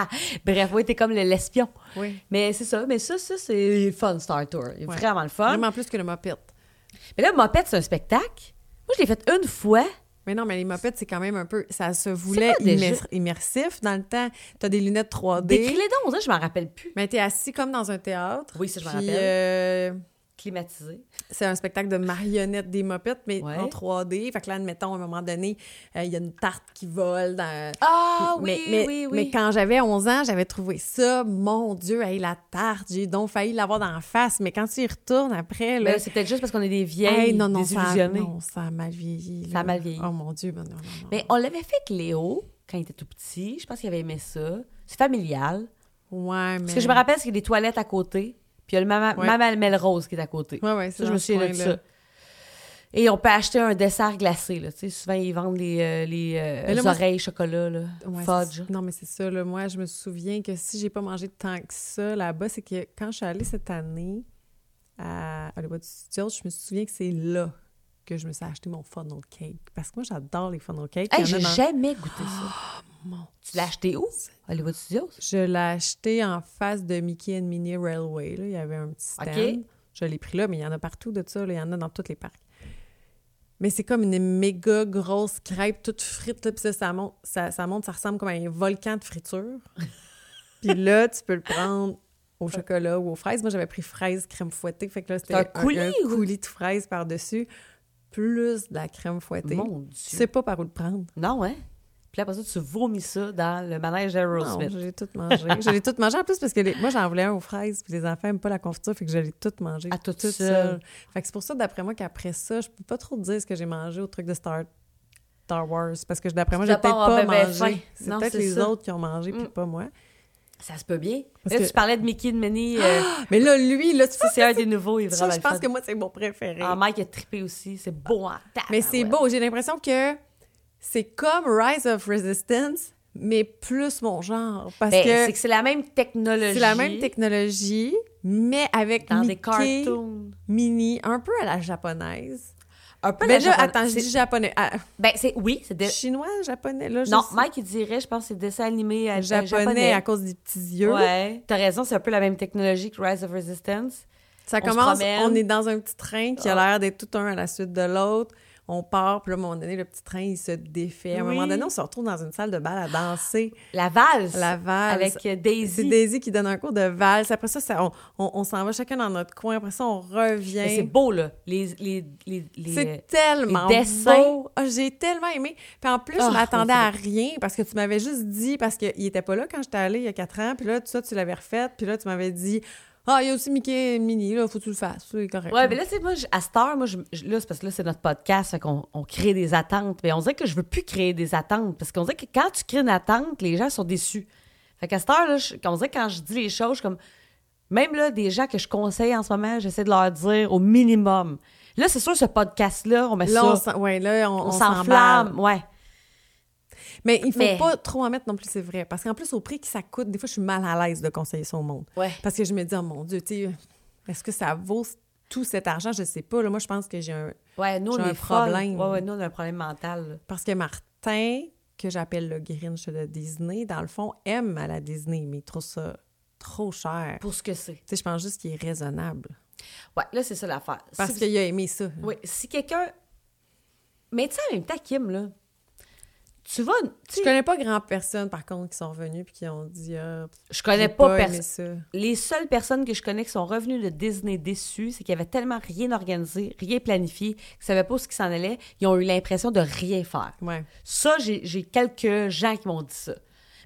Speaker 1: Bref, oui, t'es comme le- l'espion.
Speaker 2: Oui.
Speaker 1: Mais c'est ça. Mais ça, ça c'est le fun, Star Tour. Il est
Speaker 2: Ouais.
Speaker 1: Vraiment le fun.
Speaker 2: Vraiment plus que le moped.
Speaker 1: Mais là, Mopette, c'est un spectacle. Moi, je l'ai fait une fois.
Speaker 2: Mais non, mais les mopettes, c'est quand même un peu. Ça se voulait
Speaker 1: quoi déjà?
Speaker 2: immer- immersif dans le temps. T'as des lunettes 3D.
Speaker 1: Décris-les donc, là, je m'en rappelle plus.
Speaker 2: Mais t'es assis comme dans un théâtre.
Speaker 1: Oui, ça, je m'en
Speaker 2: Puis,
Speaker 1: rappelle.
Speaker 2: euh,
Speaker 1: Climatisé.
Speaker 2: c'est un spectacle de marionnettes des mopettes, mais
Speaker 1: Ouais.
Speaker 2: en 3D. Fait que là, admettons, à un moment donné, euh, il y a une tarte qui vole dans...
Speaker 1: Ah
Speaker 2: mais, mais- mais quand j'avais 11 ans, j'avais trouvé ça, mon Dieu, hey, la tarte, j'ai donc failli l'avoir d'en face. Mais quand tu y retournes après,
Speaker 1: Mais
Speaker 2: là,
Speaker 1: là, c'est peut-être juste parce qu'on est des vieilles,
Speaker 2: hey, non, non, ça, a-
Speaker 1: désillusionnées.
Speaker 2: non, ça a mal vieilli.
Speaker 1: Ça a
Speaker 2: là.
Speaker 1: mal vieilli.
Speaker 2: Oh mon Dieu, ben non, non, non.
Speaker 1: Mais on l'avait fait avec Léo quand il était tout petit. Je pense qu'il avait aimé ça. C'est familial.
Speaker 2: Ouais, mais...
Speaker 1: Ce que je me rappelle, c'est qu'il y a des toilettes à côté. Puis il y a le maman,
Speaker 2: Ouais.
Speaker 1: maman Melrose qui est à côté.
Speaker 2: Ouais, ouais, c'est
Speaker 1: ça, je
Speaker 2: dans
Speaker 1: me
Speaker 2: ce
Speaker 1: souviens de
Speaker 2: coin-là.
Speaker 1: ça. Et on peut acheter un dessert glacé. Là. Tu sais, Souvent, ils vendent les, euh, les, euh,
Speaker 2: Mais là, moi,
Speaker 1: oreilles chocolat, là.
Speaker 2: Ouais,
Speaker 1: fudge.
Speaker 2: c'est- Non, mais c'est ça. Là, moi, je me souviens que si j'ai pas mangé tant que ça là-bas, c'est que quand je suis allée cette année à Hollywood Studios, je me souviens que c'est là que je me suis acheté mon funnel cake. Parce que moi, j'adore les funnel cakes.
Speaker 1: Hey,
Speaker 2: Il y en
Speaker 1: j'ai
Speaker 2: a dans- Oh,
Speaker 1: jamais goûté ça.
Speaker 2: mon
Speaker 1: Tu l'as acheté où? Hollywood Studios?
Speaker 2: Je l'ai acheté en face de Mickey and Minnie Railway. là. Il y avait un petit stand.
Speaker 1: Ok.
Speaker 2: Je l'ai pris là, mais il y en a partout de ça. là. Il y en a dans tous les parcs. Mais c'est comme une méga grosse crêpe toute frite. Là, puis ça, ça monte, ça, ça monte, ça ressemble comme à un volcan de friture. puis là, tu peux le prendre au chocolat ou aux fraises. Moi, j'avais pris fraises crème fouettée. Fait que là, c'était
Speaker 1: un coulis ou-
Speaker 2: coulis de fraises par-dessus, plus de la crème fouettée.
Speaker 1: Mon Dieu.
Speaker 2: Tu sais pas par où le prendre.
Speaker 1: Non, hein? Puis là, après ça, tu vomis ça dans le manège
Speaker 2: Non,
Speaker 1: d'Aerosmith.
Speaker 2: je l'ai tout mangé. je l'ai tout mangé en plus parce que les- moi, j'en voulais un aux fraises, puis les enfants n'aiment pas la confiture, fait que je l'ai tout mangé.
Speaker 1: À toute
Speaker 2: toute
Speaker 1: Ah, seule.
Speaker 2: Fait que c'est pour ça, d'après moi, qu'après ça, je peux pas trop te dire ce que j'ai mangé au truc de Star, Star Wars, parce que je- d'après moi,
Speaker 1: Tu
Speaker 2: j'ai
Speaker 1: dois pas
Speaker 2: peut-être
Speaker 1: avoir
Speaker 2: pas
Speaker 1: ben, ben faim.
Speaker 2: mangé. C'est
Speaker 1: Non,
Speaker 2: peut-être
Speaker 1: c'est
Speaker 2: les
Speaker 1: ça.
Speaker 2: autres qui ont mangé, puis
Speaker 1: Mm.
Speaker 2: pas moi.
Speaker 1: Ça se peut bien.
Speaker 2: Parce
Speaker 1: Là,
Speaker 2: que- Ah!
Speaker 1: tu parlais de Mickey et de Minnie. euh,
Speaker 2: Mais là, lui, là, tu
Speaker 1: ça, c'est un des nouveaux. Il est
Speaker 2: ça,
Speaker 1: vraiment
Speaker 2: je
Speaker 1: le fun.
Speaker 2: pense que moi, c'est mon préféré.
Speaker 1: Ah, Mike a trippé aussi. C'est beau en table.
Speaker 2: Mais c'est
Speaker 1: ouais.
Speaker 2: beau. J'ai l'impression que c'est comme Rise of Resistance, mais plus mon genre. Parce
Speaker 1: Ben,
Speaker 2: que
Speaker 1: c'est que c'est la même technologie.
Speaker 2: c'est la même technologie, mais avec
Speaker 1: Dans des
Speaker 2: Mickey,
Speaker 1: cartoons.
Speaker 2: mini, un peu à la japonaise.
Speaker 1: Un peu
Speaker 2: mais
Speaker 1: la
Speaker 2: là,
Speaker 1: Japon-
Speaker 2: attends, je
Speaker 1: Ben, c'est-
Speaker 2: dis japonais. Ah,
Speaker 1: Ben, c'est... Oui, c'est... de-
Speaker 2: Chinois, japonais, là, je
Speaker 1: Non,
Speaker 2: sais-
Speaker 1: Mike, il dirait, je pense, que c'est dessin animé à...
Speaker 2: japonais,
Speaker 1: japonais.
Speaker 2: à cause des petits yeux.
Speaker 1: Ouais. T'as raison, c'est un peu la même technologie que Rise of Resistance.
Speaker 2: Ça
Speaker 1: On se
Speaker 2: commence,
Speaker 1: promène.
Speaker 2: on est dans un petit train qui a
Speaker 1: Ah.
Speaker 2: l'air d'être tout un à la suite de l'autre. On part, puis là, à un moment donné, le petit train, il se défait. À un
Speaker 1: Oui.
Speaker 2: moment donné, on se retrouve dans une salle de bal à danser.
Speaker 1: La valse.
Speaker 2: La valse.
Speaker 1: Avec euh,
Speaker 2: C'est
Speaker 1: Daisy.
Speaker 2: Daisy qui donne un cours de valse. Après ça, ça- on, on- on s'en va chacun dans notre coin. Après ça, on
Speaker 1: Mais Ben, c'est
Speaker 2: revient.
Speaker 1: beau, là. Les... les, les, les- euh,
Speaker 2: C'est tellement
Speaker 1: les dessins.
Speaker 2: beau. Ah, j'ai tellement aimé. Puis en plus,
Speaker 1: Ah,
Speaker 2: je m'attendais
Speaker 1: oui,
Speaker 2: à rien parce que tu m'avais juste dit, parce qu'il était pas là quand j'étais allée il y a quatre ans, puis là, ça, tu l'avais refait, puis là, tu m'avais dit, ah, il y a aussi Mickey et Minnie, là, faut que tu le fasses, c'est correct.
Speaker 1: Ouais, mais là, c'est moi, je- à cette heure, moi, je, je- là, c'est parce que là, c'est notre podcast, fait qu'on on crée des attentes. Mais on dirait que je veux plus créer des attentes. Parce qu'on dirait que quand tu crées une attente, les gens sont déçus. Fait qu'à cette heure, là, je- on dirait que quand je dis les choses, je suis comme. Même là, des gens que je conseille en ce moment, j'essaie de leur dire au minimum. Là, c'est sûr, ce podcast-là, on met
Speaker 2: Là, on
Speaker 1: ça.
Speaker 2: s'en- ouais, là, on,
Speaker 1: On,
Speaker 2: on s'emballe.
Speaker 1: s'enflamme. Ouais.
Speaker 2: Mais il faut
Speaker 1: Mais-
Speaker 2: pas trop en mettre non plus, c'est vrai. Parce qu'en plus, au prix que ça coûte, des fois, je suis mal à l'aise de conseiller ça au monde.
Speaker 1: Ouais.
Speaker 2: Parce que je me dis, oh mon Dieu, tu sais, est-ce que ça vaut tout cet argent? Je sais pas. Là, moi, je pense que j'ai un.
Speaker 1: Ouais, nous, on
Speaker 2: J'ai
Speaker 1: est
Speaker 2: un
Speaker 1: folles.
Speaker 2: problème.
Speaker 1: Ouais, ouais, nous, on a un problème mental. là.
Speaker 2: Parce que Martin, que j'appelle le Grinch de Disney, dans le fond, aime à la Disney, mais il trouve ça trop cher. Tu
Speaker 1: Pour ce que c'est.
Speaker 2: sais, je pense juste qu'il est raisonnable.
Speaker 1: Ouais, là, c'est ça l'affaire.
Speaker 2: Parce
Speaker 1: Si-
Speaker 2: qu'il a aimé ça.
Speaker 1: Oui, si quelqu'un. Mais tu sais, en même temps, Kim, là, tu vas. tu
Speaker 2: Je
Speaker 1: sais,
Speaker 2: connais pas grand personne, par contre, qui sont venus puis qui ont dit Ah, pff,
Speaker 1: je
Speaker 2: j'ai
Speaker 1: connais pas
Speaker 2: aimé
Speaker 1: personne.
Speaker 2: ça.
Speaker 1: Les seules personnes que je connais qui sont revenues de Disney déçues, c'est qu'ils avaient tellement rien organisé, rien planifié, qu'ils ne savaient pas ce qui s'en allait. Ils ont eu l'impression de rien faire.
Speaker 2: Ouais.
Speaker 1: Ça, j'ai j'ai quelques gens qui m'ont dit ça.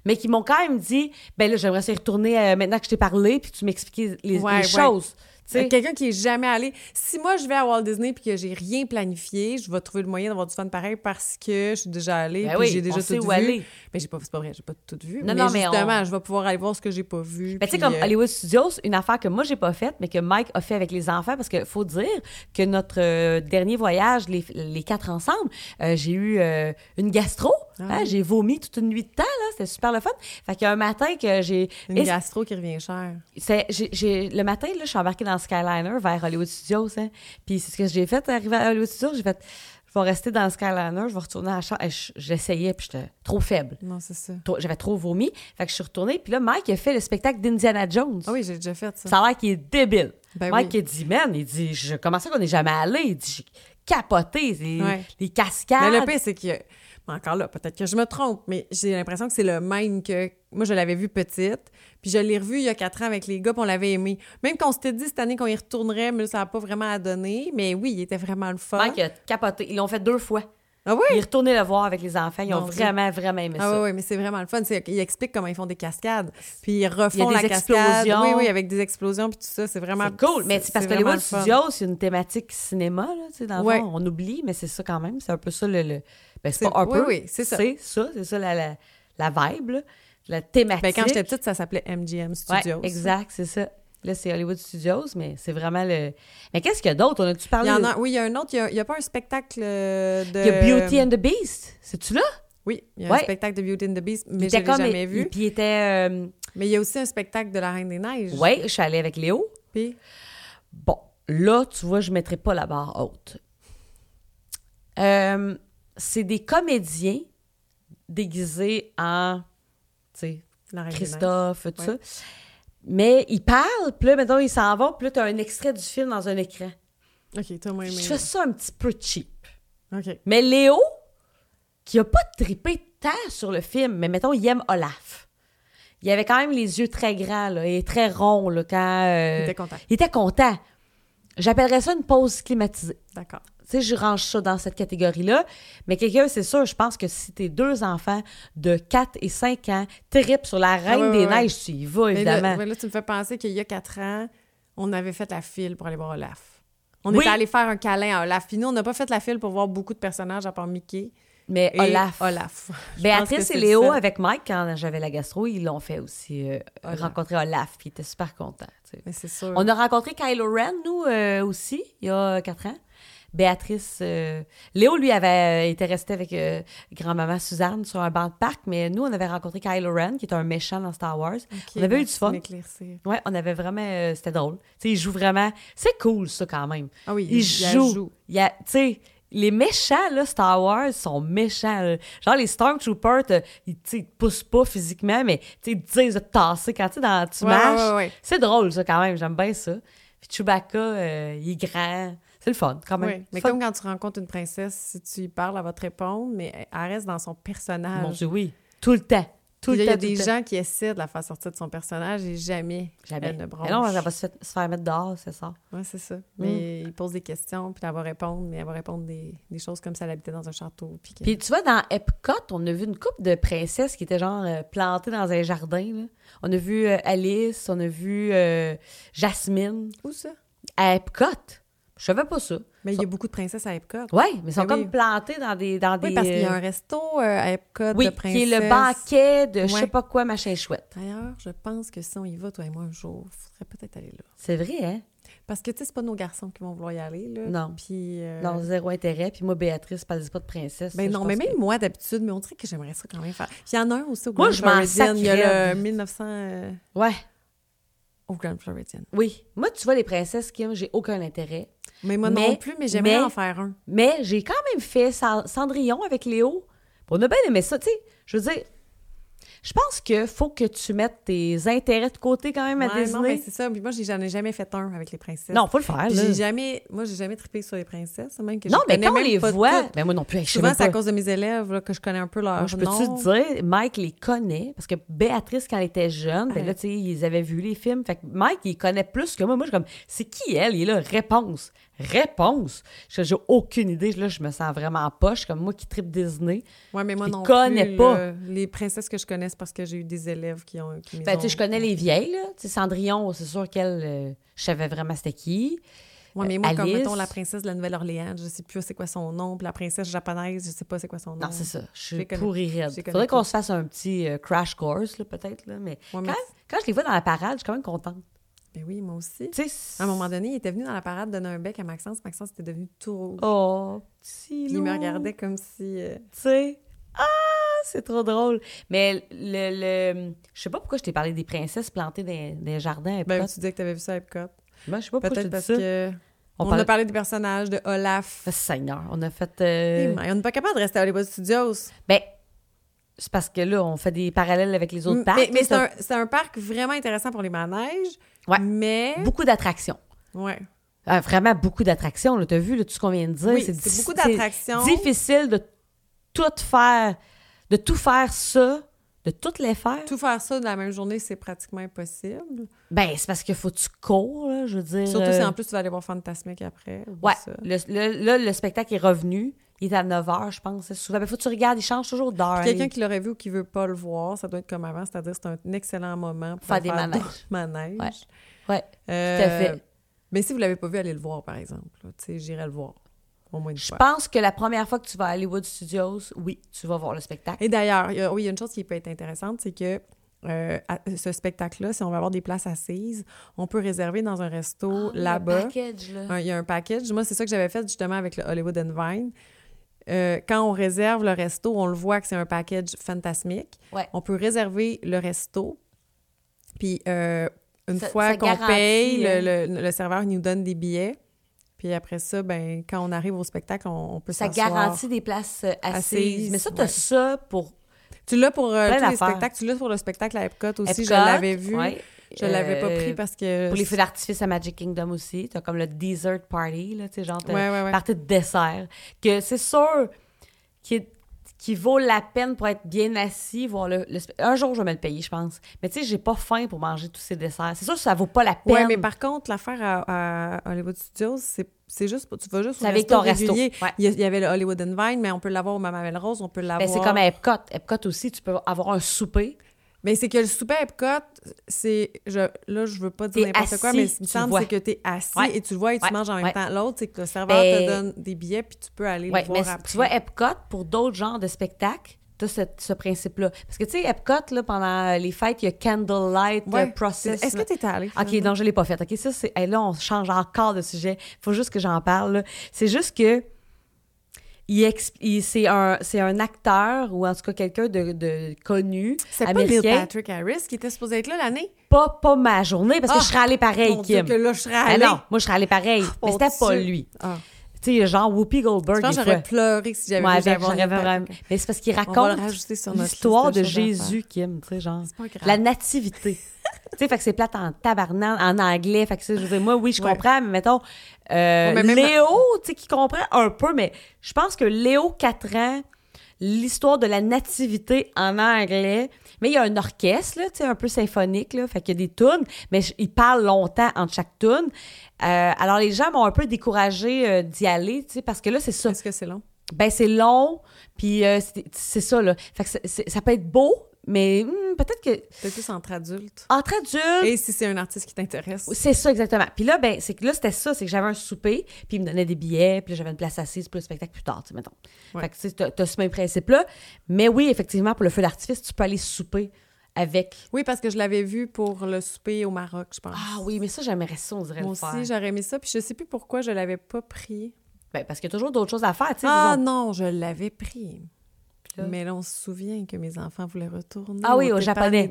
Speaker 1: Mais qui m'ont quand même dit, ben là, j'aimerais ça y retourner euh, maintenant que je t'ai parlé, puis tu m'expliquais les,
Speaker 2: Ouais, Ben,
Speaker 1: les
Speaker 2: ouais.
Speaker 1: choses. Tu sais,
Speaker 2: Quelqu'un qui est jamais allé. Si moi je vais à Walt Disney puis que j'ai rien planifié, je vais trouver le moyen d'avoir du fun pareil parce que je suis déjà allée
Speaker 1: Ben
Speaker 2: puis
Speaker 1: oui,
Speaker 2: j'ai déjà
Speaker 1: on
Speaker 2: tout
Speaker 1: sait
Speaker 2: vu.
Speaker 1: où aller.
Speaker 2: Mais j'ai pas c'est pas vrai, j'ai pas tout vu.
Speaker 1: Non,
Speaker 2: mais
Speaker 1: non, mais
Speaker 2: justement, je vais pouvoir aller voir ce que j'ai pas vu.
Speaker 1: Ben, tu sais,
Speaker 2: puis,
Speaker 1: comme
Speaker 2: euh,
Speaker 1: Hollywood Studios, une affaire que moi, j'ai pas faite, mais que Mike a fait avec les enfants, parce qu'il faut dire que notre euh, dernier voyage, les, les quatre ensemble, euh, j'ai eu euh, une gastro. hein,
Speaker 2: Ah oui.
Speaker 1: J'ai vomi toute une nuit de temps, là. C'était super le fun. Fait qu'un matin que j'ai.
Speaker 2: Une
Speaker 1: Et
Speaker 2: gastro qui revient cher.
Speaker 1: c'est- j'ai- j'ai- le matin, là, je suis embarquée dans le Skyliner vers Hollywood Studios. Hein. Puis c'est ce que j'ai fait. Arrivé à Hollywood Studios, j'ai fait. Je vais rester dans le Skyliner, je vais retourner à la chambre. Et je- J'essayais, puis j'étais trop faible.
Speaker 2: Non, c'est ça.
Speaker 1: Trop- J'avais trop vomi. Fait que je suis retournée. Puis là, Mike a fait le spectacle d'Indiana Jones.
Speaker 2: Ah oui, j'ai déjà fait ça.
Speaker 1: Ça a l'air qu'il est débile.
Speaker 2: Ben
Speaker 1: Mike
Speaker 2: oui.
Speaker 1: il dit, man, il dit, je, comment ça qu'on n'est jamais allé? Il dit, j'ai capoté, les,
Speaker 2: Ouais.
Speaker 1: les cascades.
Speaker 2: Mais le pire, c'est que. mais encore là, peut-être que je me trompe, mais j'ai l'impression que c'est le même que. Moi, je l'avais vu petite, puis je l'ai revu il y a quatre ans avec les gars, puis on l'avait aimé. Même qu'on s'était dit cette année qu'on y retournerait, mais là, ça n'a pas vraiment à donner. Mais oui, il était vraiment le fun.
Speaker 1: Mike a capoté. Ils l'ont fait deux fois. Il
Speaker 2: Ah
Speaker 1: est
Speaker 2: oui?
Speaker 1: retourné le voir avec les enfants. Ils ont
Speaker 2: Mon Dieu.
Speaker 1: vraiment, vraiment aimé
Speaker 2: Ah
Speaker 1: ça.
Speaker 2: oui, oui, mais c'est vraiment le fun. C'est- Il explique comment ils font des cascades, puis ils
Speaker 1: Il y
Speaker 2: refont
Speaker 1: a des
Speaker 2: la cascade.
Speaker 1: explosions.
Speaker 2: Oui, oui, avec des explosions, puis tout ça. C'est vraiment
Speaker 1: C'est cool, mais c'est parce que
Speaker 2: vraiment
Speaker 1: Hollywood
Speaker 2: le fun.
Speaker 1: Studios, c'est une thématique cinéma, là, tu sais, dans le
Speaker 2: Ouais.
Speaker 1: fond, on oublie, mais c'est ça quand même, c'est un peu ça le... le- Ben, c'est
Speaker 2: C'est-
Speaker 1: pas un
Speaker 2: oui,
Speaker 1: peu,
Speaker 2: oui, c'est ça.
Speaker 1: C'est ça, c'est ça la, la, la vibe, là, la thématique.
Speaker 2: Ben, quand j'étais petite, ça s'appelait MGM Studios.
Speaker 1: Ouais, exact, c'est ça. Là, c'est Hollywood Studios, mais c'est vraiment le... Mais qu'est-ce qu'il y a d'autre? On a-tu
Speaker 2: Il
Speaker 1: parlé...
Speaker 2: y en a, oui, il y a un autre. Il y a- il y a, pas un spectacle euh, de.
Speaker 1: Ah Il y a Beauty and the Beast. C'est-tu là?
Speaker 2: Oui, il y a
Speaker 1: Ouais.
Speaker 2: un spectacle de Beauty and the Beast,
Speaker 1: Il
Speaker 2: mais je
Speaker 1: était
Speaker 2: l'ai
Speaker 1: comme-
Speaker 2: jamais
Speaker 1: il-
Speaker 2: vu.
Speaker 1: Puis il était. euh,
Speaker 2: Mais il y a aussi un spectacle de La Reine des Neiges.
Speaker 1: ouais, je suis allée avec Léo.
Speaker 2: Puis,
Speaker 1: Bon, là, tu vois, je ne mettrai pas la barre haute. Euh, c'est des comédiens déguisés en. Tu sais,
Speaker 2: La Reine
Speaker 1: Christophe, tout
Speaker 2: Ouais.
Speaker 1: ça. Mais ils parlent, puis là, maintenant, ils s'en vont, puis là, tu as un extrait du film dans un écran.
Speaker 2: des Neiges. OK, toi, moi,
Speaker 1: Je Euh,
Speaker 2: mais...
Speaker 1: fais ça un petit peu cheap.
Speaker 2: OK.
Speaker 1: Mais Léo, qui a pas trippé tant sur le film, mais mettons, il aime Olaf. Il avait quand même les yeux très grands là, et très ronds là, quand... euh,
Speaker 2: Il était content.
Speaker 1: il était content. J'appellerais ça une pause climatisée.
Speaker 2: D'accord.
Speaker 1: Tu sais, je range ça dans cette catégorie-là. Mais quelqu'un, c'est sûr, je pense que si tes deux enfants de 4 et 5 ans trippent sur la Reine
Speaker 2: Ah ouais,
Speaker 1: des
Speaker 2: ouais, ouais.
Speaker 1: Neiges, tu y vas,
Speaker 2: Mais là,
Speaker 1: évidemment.
Speaker 2: ouais, là, tu me fais penser qu'il y a quatre ans, on avait fait la file pour aller voir Olaf. On
Speaker 1: Oui.
Speaker 2: était allé faire un câlin à Olaf. Puis nous, on n'a pas fait la file pour voir beaucoup de personnages à part Mickey.
Speaker 1: Mais
Speaker 2: et
Speaker 1: Olaf.
Speaker 2: Olaf. Je pense
Speaker 1: Béatrice
Speaker 2: que
Speaker 1: et
Speaker 2: c'est le
Speaker 1: Léo,
Speaker 2: seul.
Speaker 1: avec Mike, quand j'avais la gastro, ils l'ont fait aussi, euh,
Speaker 2: Olaf.
Speaker 1: rencontrer Olaf, puis ils étaient super contents. tu sais.
Speaker 2: Mais c'est sûr.
Speaker 1: On a rencontré Kylo Ren, nous euh, aussi, il y a quatre ans. Béatrice. euh, Léo, lui, avait euh, été resté avec euh, grand-maman Suzanne sur un banc de parc, mais nous, on avait rencontré Kylo Ren, qui est un méchant dans Star Wars.
Speaker 2: Ok,
Speaker 1: on avait eu du
Speaker 2: merci de
Speaker 1: fun.
Speaker 2: m'éclaircir.
Speaker 1: Ouais, on avait vraiment. euh, C'était drôle. Tu sais, il joue vraiment. C'est cool, ça, quand même.
Speaker 2: Ah oui,
Speaker 1: Il, joue.
Speaker 2: joue.
Speaker 1: Il y a- tu sais, les méchants, là, Star Wars, sont méchants. là. Genre, les Stormtroopers, t'as- ils, tu sais, ils te poussent pas physiquement, mais tu sais, ils te disent de te tasser quand tu sais, dans, tu
Speaker 2: Ouais,
Speaker 1: marches.
Speaker 2: ouais, ouais.
Speaker 1: C'est drôle, ça, quand même. J'aime bien ça. Puis Chewbacca, euh, il est grand. C'est le fun, quand même.
Speaker 2: Oui, Ah, ben, mais
Speaker 1: Fun.
Speaker 2: comme quand tu rencontres une princesse, si tu y parles, elle va te répondre, mais elle reste dans son personnage.
Speaker 1: Mon Dieu, oui. Tout le temps. Tout
Speaker 2: Puis
Speaker 1: le
Speaker 2: là,
Speaker 1: temps.
Speaker 2: Il y a des
Speaker 1: tout le temps.
Speaker 2: gens qui essaient de la faire sortir de son personnage et jamais,
Speaker 1: Jamais.
Speaker 2: elle Mm. ne bronche.
Speaker 1: Mais non, elle va se, fait- se faire mettre dehors, c'est ça.
Speaker 2: Ouais, c'est ça. Mais il pose des questions, puis elle va répondre, mais elle va répondre des, des choses comme si elle habitait dans un château. Puis que-
Speaker 1: Puis tu vois, dans Epcot, on a vu une couple de princesses qui étaient genre euh, plantées dans un jardin. là. On a vu euh, Alice, on a vu euh, Jasmine
Speaker 2: Où ça?
Speaker 1: à Epcot. Je savais pas ça.
Speaker 2: Mais il y a beaucoup de princesses à Epcot.
Speaker 1: Ouais, mais ils sont
Speaker 2: Ben
Speaker 1: comme
Speaker 2: oui.
Speaker 1: plantées dans des. Dans
Speaker 2: Oui,
Speaker 1: des
Speaker 2: parce qu'il y a
Speaker 1: euh,
Speaker 2: un resto euh, à Epcot
Speaker 1: Oui,
Speaker 2: de princesses.
Speaker 1: qui est le banquet de je
Speaker 2: Ouais.
Speaker 1: sais pas quoi, machin chouette.
Speaker 2: D'ailleurs, je pense que si on y va, toi et moi, un jour, il faudrait peut-être aller là.
Speaker 1: C'est vrai, hein?
Speaker 2: Parce que, tu sais, c'est pas nos garçons qui vont vouloir y aller, là.
Speaker 1: Non.
Speaker 2: Puis, euh,
Speaker 1: Non, zéro intérêt. Puis moi, Béatrice, parle pas de princesse.
Speaker 2: Ben
Speaker 1: ça,
Speaker 2: non,
Speaker 1: je
Speaker 2: mais
Speaker 1: pense
Speaker 2: même
Speaker 1: que-
Speaker 2: moi, d'habitude, mais on dirait que j'aimerais ça quand même faire. Puis il y en a un aussi au
Speaker 1: Moi,
Speaker 2: Grand
Speaker 1: je m'en
Speaker 2: Floridian. Il y a
Speaker 1: sacrais.
Speaker 2: le 1900 euh,
Speaker 1: Ouais,
Speaker 2: au Grand Floridian.
Speaker 1: oui. Moi, tu vois, les princesses, Kim, j'ai aucun intérêt.
Speaker 2: Mais moi
Speaker 1: Mais-
Speaker 2: non plus, mais j'aimerais
Speaker 1: mais-
Speaker 2: en faire un.
Speaker 1: Mais j'ai quand même fait Sa- Cendrillon avec Léo. On a bien aimé ça, tu sais. Je veux dire, je pense que faut que tu mettes tes intérêts de côté quand même à
Speaker 2: Ouais,
Speaker 1: Disney.
Speaker 2: non, mais c'est ça. Puis moi, j'ai- j'en ai jamais fait un avec les princesses.
Speaker 1: non, faut le faire,
Speaker 2: Puis
Speaker 1: là.
Speaker 2: J'ai jamais, moi, j'ai jamais trippé sur les princesses, même que je
Speaker 1: Non, mais
Speaker 2: connais
Speaker 1: quand on
Speaker 2: même
Speaker 1: les
Speaker 2: pas
Speaker 1: voit,
Speaker 2: toutes.
Speaker 1: ben moi non plus, je sais
Speaker 2: Souvent,
Speaker 1: même
Speaker 2: c'est à
Speaker 1: pas.
Speaker 2: cause de mes élèves là, que je connais un peu leur
Speaker 1: Ah, Je peux-tu
Speaker 2: nom.
Speaker 1: te dire, Mike les connaît, parce que Béatrice, quand elle était jeune, ben
Speaker 2: Ouais.
Speaker 1: là, tu sais, ils avaient vu les films. Fait que Mike, il connaît plus que moi. Moi, je suis comme, c'est qui elle? Il est là, réponse, réponse. Je- J'ai aucune idée. Là, je me sens vraiment poche, comme moi qui tripe Disney.
Speaker 2: Ouais, mais moi
Speaker 1: Je les
Speaker 2: non
Speaker 1: connais
Speaker 2: plus,
Speaker 1: pas.
Speaker 2: là, les princesses que je connais, c'est parce que j'ai eu des élèves qui ont. Qui me
Speaker 1: Ben, tu sais,
Speaker 2: ont-
Speaker 1: je connais les vieilles, là. Tu sais, Cendrillon, c'est sûr qu'elle, euh, je savais vraiment c'était qui.
Speaker 2: Ouais, mais
Speaker 1: euh,
Speaker 2: moi, comme
Speaker 1: Alice.
Speaker 2: mettons la princesse de la Nouvelle-Orléans, je sais plus c'est quoi son nom. Puis la princesse japonaise, je sais pas c'est quoi son nom.
Speaker 1: Non, c'est ça. Je
Speaker 2: Je les
Speaker 1: suis
Speaker 2: connais.
Speaker 1: pourrie raide.
Speaker 2: Je les connais
Speaker 1: Faudrait qu'on
Speaker 2: pas.
Speaker 1: se fasse un petit euh, crash course, là, peut-être, là. Mais,
Speaker 2: Ouais,
Speaker 1: quand,
Speaker 2: mais-
Speaker 1: quand je les vois dans la parade, je suis quand même contente.
Speaker 2: Ben oui, moi aussi.
Speaker 1: Tu sais,
Speaker 2: À un moment donné, il était venu dans la parade donner un bec à Maxence. Maxence était devenu tout rouge.
Speaker 1: Oh, petit
Speaker 2: Puis il me
Speaker 1: loup.
Speaker 2: regardait comme si. euh,
Speaker 1: Tu sais. Ah, c'est trop drôle. Mais le. le- je sais pas pourquoi je t'ai parlé des princesses plantées dans dans les jardins. à Epcot.
Speaker 2: Ben, tu disais que tu avais vu ça à Epcot.
Speaker 1: Moi, je sais pas Oh, pourquoi je te
Speaker 2: Peut-être
Speaker 1: dis
Speaker 2: parce
Speaker 1: ça.
Speaker 2: que.
Speaker 1: On
Speaker 2: On,
Speaker 1: parle-
Speaker 2: a parlé des personnages de Olaf.
Speaker 1: Ah, Seigneur, on a fait. euh,
Speaker 2: Eh, mais on n'est pas capable de rester à Hollywood Studios.
Speaker 1: Ben, c'est parce que là, on fait des parallèles avec les autres
Speaker 2: Mais-
Speaker 1: parcs.
Speaker 2: mais
Speaker 1: là,
Speaker 2: c'est un, c'est un parc vraiment intéressant pour les manèges.
Speaker 1: Ouais.
Speaker 2: Mais.
Speaker 1: Beaucoup d'attractions.
Speaker 2: Ouais.
Speaker 1: Ah, vraiment beaucoup d'attractions. là. T'as vu là, tout ce qu'on vient de dire?
Speaker 2: Oui,
Speaker 1: diffi-
Speaker 2: c'est beaucoup d'attractions.
Speaker 1: C'est difficile de tout faire, de tout faire ça, de toutes les faire.
Speaker 2: Tout faire ça dans la même journée, c'est pratiquement impossible.
Speaker 1: Ben, c'est parce qu'il faut que tu cours, là, je veux dire.
Speaker 2: Surtout si
Speaker 1: euh,
Speaker 2: en plus tu vas aller voir Fantasmic après. ou
Speaker 1: Ouais,
Speaker 2: ça.
Speaker 1: le, le- là, le spectacle est revenu. Il est à 9 h, je pense. c'est Souvent, il faut que tu regardes, il change toujours d'heure.
Speaker 2: Puis
Speaker 1: hein,
Speaker 2: Quelqu'un
Speaker 1: les-
Speaker 2: qui l'aurait vu ou qui veut pas le voir, ça doit être comme avant, c'est-à-dire c'est un excellent moment pour
Speaker 1: Faire des manèges.
Speaker 2: d'autres manèges.
Speaker 1: Ouais, Ouais,
Speaker 2: Euh,
Speaker 1: tout à fait.
Speaker 2: Mais si vous l'avez pas vu, allez le voir, par exemple. là. Tu sais, j'irai le voir. Au moins une
Speaker 1: Je
Speaker 2: fois.
Speaker 1: pense que la première fois que tu vas à Hollywood Studios, oui, tu vas voir le spectacle.
Speaker 2: Et d'ailleurs, il y a- oui, il y a une chose qui peut être intéressante, c'est que euh, à- ce spectacle-là, si on va avoir des places assises, on peut réserver dans un resto
Speaker 1: Ah, le
Speaker 2: là-bas.
Speaker 1: package, là.
Speaker 2: Un- Il y a un package. Moi, c'est ça que j'avais fait justement avec le Hollywood and Vine. Euh, quand on réserve le resto, on le voit que c'est un package fantasmique.
Speaker 1: Ouais.
Speaker 2: On peut réserver le resto. Puis euh, une
Speaker 1: Ça-
Speaker 2: fois
Speaker 1: ça
Speaker 2: qu'on
Speaker 1: garantit,
Speaker 2: paye,
Speaker 1: hein.
Speaker 2: le, le- le serveur nous donne des billets. Puis après ça, ben, quand on arrive au spectacle, on, on peut
Speaker 1: Ça
Speaker 2: s'asseoir.
Speaker 1: garantit des places euh, assises.
Speaker 2: Assises,
Speaker 1: Mais ça, t'as
Speaker 2: ouais.
Speaker 1: ça pour
Speaker 2: Tu l'as pour euh,
Speaker 1: Plein
Speaker 2: tous les
Speaker 1: d'affaires.
Speaker 2: spectacles. Tu l'as pour le spectacle à Epcot aussi. je
Speaker 1: Epcot,
Speaker 2: l'avais vu.
Speaker 1: ouais.
Speaker 2: Je l'avais pas
Speaker 1: Euh,
Speaker 2: pris parce que...
Speaker 1: Pour les feux d'artifice à Magic Kingdom aussi, t'as comme le dessert party, là, tu sais, genre, t'as
Speaker 2: Ouais, ouais, ouais.
Speaker 1: partie de dessert. Que c'est sûr qui qui vaut la peine pour être bien assis, voir le, le spe- Un jour, je vais me le payer, je pense. Mais tu sais, j'ai pas faim pour manger tous ces desserts. C'est sûr que ça vaut pas la peine.
Speaker 2: Ouais, mais par contre, l'affaire à, à Hollywood Studios, c'est c'est juste, pour- tu vas juste
Speaker 1: C'est
Speaker 2: au
Speaker 1: avec
Speaker 2: resto
Speaker 1: ton resto,
Speaker 2: régulier.
Speaker 1: ouais.
Speaker 2: Il y a- il y avait le Hollywood and Vine, mais on peut l'avoir au Mama Belle Rose, on peut l'avoir...
Speaker 1: Ben, c'est comme à Epcot. Epcot aussi, tu peux avoir un souper.
Speaker 2: Mais c'est que le souper à Epcot, c'est... Je, là, je veux pas dire
Speaker 1: T'es
Speaker 2: n'importe quoi,
Speaker 1: assis,
Speaker 2: mais ce qui me
Speaker 1: tu
Speaker 2: semble,
Speaker 1: vois.
Speaker 2: c'est que tu es assis
Speaker 1: Ouais.
Speaker 2: et tu le vois et tu
Speaker 1: Ouais.
Speaker 2: manges en même
Speaker 1: Ouais.
Speaker 2: temps. L'autre, c'est que le serveur
Speaker 1: Ben-
Speaker 2: te donne des billets puis tu peux aller
Speaker 1: Ouais,
Speaker 2: le
Speaker 1: mais
Speaker 2: voir après.
Speaker 1: tu vois, Epcot, pour d'autres genres de spectacles, tu ce, ce principe-là. Parce que, tu sais, Epcot, là, pendant les fêtes, il y a Candlelight
Speaker 2: Ouais.
Speaker 1: euh, Process.
Speaker 2: Est-ce que tu es allé?
Speaker 1: OK,
Speaker 2: finalement?
Speaker 1: non, je l'ai pas faite. OK, ça, c'est... hey, là, on change encore de sujet. faut juste que j'en parle. là. C'est juste que... Il exp- il- c'est, un, c'est un acteur ou en tout cas quelqu'un de, de connu
Speaker 2: C'est pas Neil
Speaker 1: américain.
Speaker 2: Patrick Harris qui était supposé être là l'année?
Speaker 1: Pas, pas ma journée parce que
Speaker 2: Ah,
Speaker 1: je serais allée pareil,
Speaker 2: Mon Dieu,
Speaker 1: Kim.
Speaker 2: que là, je serais
Speaker 1: Ah
Speaker 2: allée.
Speaker 1: non, moi je serais allée pareil. mais
Speaker 2: Mon
Speaker 1: c'était pas
Speaker 2: Dieu.
Speaker 1: lui.
Speaker 2: Ah.
Speaker 1: Tu sais, genre Whoopi
Speaker 2: Je
Speaker 1: Goldberg.
Speaker 2: pense
Speaker 1: des
Speaker 2: que j'aurais
Speaker 1: fois.
Speaker 2: pleuré si j'avais
Speaker 1: Moi,
Speaker 2: vu j'avais
Speaker 1: ben, j'aurais
Speaker 2: Neil Patrick
Speaker 1: vraiment. Mais c'est parce qu'il
Speaker 2: On va
Speaker 1: raconte
Speaker 2: le rajouter sur notre
Speaker 1: l'histoire
Speaker 2: liste
Speaker 1: de
Speaker 2: choses à faire.
Speaker 1: Jésus, Kim, tu sais, genre.
Speaker 2: C'est pas grave.
Speaker 1: La nativité. tu sais, fait que c'est plate en tabarnak, en anglais. Fait que, tu sais, je veux dire, moi, oui, je
Speaker 2: Ouais.
Speaker 1: comprends, mais mettons, euh,
Speaker 2: Ouais, mais même-
Speaker 1: Léo, tu sais, qui comprend un peu, mais je pense que Léo, 4 ans, l'histoire de la nativité en anglais, mais il y a un orchestre, là, tu sais, un peu symphonique, là, fait qu'il y a des tunes, mais je- il parle longtemps entre chaque tune. Euh, alors, les gens m'ont un peu découragé euh, d'y aller, tu sais, parce que là, c'est ça.
Speaker 2: Est-ce que c'est long?
Speaker 1: Ben, c'est long, puis euh, c'est- c'est ça, là. Fait que c'est- c'est- ça peut être beau, mais hmm, peut-être que...
Speaker 2: T'es plus entre adultes.
Speaker 1: Entre adultes,
Speaker 2: Et si c'est un artiste qui t'intéresse.
Speaker 1: c'est ça exactement. Puis là, ben, c'est que là, c'était ça, c'est que j'avais un souper, puis ils me donnaient des billets, puis là, j'avais une place assise pour le spectacle plus tard, tu sais, mettons.
Speaker 2: Ouais.
Speaker 1: Fait que, tu sais, t'as- t'as ce même principe-là. Mais oui, effectivement, pour le feu d'artifice, tu peux aller souper avec.
Speaker 2: Oui, parce que je l'avais vu pour le souper au Maroc, je pense.
Speaker 1: Ah oui, mais ça, j'aimerais ça, on dirait
Speaker 2: Moi
Speaker 1: le faire.
Speaker 2: aussi, j'aurais aimé ça, puis je sais plus pourquoi je l'avais pas pris.
Speaker 1: Ben, parce qu'il y a toujours d'autres choses à faire, tu sais.
Speaker 2: Ah
Speaker 1: disons.
Speaker 2: non, je l'avais pris.
Speaker 1: là-
Speaker 2: Mais là, on se souvient que mes enfants voulaient retourner.
Speaker 1: Ah oui, au
Speaker 2: Tépane.
Speaker 1: japonais.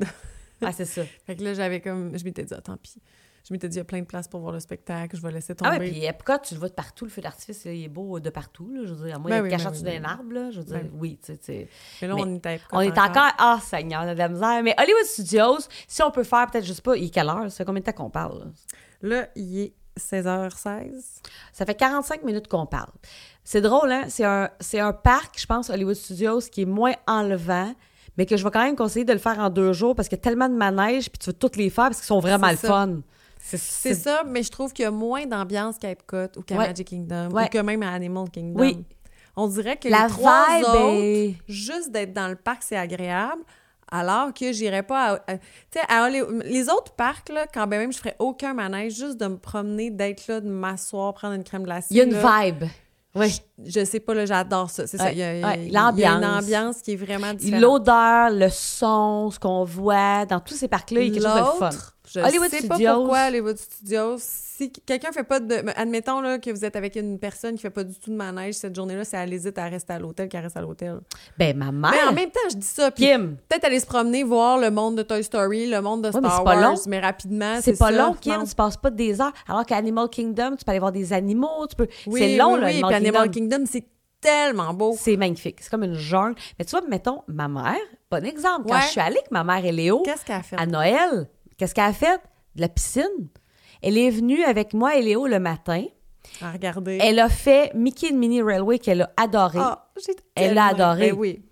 Speaker 1: Ah, c'est ça.
Speaker 2: Fait que là, j'avais comme. Je m'étais dit, ah, tant pis. Je m'étais dit, il y a plein de places pour voir le spectacle, je vais laisser tomber.
Speaker 1: Ah oui, puis Epcot, tu le vois de partout, le feu d'artifice, il est beau de partout, là, je veux dire, à moins
Speaker 2: Ben
Speaker 1: d'être
Speaker 2: oui,
Speaker 1: caché
Speaker 2: ben
Speaker 1: en dessous
Speaker 2: oui,
Speaker 1: d'un
Speaker 2: ben
Speaker 1: arbre, là, je veux dire,
Speaker 2: Ben
Speaker 1: oui, tu sais, tu sais.
Speaker 2: mais là,
Speaker 1: mais
Speaker 2: on est à Epcot
Speaker 1: On est encore. Ah, Seigneur, on a de la misère. Mais Hollywood Studios, si on peut faire, peut-être, je sais pas, il est quelle heure? Ça fait combien de temps qu'on parle? là?
Speaker 2: Là, il est 16h16.
Speaker 1: Ça fait 45 minutes qu'on parle. C'est drôle, hein? C'est un, c'est un parc, je pense, Hollywood Studios, qui est moins enlevant, mais que je vais quand même conseiller de le faire en deux jours parce qu'il y a tellement de manèges, puis tu veux toutes les faire parce qu'ils sont vraiment
Speaker 2: C'est
Speaker 1: le
Speaker 2: ça.
Speaker 1: fun.
Speaker 2: C'est ça, mais je trouve qu'il y a moins d'ambiance qu'à Epcot ou qu'à
Speaker 1: Ouais.
Speaker 2: Magic Kingdom ou
Speaker 1: Ouais.
Speaker 2: que même à Animal Kingdom.
Speaker 1: Oui.
Speaker 2: On dirait que
Speaker 1: La
Speaker 2: les trois
Speaker 1: vibe
Speaker 2: autres,
Speaker 1: est-
Speaker 2: juste d'être dans le parc, c'est agréable. Alors que j'irais pas à, à- tu sais, à Hollywood- les autres parcs là, quand ben même je ferais aucun manège, juste de me promener, d'être là, de m'asseoir, prendre une crème glacée.
Speaker 1: Il y a une
Speaker 2: là.
Speaker 1: vibe. Oui.
Speaker 2: Je sais pas là, j'adore ça. C'est ça.
Speaker 1: Ouais,
Speaker 2: Il y a, il y a-
Speaker 1: ouais,
Speaker 2: il y a une
Speaker 1: l'ambiance.
Speaker 2: ambiance qui est vraiment différente.
Speaker 1: L'odeur, le son, ce qu'on voit, dans tous ces parcs-là, il y a quelque chose de le fun.
Speaker 2: L'autre, Je
Speaker 1: Hollywood
Speaker 2: sais
Speaker 1: Studios.
Speaker 2: pas pourquoi Hollywood Studios. Si quelqu'un fait pas de. mais Admettons là, que vous êtes avec une personne qui fait pas du tout de manège cette journée-là, c'est elle hésite à rester à l'hôtel qu'elle reste à l'hôtel.
Speaker 1: Ben, ma mère,
Speaker 2: Mais en même temps, je dis ça. puis
Speaker 1: Kim,
Speaker 2: Peut-être aller se promener, voir le monde de Toy Story, le monde de
Speaker 1: Ouais,
Speaker 2: Star
Speaker 1: mais c'est pas
Speaker 2: Wars,
Speaker 1: long.
Speaker 2: mais rapidement.
Speaker 1: c'est pas
Speaker 2: ça,
Speaker 1: long,
Speaker 2: je
Speaker 1: Kim,
Speaker 2: pense.
Speaker 1: tu passes pas des heures. Alors qu'à Animal Kingdom, tu peux aller voir des animaux, tu peux...
Speaker 2: Oui,
Speaker 1: c'est long,
Speaker 2: oui,
Speaker 1: là,
Speaker 2: oui,
Speaker 1: Animal
Speaker 2: puis
Speaker 1: Kingdom.
Speaker 2: Animal Kingdom, c'est tellement beau.
Speaker 1: C'est magnifique. C'est comme une jungle. Mais tu vois, mettons, ma mère, bon exemple, quand
Speaker 2: Ouais.
Speaker 1: je suis allée avec ma mère et Léo,
Speaker 2: Qu'est-ce qu'elle a fait?
Speaker 1: à Noël, qu'est-ce qu'elle a fait? De la piscine. Elle est venue avec moi et Léo le matin.
Speaker 2: À regarder.
Speaker 1: Elle a fait Mickey and Minnie Railway qu'elle a adoré.
Speaker 2: Ah, j'ai
Speaker 1: Elle a
Speaker 2: tellement-
Speaker 1: adoré.
Speaker 2: Ben oui.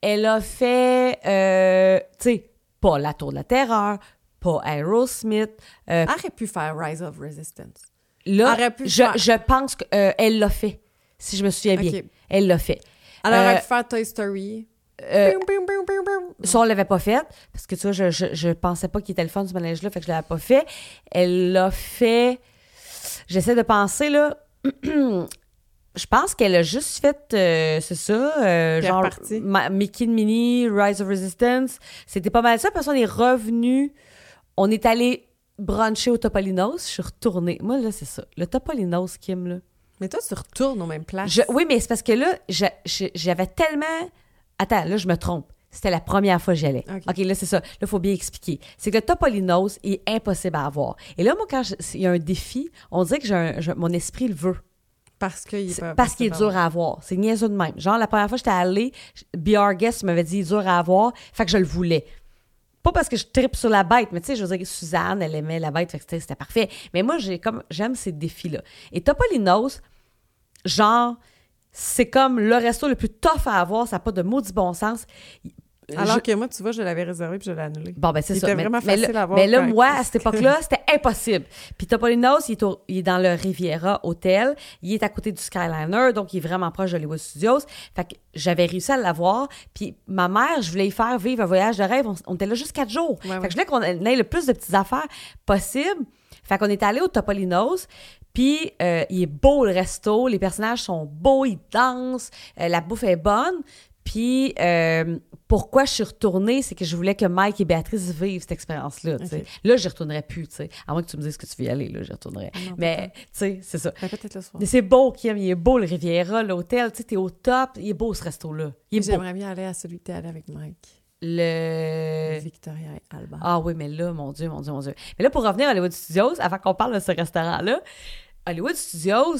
Speaker 1: Elle a fait, euh, tu sais, pas La Tour de la Terreur, pas Aerosmith. euh,
Speaker 2: Elle aurait pu faire Rise of Resistance.
Speaker 1: là,
Speaker 2: aurait pu
Speaker 1: je,
Speaker 2: faire-
Speaker 1: je pense qu'elle l'a fait, si je me souviens bien.
Speaker 2: Ok.
Speaker 1: Elle l'a fait.
Speaker 2: Elle aurait
Speaker 1: Euh,
Speaker 2: pu faire Toy Story.
Speaker 1: euh,
Speaker 2: Boum, boum, boum, boum, boum.
Speaker 1: Ça, on l'avait pas fait, parce que tu vois, je, je, je pensais pas qu'il était le fun du manège-là, fait que je l'avais pas fait. Elle l'a fait. J'essaie de penser, là. je pense qu'elle a juste fait, euh, c'est ça, euh,
Speaker 2: Puis elle est
Speaker 1: genre
Speaker 2: repartie.
Speaker 1: Ma- Mickey and Minnie, Rise of Resistance. C'était pas mal ça, parce qu'on est revenu. On est allé bruncher au Topolinos. Je suis retournée. Moi, là, c'est ça. Le Topolinos, Kim, là.
Speaker 2: Mais toi, tu retournes aux mêmes places.
Speaker 1: Je- oui, mais c'est parce que là, je- je- j'avais tellement. Attends, là, je me trompe. C'était la première fois que j'y allais.
Speaker 2: Ok.
Speaker 1: OK, là, c'est ça. Là, il faut bien expliquer. C'est que le Topolinos il est impossible à avoir. Et là, moi, quand je- il y a un défi, on dirait que j'ai un- j'ai- mon esprit le veut.
Speaker 2: Parce qu'il est
Speaker 1: C'est-
Speaker 2: pas-
Speaker 1: parce qu'il est
Speaker 2: pas-
Speaker 1: dur à avoir. C'est niaiseux de même. Genre, la première fois que j'étais allée, je- Be Our Guest m'avait dit il est dur à avoir, fait que je le voulais. Pas parce que je tripe sur la bête, mais tu sais, je veux dire, Suzanne, elle aimait la bête, fait que c'était- c'était parfait. Mais moi, j'ai comme j'aime ces défis-là. Et Topolinos, genre, c'est comme le resto le plus tough à avoir, ça n'a pas de maudit bon sens.
Speaker 2: Alors
Speaker 1: Je-
Speaker 2: que moi, tu vois, je l'avais réservé puis je l'ai annulé.
Speaker 1: Bon, ben c'est
Speaker 2: Il
Speaker 1: ça.
Speaker 2: était
Speaker 1: mais,
Speaker 2: vraiment
Speaker 1: mais
Speaker 2: facile
Speaker 1: là,
Speaker 2: à voir
Speaker 1: mais là,
Speaker 2: quand-
Speaker 1: moi, à cette époque-là, c'était impossible. Puis Topolinos, il est, au- il est dans le Riviera Hotel. Il est à côté du Skyliner, donc il est vraiment proche de Hollywood Studios. Fait que j'avais réussi à l'avoir. Puis ma mère, je voulais y faire vivre un voyage de rêve. On, on était là juste quatre jours.
Speaker 2: Ouais,
Speaker 1: fait
Speaker 2: ouais.
Speaker 1: que je voulais qu'on ait le plus de petites affaires possible. Fait qu'on est allé au Topolinos. Puis euh, il est beau le resto, les personnages sont beaux, ils dansent, euh, la bouffe est bonne. Puis euh, pourquoi je suis retournée, c'est que je voulais que Mike et Béatrice vivent cette expérience-là. tu sais.
Speaker 2: Ok.
Speaker 1: Là, j'y retournerais plus, tu sais. À moins que tu me dises que tu veux y aller, là, j'y retournerais.
Speaker 2: Non,
Speaker 1: Mais, tu sais, c'est ça.
Speaker 2: Ben, peut-être le soir.
Speaker 1: Mais c'est beau, Kim, il est beau le Riviera, l'hôtel, tu sais, t'es au top. Il est beau ce resto-là. Il est beau.
Speaker 2: J'aimerais bien aller à celui que t'es allé avec Mike.
Speaker 1: Le.
Speaker 2: Victoria et Alba.
Speaker 1: Ah oui, mais là, mon Dieu, mon Dieu, mon Dieu. Mais là, pour revenir à Hollywood Studios, avant qu'on parle de ce restaurant-là, Hollywood Studios,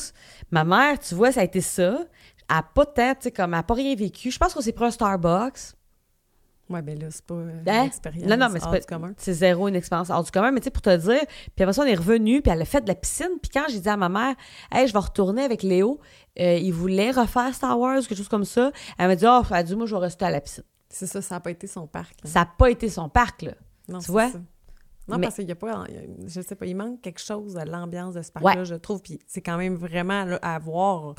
Speaker 1: ma mère, tu vois, ça a été ça. Elle n'a pas tant, tu sais, comme, elle n'a pas rien vécu. Je pense qu'on s'est pris un Starbucks.
Speaker 2: Ouais, ben là, c'est pas euh,
Speaker 1: Hein?
Speaker 2: une expérience.
Speaker 1: Non, non, mais c'est
Speaker 2: hors
Speaker 1: pas-
Speaker 2: du commun.
Speaker 1: C'est zéro une expérience hors du commun, mais tu sais, pour te dire, puis après ça, on est revenu, puis elle a fait de la piscine. Puis quand j'ai dit à ma mère, hey, je vais retourner avec Léo, euh, il voulait refaire Star Wars, quelque chose comme ça, elle m'a dit, oh, elle a dit, moi, je vais rester à la piscine.
Speaker 2: C'est ça, ça n'a pas été son parc. hein.
Speaker 1: Ça n'a pas été son parc, là.
Speaker 2: Non,
Speaker 1: tu
Speaker 2: c'est
Speaker 1: vois?
Speaker 2: ça. Non,
Speaker 1: Mais-
Speaker 2: parce qu'il n'y a pas. il y a- Je sais pas, il manque quelque chose à l'ambiance de ce parc-là, je trouve. Puis c'est quand même vraiment là, à voir.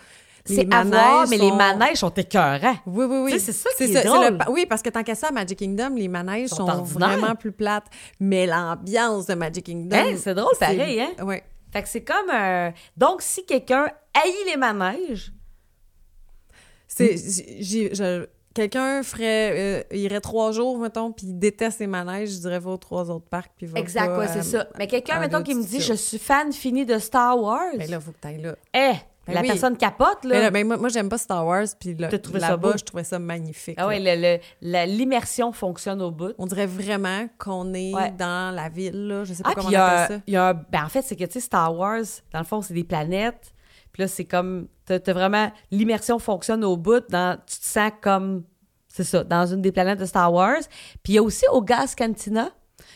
Speaker 2: Les
Speaker 1: C'est à voir,
Speaker 2: manèges
Speaker 1: mais les
Speaker 2: sont-
Speaker 1: manèges sont écœurants.
Speaker 2: Oui, oui, oui.
Speaker 1: Tu sais, c'est ça qui est
Speaker 2: le
Speaker 1: drôle.
Speaker 2: pa- oui, parce que tant qu'à ça, à Magic Kingdom, les manèges
Speaker 1: Sont
Speaker 2: sont,
Speaker 1: ordinaires.
Speaker 2: vraiment plus plates. Mais l'ambiance de Magic Kingdom.
Speaker 1: Hein, c'est drôle pareil, hein?
Speaker 2: Oui.
Speaker 1: Fait que c'est comme. euh, Donc, si quelqu'un haït les manèges, Mm.
Speaker 2: C'est, j'ai- j'ai- je- quelqu'un ferait, euh, irait trois jours, mettons, puis il déteste les manèges, je dirais va aux trois autres parcs, puis va
Speaker 1: Exact,
Speaker 2: pas euh,
Speaker 1: ouais,
Speaker 2: à-
Speaker 1: c'est ça. Mais quelqu'un,
Speaker 2: à
Speaker 1: mettons,
Speaker 2: d'autres
Speaker 1: qui me dit je
Speaker 2: studios.
Speaker 1: suis fan fini de Star Wars.
Speaker 2: Mais Ben là, faut que t'ailles là.
Speaker 1: Eh,
Speaker 2: Ben
Speaker 1: la
Speaker 2: oui.
Speaker 1: personne capote, là.
Speaker 2: Mais, là, ben, moi, moi, j'aime pas Star Wars, puis là,
Speaker 1: T'as trouvé ça
Speaker 2: là-bas,
Speaker 1: beau?
Speaker 2: je trouvais ça magnifique.
Speaker 1: ah
Speaker 2: là.
Speaker 1: ouais, le- le- la- l'immersion fonctionne au bout.
Speaker 2: On dirait vraiment qu'on est
Speaker 1: Ouais.
Speaker 2: dans la ville, là. Je sais pas
Speaker 1: Ah, puis
Speaker 2: comment
Speaker 1: il y
Speaker 2: on
Speaker 1: a,
Speaker 2: appelle ça.
Speaker 1: il y a un- ben, en fait, c'est que, tu sais, Star Wars, dans le fond, c'est des planètes. Puis là, c'est comme. T'as t'as vraiment. L'immersion fonctionne au bout. Dans, tu te sens comme. C'est ça, dans une des planètes de Star Wars. Puis il y a aussi au Gas Cantina,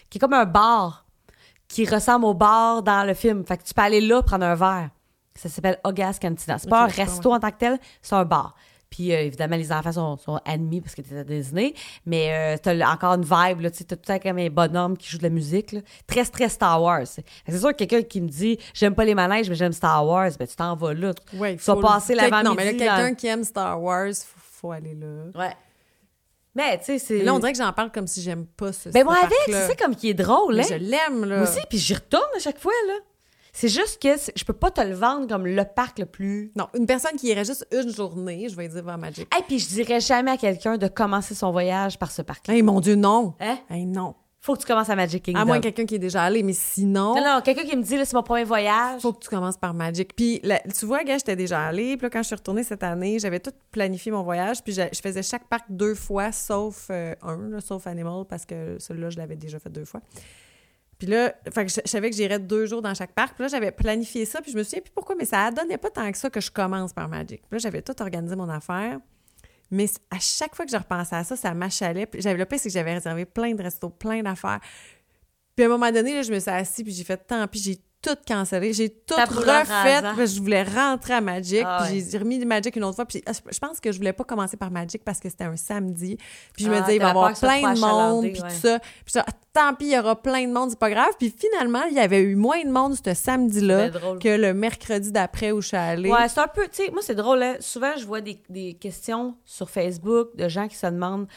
Speaker 1: qui est comme un bar, qui ressemble au bar dans le film. Fait que tu peux aller là prendre un verre. Ça s'appelle Ogas Cantina. C'est pas
Speaker 2: Ok, je
Speaker 1: un resto en tant que tel, c'est un bar. Puis euh, évidemment, les enfants sont, sont admis parce que t'es à Disney, mais euh, t'as le- encore une vibe, là, tu sais, t'as tout le temps comme un bonhomme qui joue de la musique, là. Très, très Star Wars. Fait que C'est sûr que quelqu'un qui me dit « J'aime pas les manèges, mais j'aime Star Wars », ben tu t'en vas là. Tu-
Speaker 2: Ouais,
Speaker 1: tu vas
Speaker 2: faut-
Speaker 1: passer
Speaker 2: quel-
Speaker 1: l'avant-midi.
Speaker 2: Non, mais là,
Speaker 1: dans-
Speaker 2: quelqu'un qui aime Star Wars, faut, faut aller là.
Speaker 1: Ouais. Mais, tu sais, c'est...
Speaker 2: Et là, on dirait que j'en parle comme si j'aime pas ce
Speaker 1: Ben
Speaker 2: ce
Speaker 1: moi, avec,
Speaker 2: parc-là.
Speaker 1: c'est ça comme qui est drôle,
Speaker 2: Mais
Speaker 1: hein?
Speaker 2: Je l'aime, là.
Speaker 1: Moi aussi, puis j'y retourne à chaque fois, là. C'est juste que c'est- je peux pas te le vendre comme le parc le plus
Speaker 2: Non, une personne qui irait juste une journée, je vais dire va à Magic.
Speaker 1: Et puis je dirais jamais à quelqu'un de commencer son voyage par ce parc-là.
Speaker 2: Hey, mon Dieu, non!
Speaker 1: Hein?
Speaker 2: Hey, non.
Speaker 1: Faut que tu commences à Magic Kingdom.
Speaker 2: À moins quelqu'un qui est déjà allé, mais sinon,
Speaker 1: Non, non, quelqu'un qui me dit, là, c'est mon premier voyage.
Speaker 2: faut que tu commences par Magic. Puis, la- tu vois, gars, j'étais déjà allée. Puis là, quand je suis retournée cette année, j'avais tout planifié mon voyage. Puis, j'a- je faisais chaque parc deux fois, sauf euh, un, là, sauf Animal, parce que celui-là, je l'avais déjà fait deux fois. Puis là, fait que je, je savais que j'irais deux jours dans chaque parc. Puis là, j'avais planifié ça. Puis je me souviens plus pourquoi, mais ça donnait pas tant que ça que je commence par Magic. Puis là, j'avais tout organisé mon affaire. Mais c- à chaque fois que je repensais à ça, ça m'achalait. Puis j'avais le pire, c'est que j'avais réservé plein de restos, plein d'affaires. Puis à un moment donné, là, je me suis assise, puis j'ai fait tant pis, j'ai tout cancellé, j'ai tout
Speaker 1: T'as brûlé en
Speaker 2: refait.
Speaker 1: rasant.
Speaker 2: parce que je voulais rentrer à Magic,
Speaker 1: Ah
Speaker 2: puis j'ai remis Magic une autre fois. Puis ah, je- je pense que je voulais pas commencer par Magic parce que c'était un samedi. Puis je me
Speaker 1: Ah,
Speaker 2: disais, il va
Speaker 1: t'avais
Speaker 2: y avoir
Speaker 1: peur que ça
Speaker 2: plein de
Speaker 1: soit
Speaker 2: monde,
Speaker 1: achalandé,
Speaker 2: puis
Speaker 1: ouais.
Speaker 2: tout ça. Puis j'étais, ah, tant pis, il y aura plein de monde, c'est pas grave. Puis finalement, il y avait eu moins de monde ce samedi-là
Speaker 1: C'était drôle.
Speaker 2: que le mercredi d'après où je suis allée.
Speaker 1: Ouais, c'est un peu, tu sais, moi, c'est drôle, hein. Souvent, je vois des, des questions sur Facebook de gens qui se demandent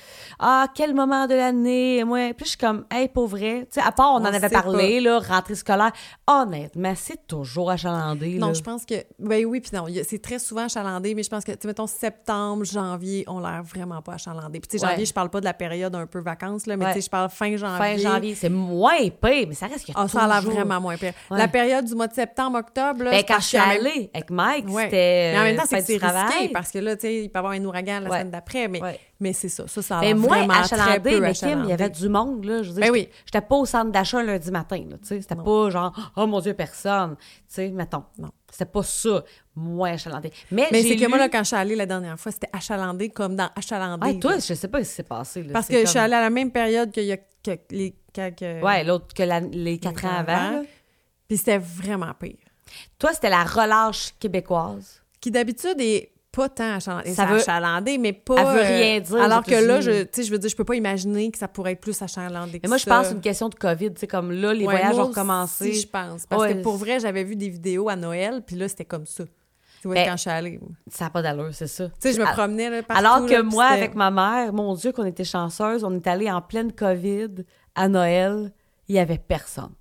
Speaker 1: Ah, quel moment de l'année Moi, puis je suis comme, hey, pour vrai. Tu sais, à part, on,
Speaker 2: On
Speaker 1: en avait
Speaker 2: sait
Speaker 1: parlé, là, rentrée scolaire. Honnêtement, c'est toujours achalandé.
Speaker 2: Non,
Speaker 1: là.
Speaker 2: je pense que. Ben oui, puis non, il y a- c'est très souvent achalandé, mais je pense que, tu sais, mettons, septembre, janvier, on l'air vraiment pas achalandé. Puis, tu sais,
Speaker 1: Ouais.
Speaker 2: janvier, je parle pas de la période un peu vacances, là, mais
Speaker 1: Ouais.
Speaker 2: tu sais, je parle fin
Speaker 1: Fin
Speaker 2: janvier.
Speaker 1: janvier, c'est moins épais, mais ça reste que.
Speaker 2: Ah, ça a l'air vraiment moins pire.
Speaker 1: Ouais.
Speaker 2: La période du mois de septembre, octobre, là.
Speaker 1: Ben,
Speaker 2: c'est
Speaker 1: quand
Speaker 2: parce
Speaker 1: je suis
Speaker 2: que la même-
Speaker 1: allée avec Mike,
Speaker 2: Ouais.
Speaker 1: c'était.
Speaker 2: Mais en même
Speaker 1: euh,
Speaker 2: temps, c'est
Speaker 1: fête du
Speaker 2: que c'est
Speaker 1: travail.
Speaker 2: risqué parce que là, tu sais, il peut y avoir un ouragan la
Speaker 1: Ouais.
Speaker 2: semaine d'après, mais,
Speaker 1: Ouais.
Speaker 2: mais c'est ça. Ça, ça a
Speaker 1: Mais
Speaker 2: l'air
Speaker 1: moins
Speaker 2: Ah, vraiment très
Speaker 1: achalandé,
Speaker 2: peu
Speaker 1: mais Kim, il y
Speaker 2: achalandé.
Speaker 1: avait du monde, là. Je veux dire,
Speaker 2: Ben
Speaker 1: j'étais-
Speaker 2: oui.
Speaker 1: j'étais pas au centre d'achat un lundi matin, là, tu sais. C'était pas genre, oh mon Dieu, personne. Tu sais, mettons.
Speaker 2: Non.
Speaker 1: C'était pas ça, moins achalandé. Mais,
Speaker 2: Mais
Speaker 1: j'ai
Speaker 2: c'est que moi,
Speaker 1: lu-
Speaker 2: là, quand je suis allée la dernière fois, c'était achalandé comme dans achalandé.
Speaker 1: Ah, toi,
Speaker 2: là.
Speaker 1: je sais pas ce qui s'est passé, là.
Speaker 2: Parce
Speaker 1: C'est
Speaker 2: que je suis
Speaker 1: comme-
Speaker 2: allée à la même période qu'il y a que les. quelques-
Speaker 1: Ouais, l'autre, que la- les quatre ans
Speaker 2: Quatre ans
Speaker 1: avant.
Speaker 2: avant.
Speaker 1: là.
Speaker 2: Puis c'était vraiment pire.
Speaker 1: Toi, c'était la relâche québécoise.
Speaker 2: Qui d'habitude est pas tant achalandé.
Speaker 1: Ça
Speaker 2: Ça
Speaker 1: veut-
Speaker 2: veut achalandé, mais pas.
Speaker 1: Elle veut
Speaker 2: euh,
Speaker 1: rien dire aux
Speaker 2: Alors que là,
Speaker 1: États-Unis.
Speaker 2: je, tu sais, je veux dire, je peux pas imaginer que ça pourrait être plus achalandé.
Speaker 1: Mais moi, je pense une question de COVID, tu sais, comme là, les voyages ont recommencé.
Speaker 2: je pense. Parce
Speaker 1: Ouais,
Speaker 2: que pour vrai, j'avais vu des vidéos à Noël, puis là, c'était comme ça. Tu vois,
Speaker 1: Ben,
Speaker 2: quand je suis allée. Tu
Speaker 1: Ça n'a pas d'allure, c'est ça.
Speaker 2: sais, je me
Speaker 1: À-
Speaker 2: promenais là, partout.
Speaker 1: Alors que
Speaker 2: là, puis
Speaker 1: moi,
Speaker 2: c'était-
Speaker 1: avec ma mère, mon Dieu, qu'on était chanceuse, on est allé en pleine COVID à Noël, il n'y avait personne.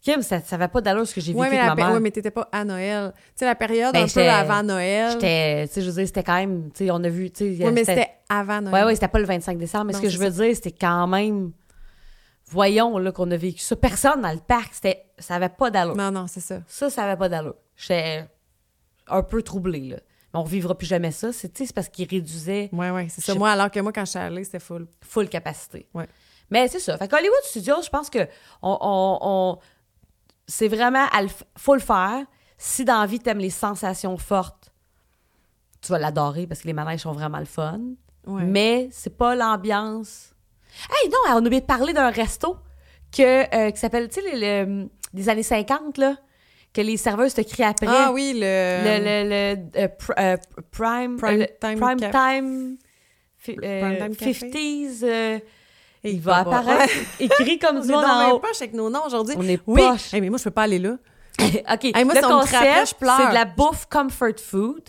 Speaker 1: Kim, ça n'avait pas d'allure ce que j'ai vécu
Speaker 2: Ouais, mais,
Speaker 1: avec
Speaker 2: la
Speaker 1: ma
Speaker 2: pa-
Speaker 1: mère.
Speaker 2: ouais, mais t'étais pas à Noël. Tu sais, la période
Speaker 1: Ben,
Speaker 2: un peu
Speaker 1: j'étais-
Speaker 2: avant Noël.
Speaker 1: J'étais, tu sais, je veux dire, c'était quand même, tu sais, on a vu, tu sais,
Speaker 2: Ouais, mais
Speaker 1: c'était-
Speaker 2: c'était avant Noël.
Speaker 1: Ouais, ouais, c'était pas le 25 décembre, mais
Speaker 2: Non,
Speaker 1: ce que
Speaker 2: c'est
Speaker 1: je veux dire, c'était quand même, voyons, là, qu'on a vécu ça. Personne dans le parc, c'était, ça n'avait pas d'allure.
Speaker 2: Non, non, c'est ça.
Speaker 1: Ça, ça n'avait pas d'allure. J'étais un peu troublée, là. Mais on vivra plus jamais ça. C'est, tu sais, c'est parce qu'ils réduisaient
Speaker 2: Ouais, ouais, c'est
Speaker 1: Je
Speaker 2: ça.
Speaker 1: sais
Speaker 2: Moi, alors que moi, quand je suis allée, c'était full.
Speaker 1: full capacité.
Speaker 2: Ouais.
Speaker 1: Mais c'est ça. Fait qu'Hollywood Studios, je pense que on, on- on- c'est vraiment, à le f- faut le faire. Si dans la vie, t'aimes les sensations fortes, tu vas l'adorer parce que les manèges sont vraiment le fun.
Speaker 2: Ouais.
Speaker 1: Mais c'est pas l'ambiance. Hey, non, on a oublié de parler d'un resto que, euh, qui s'appelle, tu sais, le- le- des années 50, là, que les serveuses te crient après.
Speaker 2: Ah oui, le.
Speaker 1: Le, le- le, euh, pr- euh, prime,
Speaker 2: Prime
Speaker 1: euh, le-
Speaker 2: Time
Speaker 1: prime
Speaker 2: Caf-
Speaker 1: time, fi-
Speaker 2: Prime
Speaker 1: euh,
Speaker 2: Time Café?
Speaker 1: 50s, euh,
Speaker 2: Et
Speaker 1: il va
Speaker 2: pas-
Speaker 1: apparaître. Il crie comme
Speaker 2: On
Speaker 1: du
Speaker 2: est
Speaker 1: monde
Speaker 2: dans
Speaker 1: en
Speaker 2: même
Speaker 1: haut.
Speaker 2: poche avec nos noms aujourd'hui.
Speaker 1: On est
Speaker 2: oui.
Speaker 1: poche.
Speaker 2: Hey, mais moi, je peux pas aller là.
Speaker 1: OK.
Speaker 2: Hey, moi,
Speaker 1: le
Speaker 2: si on me
Speaker 1: concept,
Speaker 2: crappait, je pleure.
Speaker 1: c'est de la bouffe comfort food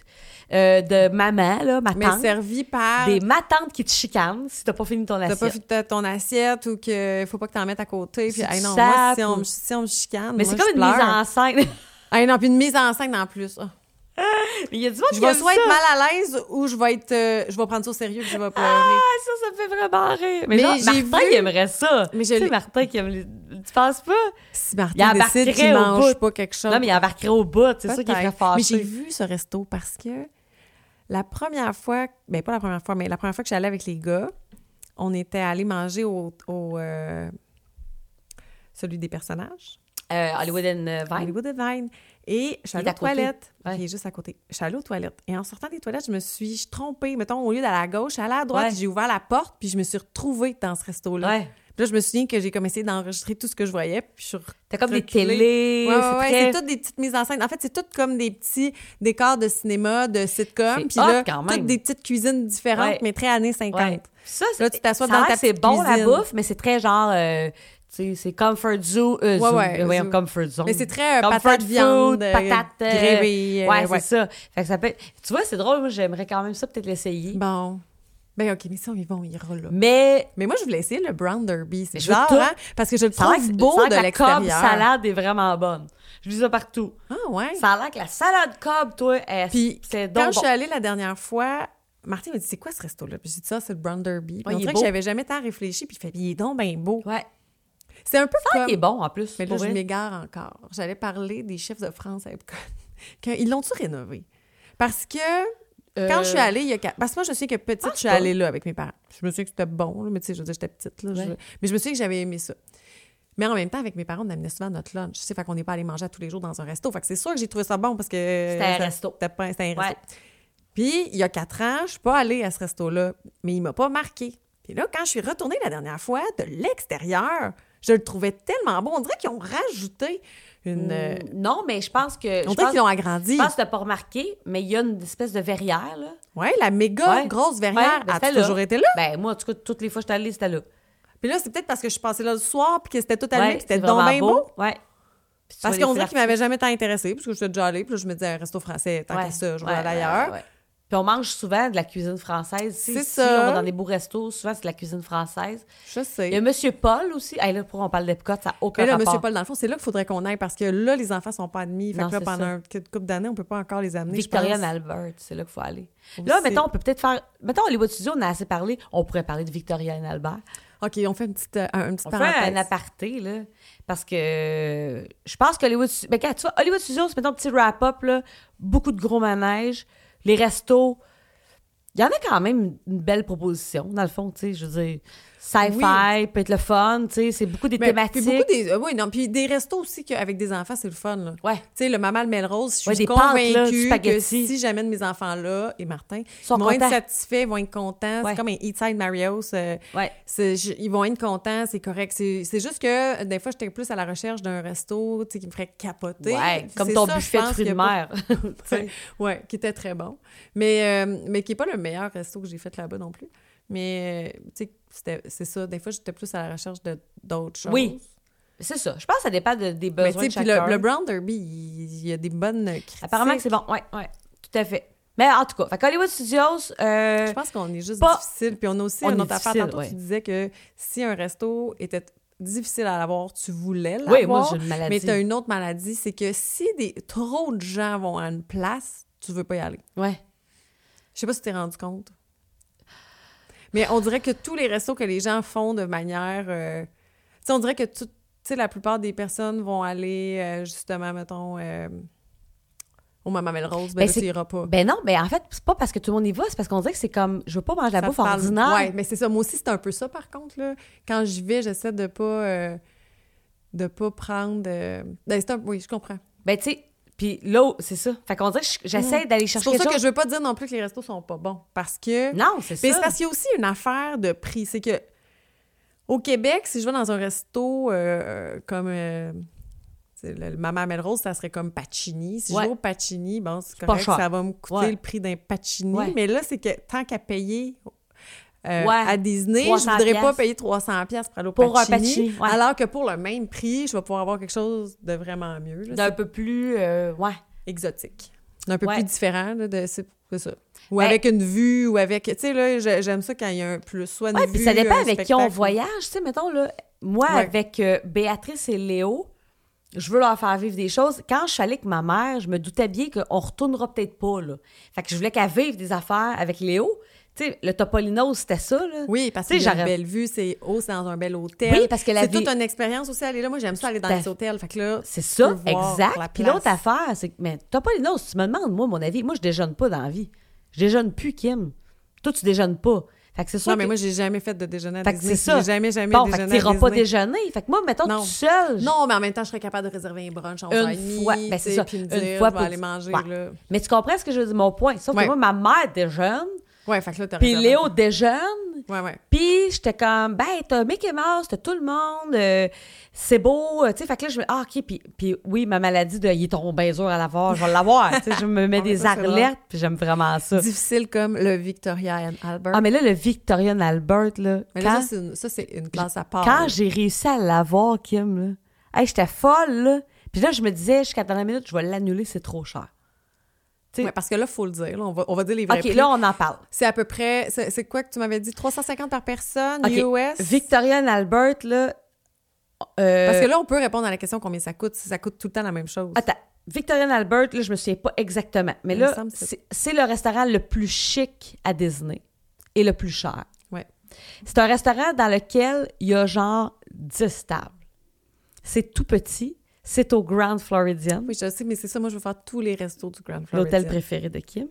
Speaker 1: euh, de maman, là, ma
Speaker 2: Mais
Speaker 1: tante.
Speaker 2: servi par...
Speaker 1: Hein? Des matantes qui te chicanent si t'as pas fini ton
Speaker 2: T'as
Speaker 1: assiette.
Speaker 2: pas fait ta- ton assiette ou que faut pas que t'en mettes à côté. Puis,
Speaker 1: C'est
Speaker 2: hey,
Speaker 1: du
Speaker 2: non, moi,
Speaker 1: sable
Speaker 2: si on,
Speaker 1: ou-
Speaker 2: me- si on me chicane,
Speaker 1: Mais
Speaker 2: moi,
Speaker 1: c'est comme
Speaker 2: je
Speaker 1: une mise
Speaker 2: pleure.
Speaker 1: en scène.
Speaker 2: Hey, non, puis une mise en scène en plus. Ah.
Speaker 1: Mais il y a du monde
Speaker 2: Je
Speaker 1: qui
Speaker 2: vais
Speaker 1: aime
Speaker 2: soit être
Speaker 1: ça.
Speaker 2: mal à l'aise ou je vais être. euh, je vais prendre ça au sérieux puis je vais pleurer.
Speaker 1: Ah, ça, ça me fait vraiment rire. Mais,
Speaker 2: Mais
Speaker 1: genre,
Speaker 2: j'ai
Speaker 1: Martin,
Speaker 2: vu-
Speaker 1: il aimerait ça.
Speaker 2: Mais
Speaker 1: Mais tu
Speaker 2: je
Speaker 1: sais,
Speaker 2: l'ai-
Speaker 1: Martin, qui aime les... Tu penses pas?
Speaker 2: Si
Speaker 1: Il
Speaker 2: Martin
Speaker 1: embarquerait
Speaker 2: décide qu'il
Speaker 1: au
Speaker 2: mange
Speaker 1: bout.
Speaker 2: pas quelque chose.
Speaker 1: Non, mais il embarquerait au bout. C'est ça qui
Speaker 2: Peut-être.
Speaker 1: ferait fâché.
Speaker 2: Mais j'ai vu ce resto parce que la première fois, ben pas la première fois, mais la première fois que j'allais avec les gars, on était allé manger au, au, euh, celui des personnages,
Speaker 1: Euh, Hollywood and euh, Vine.
Speaker 2: Hollywood Divine. Et je suis
Speaker 1: Il est
Speaker 2: allée
Speaker 1: à
Speaker 2: aux
Speaker 1: côté.
Speaker 2: toilettes.
Speaker 1: Ouais.
Speaker 2: Il est juste à côté. Je suis allée aux toilettes. Et en sortant des toilettes, je me suis trompée. Mettons, au lieu d'aller à gauche, j'allais à droite,
Speaker 1: Ouais.
Speaker 2: j'ai ouvert la porte, puis je me suis retrouvée dans ce resto-là.
Speaker 1: Ouais.
Speaker 2: Puis là, je me souviens que j'ai comme essayé d'enregistrer tout ce que je voyais, puis je suis
Speaker 1: T'as comme des
Speaker 2: Reculé.
Speaker 1: télés.
Speaker 2: Ouais, ouais, ouais,
Speaker 1: c'est
Speaker 2: c'est
Speaker 1: très-
Speaker 2: toutes des petites mises en scène. En fait, c'est tout comme des petits décors de cinéma, de
Speaker 1: C'est
Speaker 2: sitcom, puis
Speaker 1: hot,
Speaker 2: là,
Speaker 1: quand même.
Speaker 2: toutes des petites cuisines différentes,
Speaker 1: Ouais.
Speaker 2: mais très années 50.
Speaker 1: Ouais. Ça, c'est-
Speaker 2: Là, tu t'assois
Speaker 1: ça a
Speaker 2: dans
Speaker 1: l'air
Speaker 2: ta
Speaker 1: que c'est
Speaker 2: petite
Speaker 1: bon la
Speaker 2: cuisine.
Speaker 1: bouffe, mais c'est très genre. euh, tu sais, c'est comfort zoo. Euh, zoo.
Speaker 2: ouais,
Speaker 1: Euh, voyons,
Speaker 2: zoo.
Speaker 1: comfort zone.
Speaker 2: Mais c'est très euh,
Speaker 1: Comfort
Speaker 2: patate
Speaker 1: food,
Speaker 2: viande, euh,
Speaker 1: patate, euh,
Speaker 2: gravy, euh,
Speaker 1: Ouais, c'est
Speaker 2: ouais.
Speaker 1: ça. Fait que ça peut être- Tu vois, c'est drôle. Moi, j'aimerais quand même ça peut-être l'essayer.
Speaker 2: Bon. Ben OK, mais ça, on y va, on ira là.
Speaker 1: Mais
Speaker 2: Mais moi, je voulais essayer le brown derby. C'est
Speaker 1: Mais je veux
Speaker 2: bizarre,
Speaker 1: tout.
Speaker 2: hein? Parce que je le
Speaker 1: ça a l'air
Speaker 2: trouve
Speaker 1: que-
Speaker 2: beau
Speaker 1: ça a l'air
Speaker 2: de
Speaker 1: que la cob
Speaker 2: l'extérieur.
Speaker 1: salade est vraiment bonne. Je lis ça partout.
Speaker 2: Ah ouais?
Speaker 1: Ça a l'air que la salade cob, toi, elle-
Speaker 2: Puis
Speaker 1: c'est donc
Speaker 2: Quand je
Speaker 1: bon.
Speaker 2: suis allée la dernière fois, Martin m'a dit, c'est quoi ce resto-là? Puis j'ai dit, ça, c'est le brown derby.
Speaker 1: Ouais,
Speaker 2: on
Speaker 1: il est
Speaker 2: dirait
Speaker 1: beau.
Speaker 2: que j'avais jamais tant réfléchi, puis il fait, il est donc bien beau.
Speaker 1: Ouais.
Speaker 2: C'est un peu
Speaker 1: Ça a l'air
Speaker 2: comme...
Speaker 1: qu'il est bon en plus.
Speaker 2: Mais là,
Speaker 1: pour
Speaker 2: je
Speaker 1: vrai.
Speaker 2: m'égare encore. J'allais parler des chefs de France à Epcot. Qu'ils l'ont-tu rénové? Parce que quand
Speaker 1: Euh, Ah,
Speaker 2: je suis allée, il y a quatre... Parce que moi, je sais que petite, je suis
Speaker 1: pas.
Speaker 2: allée là avec mes parents. Je me souviens que c'était bon, là, mais tu sais, je veux dire, j'étais petite. Là, je-
Speaker 1: Ouais.
Speaker 2: Mais je me souviens que j'avais aimé ça. Mais en même temps, avec mes parents, on amenait souvent notre lunch. Tu sais, fait qu'on n'est pas allé manger à tous les jours dans un resto. Fait que c'est sûr que j'ai trouvé ça bon parce que... C'était
Speaker 1: un resto.
Speaker 2: C'était pas- c'était un resto.
Speaker 1: Ouais.
Speaker 2: Puis, il y a quatre ans, je suis pas allée à ce resto-là, mais il m'a pas marqué. Puis là, quand je suis retournée la dernière fois, de l'extérieur, je le trouvais tellement bon. On dirait qu'ils ont rajouté une... euh,
Speaker 1: Non, mais Hmm. je pense que. je
Speaker 2: on dirait
Speaker 1: pense-
Speaker 2: qu'ils l'ont agrandi.
Speaker 1: Je pense que t'as pas remarqué, mais il y a une espèce de verrière, là.
Speaker 2: Ouais, la méga
Speaker 1: Ouais.
Speaker 2: grosse verrière
Speaker 1: Ouais, ben,
Speaker 2: a
Speaker 1: c'était
Speaker 2: toujours
Speaker 1: là.
Speaker 2: été là.
Speaker 1: Ben, moi, en tout cas, toutes les fois que j'étais allée, c'était là.
Speaker 2: Puis là, c'est peut-être parce que je suis passée là le soir puis que c'était tout allumé,
Speaker 1: Ouais,
Speaker 2: puis c'était
Speaker 1: c'est
Speaker 2: donc
Speaker 1: vraiment
Speaker 2: bien beau.
Speaker 1: Ouais. Puis tu
Speaker 2: Parce
Speaker 1: vois
Speaker 2: qu'on
Speaker 1: les
Speaker 2: dirait qu'ils
Speaker 1: fleurs-
Speaker 2: m'avaient jamais tant intéressée, parce que j'étais déjà allée, puis là, je me disais, un resto français, tant
Speaker 1: Ouais,
Speaker 2: qu'à ça, je vais
Speaker 1: ouais,
Speaker 2: aller
Speaker 1: ouais,
Speaker 2: ailleurs.
Speaker 1: ouais. Puis on mange souvent de la cuisine française. ici.
Speaker 2: C'est
Speaker 1: Ici,
Speaker 2: ça.
Speaker 1: On va dans des beaux restos, souvent c'est de la cuisine française.
Speaker 2: Je sais.
Speaker 1: Il y a Monsieur Paul aussi. Hey, là, pourquoi on parle d'Epcot, ça n'a aucun
Speaker 2: Mais là,
Speaker 1: rapport.
Speaker 2: M. Paul, dans le fond, c'est là qu'il faudrait qu'on aille parce que là, les enfants sont pas admis. Fait
Speaker 1: Non,
Speaker 2: que là,
Speaker 1: c'est
Speaker 2: pendant
Speaker 1: ça.
Speaker 2: une couple d'années, on peut pas encore les amener. je
Speaker 1: Victorian
Speaker 2: pense.
Speaker 1: Albert, c'est là qu'il faut aller.
Speaker 2: Aussi.
Speaker 1: Là, mettons, on peut peut-être faire. Mettons, Hollywood Studio, on a assez parlé. On pourrait parler de Victorian Albert.
Speaker 2: OK, on fait une petite, euh, un, une petite
Speaker 1: On fait
Speaker 2: parenthèse.
Speaker 1: un aparté, là. Parce que euh, je pense qu'Hollywood. Ben, quand tu vois, Hollywood Studios, c'est mettons, petit wrap-up, là. Beaucoup de gros manèges. Les restos. Il y en a quand même une belle proposition, dans le fond, tu sais. Je veux dire, sci-fi, peut être le fun, tu sais. C'est beaucoup des
Speaker 2: Mais-
Speaker 1: thématiques.
Speaker 2: Ben, Puis beaucoup des, euh, oui, non, puis des restos aussi qu'avec des enfants, c'est le fun. Là. Tu
Speaker 1: Ouais.
Speaker 2: sais, le Maman le Melrose, je suis
Speaker 1: Ouais, des pâtes,
Speaker 2: convaincue
Speaker 1: là, du
Speaker 2: que
Speaker 1: spaghetti.
Speaker 2: si j'amène mes enfants là et Martin,
Speaker 1: sont
Speaker 2: ils vont être
Speaker 1: contents.
Speaker 2: satisfaits, ils vont être contents.
Speaker 1: Ouais.
Speaker 2: C'est comme un Eat Side Marios. euh,
Speaker 1: Ouais.
Speaker 2: c'est- je- ils vont être contents, c'est correct. C'est c'est juste que euh, des fois, j'étais plus à la recherche d'un resto tu sais, qui me ferait capoter.
Speaker 1: Ouais, comme
Speaker 2: C'est
Speaker 1: ton
Speaker 2: ça, je
Speaker 1: buffet de
Speaker 2: pense
Speaker 1: fruits
Speaker 2: qu'il
Speaker 1: de
Speaker 2: y a pas-
Speaker 1: mer.
Speaker 2: Tu sais, ouais, qui était très bon. Mais, euh, mais qui n'est pas le meilleur resto que j'ai fait là-bas non plus. Mais, euh, tu sais, c'était- c'est ça. Des fois, j'étais plus à la recherche de d'autres choses.
Speaker 1: Oui. C'est ça. Je pense que ça dépend de- des
Speaker 2: Mais
Speaker 1: besoins
Speaker 2: tu sais,
Speaker 1: de
Speaker 2: puis
Speaker 1: chacun.
Speaker 2: le, le Brown Derby, il, il y a des bonnes critiques.
Speaker 1: Apparemment que c'est bon. Ouais, ouais. Tout à fait. Mais en tout cas, fait Hollywood Studios. euh,
Speaker 2: Je pense qu'on est juste
Speaker 1: Pas-
Speaker 2: difficile. Puis on a aussi
Speaker 1: On
Speaker 2: une
Speaker 1: est
Speaker 2: autre affaire.
Speaker 1: difficile,
Speaker 2: Tantôt,
Speaker 1: ouais.
Speaker 2: tu disais que si un resto était difficile à l'avoir, tu voulais l'avoir.
Speaker 1: Oui, moi, j'ai une maladie.
Speaker 2: Mais tu as une autre maladie, c'est que si des, trop de gens vont à une place, tu veux pas y aller.
Speaker 1: Ouais.
Speaker 2: Je sais pas si tu t'es rendu compte. Mais on dirait que tous les restos que les gens font de manière. euh, tu sais, on dirait que tout- tu sais, la plupart des personnes vont aller, euh, justement, mettons, euh, au Maman Melrose. Ben,
Speaker 1: Ben,
Speaker 2: là,
Speaker 1: c'est-
Speaker 2: tu iras pas.
Speaker 1: Ben non, mais en fait, c'est pas parce que tout le monde y va, c'est parce qu'on dirait que c'est comme je veux pas manger la
Speaker 2: Ça
Speaker 1: bouffe
Speaker 2: te parle-
Speaker 1: ordinaire.
Speaker 2: Ouais, mais c'est ça. Moi aussi, c'est un peu ça, par contre. Là. Quand j'y vais, j'essaie de pas. euh, de pas prendre. euh, ben, c'est un- Oui, je comprends.
Speaker 1: Ben tu sais, puis là, où- c'est ça. Fait qu'on dirait que je- j'essaie d'aller
Speaker 2: Mm. C'est
Speaker 1: chercher
Speaker 2: pour ça
Speaker 1: quelque
Speaker 2: que
Speaker 1: chose.
Speaker 2: je veux pas dire non plus que les restos sont pas bons. Parce que.
Speaker 1: Non, c'est
Speaker 2: Mais
Speaker 1: ça.
Speaker 2: c'est parce qu'il y a aussi une affaire de prix. C'est que au Québec, si je vais dans un resto euh, comme euh, tu sais, le, le Maman Melrose, ça serait comme Pacini. Si
Speaker 1: Ouais.
Speaker 2: je vais au Pacini, bon, c'est
Speaker 1: pas
Speaker 2: correct,
Speaker 1: cher.
Speaker 2: ça va me coûter
Speaker 1: Ouais.
Speaker 2: le prix d'un Pacini.
Speaker 1: Ouais.
Speaker 2: Mais là, c'est que tant qu'à payer euh,
Speaker 1: Ouais.
Speaker 2: à Disney, je
Speaker 1: 300
Speaker 2: voudrais pas
Speaker 1: piastres.
Speaker 2: payer 300 pièces pour aller au
Speaker 1: Pour un
Speaker 2: Pacini,
Speaker 1: Pacini, ouais.
Speaker 2: alors que pour le même prix, je vais pouvoir avoir quelque chose de vraiment mieux, là.
Speaker 1: D'un peu plus. euh, ouais.
Speaker 2: C'est exotique, un peu
Speaker 1: Ouais.
Speaker 2: plus différent là, de c'est c'est ça. Ou
Speaker 1: Ben-
Speaker 2: avec une vue, ou avec. Tu sais, là, j'ai- j'aime ça quand il y a un plus. Soit une
Speaker 1: Ouais,
Speaker 2: vue.
Speaker 1: puis ça dépend
Speaker 2: un
Speaker 1: avec qui on
Speaker 2: spectacle.
Speaker 1: voyage. Tu sais, mettons, là, moi,
Speaker 2: Ouais.
Speaker 1: avec euh, Béatrice et Léo, je veux leur faire vivre des choses. Quand je suis allée avec ma mère, je me doutais bien qu'on retournera peut-être pas, là. Fait que je voulais qu'elle vive des affaires avec Léo. Tu sais, le Topolino, c'était ça, là.
Speaker 2: Oui, parce
Speaker 1: Tu sais,
Speaker 2: que c'est une
Speaker 1: j'aurais-
Speaker 2: belle vue, c'est haut, c'est dans un bel hôtel.
Speaker 1: Oui, parce que la
Speaker 2: C'est
Speaker 1: vie-
Speaker 2: toute une expérience aussi, aller là. Moi, j'aime ça aller dans
Speaker 1: Tout à
Speaker 2: les
Speaker 1: fait.
Speaker 2: hôtels. Fait que là,
Speaker 1: C'est
Speaker 2: tu
Speaker 1: ça,
Speaker 2: peux voir la
Speaker 1: exact. Puis l'autre
Speaker 2: place.
Speaker 1: affaire, c'est que, mais Topolino, si tu me demandes, moi, mon avis, moi, je déjeune pas dans la vie. Je déjeune plus, Kim. Toi, tu déjeunes pas. Fait que c'est sûr
Speaker 2: Non, mais
Speaker 1: que-
Speaker 2: moi, j'ai jamais fait de déjeuner à
Speaker 1: Fait que
Speaker 2: Disney.
Speaker 1: c'est ça.
Speaker 2: J'ai jamais, jamais
Speaker 1: bon, fait
Speaker 2: déjeuné
Speaker 1: que
Speaker 2: à
Speaker 1: t'iras pas
Speaker 2: Disney.
Speaker 1: déjeuner. Fait que moi, mettons,
Speaker 2: Non.
Speaker 1: tout seul.
Speaker 2: Non, mais en même temps, je serais capable de réserver un brunch en
Speaker 1: Une
Speaker 2: 11h30,
Speaker 1: fois. Ben,
Speaker 2: tu
Speaker 1: c'est
Speaker 2: sais,
Speaker 1: ça.
Speaker 2: Puis me
Speaker 1: Une
Speaker 2: dire,
Speaker 1: fois
Speaker 2: je vais
Speaker 1: pour-
Speaker 2: aller manger,
Speaker 1: Ouais.
Speaker 2: là.
Speaker 1: Mais tu comprends ce que je veux dire, mon point. Sauf
Speaker 2: Ouais.
Speaker 1: que moi, ma mère déjeune,
Speaker 2: Ouais, fait que là, t'as
Speaker 1: puis
Speaker 2: réservé.
Speaker 1: Léo déjeune,
Speaker 2: Ouais, ouais.
Speaker 1: Puis j'étais comme, ben, t'as Mickey Mouse, t'as tout le monde, euh, c'est beau, euh, tu sais. Fait que là, je me ah, OK, puis, puis oui, ma maladie de, il est trop bien dur à l'avoir, je vais l'avoir. tu sais, je me mets
Speaker 2: Ah, mais
Speaker 1: des
Speaker 2: ça, c'est drôle.
Speaker 1: arlettes, puis j'aime vraiment ça.
Speaker 2: Difficile comme le Victoria and Albert.
Speaker 1: Ah, mais là, le Victorian Albert, là,
Speaker 2: mais là,
Speaker 1: quand,
Speaker 2: ça, c'est une- ça, c'est une classe à part.
Speaker 1: quand
Speaker 2: là.
Speaker 1: j'ai réussi à l'avoir, Kim, là, hey, j'étais folle, là. Puis là, je me disais, jusqu'à la dernière minute, je vais l'annuler, c'est trop cher. tu sais-
Speaker 2: Ouais, parce que là, faut le dire. là, on, va, on va dire les vrais
Speaker 1: OK,
Speaker 2: prix.
Speaker 1: là, on en parle.
Speaker 2: C'est à peu près... C'est c'est quoi que tu m'avais dit? 350 par personne,
Speaker 1: OK,
Speaker 2: US?
Speaker 1: Victorian Albert, là... euh, Ah,
Speaker 2: Parce que là, on peut répondre à la question combien ça coûte. si Ça coûte tout le temps la même chose.
Speaker 1: Attends, Victorian Albert, là, je me souviens pas exactement. Mais
Speaker 2: Il me
Speaker 1: là,
Speaker 2: semble que c'est-
Speaker 1: c'est c'est le restaurant le plus chic à Disney et le plus cher.
Speaker 2: Ouais.
Speaker 1: C'est un restaurant dans lequel il y a genre 10 tables. C'est tout petit. C'est au Grand Floridian,
Speaker 2: Oui, je sais, mais c'est ça. Moi, je veux faire tous les restos du Grand Floridian.
Speaker 1: l'hôtel préféré de Kim.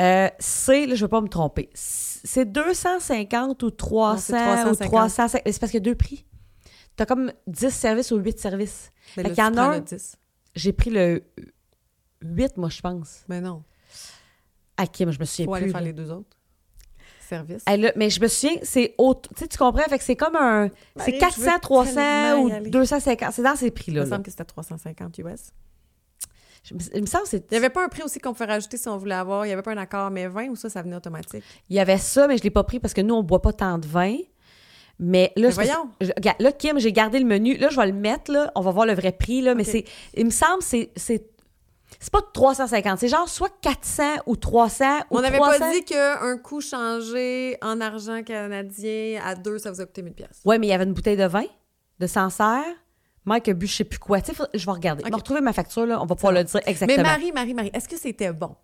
Speaker 1: Euh, c'est, là, je ne veux pas me tromper, c'est 250 ou 300 ou
Speaker 2: 350.
Speaker 1: 300. C'est parce qu'il y a deux prix. Tu as comme 10 services ou 8 services.
Speaker 2: Mais
Speaker 1: Fait
Speaker 2: là,
Speaker 1: qu'il y en
Speaker 2: tu
Speaker 1: a
Speaker 2: prends
Speaker 1: un-
Speaker 2: le 10.
Speaker 1: J'ai pris le 8, moi, je pense.
Speaker 2: Mais non.
Speaker 1: À Ah, Kim, je me souviens
Speaker 2: Faut aller
Speaker 1: plus.
Speaker 2: faire
Speaker 1: là.
Speaker 2: les deux autres. Service.
Speaker 1: Elle l'a- mais je me souviens, c'est au- tu sais, tu comprends? Fait que c'est comme un. C'est
Speaker 2: Marie, je
Speaker 1: 400,
Speaker 2: veux
Speaker 1: 300
Speaker 2: tellement y
Speaker 1: ou
Speaker 2: aller.
Speaker 1: 250. C'est dans ces
Speaker 2: Il me
Speaker 1: prix-là. là.
Speaker 2: semble que c'était 350 US.
Speaker 1: Je me- Il me semble que c'est.
Speaker 2: Il n'y avait pas un prix aussi qu'on pouvait rajouter si on voulait avoir. Il n'y avait pas un accord, mais 20 ou ça, ça venait automatique.
Speaker 1: Il y avait ça, mais je l'ai pas pris parce que nous, on boit pas tant de vin. Mais là,
Speaker 2: Mais
Speaker 1: c'est parce-
Speaker 2: voyons.
Speaker 1: je- regarde, là, Kim, j'ai gardé le menu. Là, je vais le mettre, là. On va voir le vrai prix, là. Mais
Speaker 2: Ok.
Speaker 1: c'est. Il me semble, c'est. C'est c'est pas 350. C'est genre soit 400 ou 300 ou
Speaker 2: On n'avait
Speaker 1: 300.
Speaker 2: pas dit qu'un coût changé en argent canadien à deux, ça vous a coûté 1000 pièces.
Speaker 1: Ouais, mais il y avait une bouteille de vin, de Sancerre. Mike a bu, je sais plus quoi. Tu sais, faut- je vais regarder.
Speaker 2: Ok.
Speaker 1: Je vais retrouver ma facture, là. On va pouvoir
Speaker 2: va.
Speaker 1: le dire
Speaker 2: Mais
Speaker 1: exactement. Ah!
Speaker 2: Marie, Marie, Marie, est-ce que c'était bon?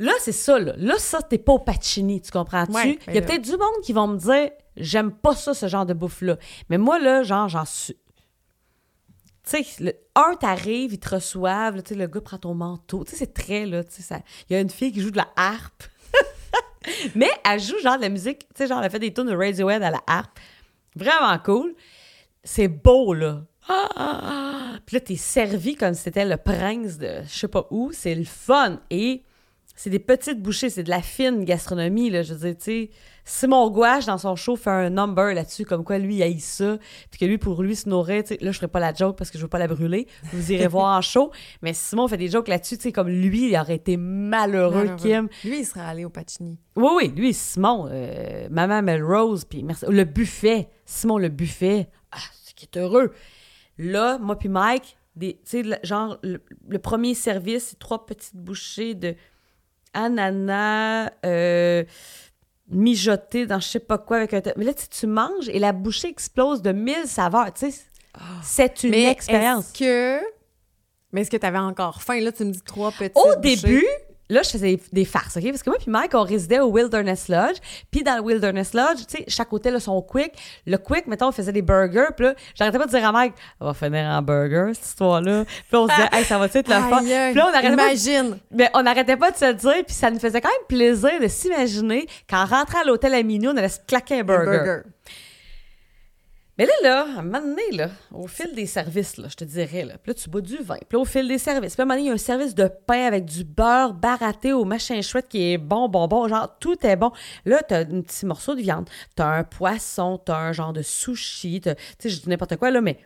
Speaker 1: Là, c'est ça, là. Là, ça, t'es pas au Pacini, tu comprends-tu?
Speaker 2: Ouais,
Speaker 1: Il y a
Speaker 2: ben
Speaker 1: peut-être du monde qui vont me dire, j'aime pas ça, ce genre de bouffe-là. Mais moi, là, genre, j'en suis. Tu sais, le- un, t'arrives, ils te reçoivent, là, tu sais, le gars prend ton manteau. Tu sais, c'est très, là, tu sais, ça- il y a une fille qui joue de la harpe. Mais elle joue, genre, de la musique, tu sais, genre, elle a fait des tunes de Radiohead à la harpe. Vraiment cool. C'est beau, là. Ah, ah, ah. Puis là, t'es servi comme si c'était le prince de je sais pas où. C'est le fun. Et c'est des petites bouchées, c'est de la fine gastronomie, là. Je veux dire, tu sais, Simon Gouache, dans son show, fait un number là-dessus, comme quoi lui, il haït ça. Puis que lui, pour lui, se nourrir, tu sais, là, je ferai pas la joke parce que je veux pas la brûler. Vous irez voir en show. Mais Simon fait des jokes là-dessus, tu sais, comme lui, il aurait été malheureux, Kim.
Speaker 2: Lui, il serait allé au Pacini.
Speaker 1: Oui, oui, lui, Simon, euh, Maman Melrose, puis merci- le buffet, Simon le buffet, ah, ce qui est heureux. Là, moi puis Mike, des, tu sais, le- genre, le, le premier service, c'est trois petites bouchées de ananas euh, mijoté dans je sais pas quoi. avec un te- Mais là, tu sais, tu manges et la bouchée explose de mille saveurs, tu sais. C'est une
Speaker 2: mais
Speaker 1: expérience.
Speaker 2: Est-ce que. Mais est-ce que tu avais encore faim? Là, tu me dis trois petites.
Speaker 1: Au
Speaker 2: bouchées.
Speaker 1: début, là, je faisais des farces, OK? Parce que moi puis Mike, on résidait au Wilderness Lodge. Puis dans le Wilderness Lodge, tu sais, chaque hôtel a son quick. Le quick, mettons, on faisait des burgers. Puis là, j'arrêtais pas de dire à Mike, on va finir en burger, cette histoire-là. Puis on se disait, hey, ça va être la fin? Puis
Speaker 2: Aïe, aïe,
Speaker 1: là, on arrêtait pas de
Speaker 2: Imagine!
Speaker 1: mais on n'arrêtait pas de se le dire, puis ça nous faisait quand même plaisir de s'imaginer qu'en rentrant à l'hôtel à minuit, on allait se claquer un burger.
Speaker 2: burger.
Speaker 1: Mais là, là, à un moment donné, là, au fil des services, là, je te dirais, là, puis là, tu bois du vin, puis là, au fil des services, puis à un moment donné, il y a un service de pain avec du beurre baraté au machin chouette qui est bon, bon, bon, genre, tout est bon. Là, t'as un petit morceau de viande, t'as un poisson, t'as un genre de sushi, t'as- tu sais, je dis n'importe quoi, là, mais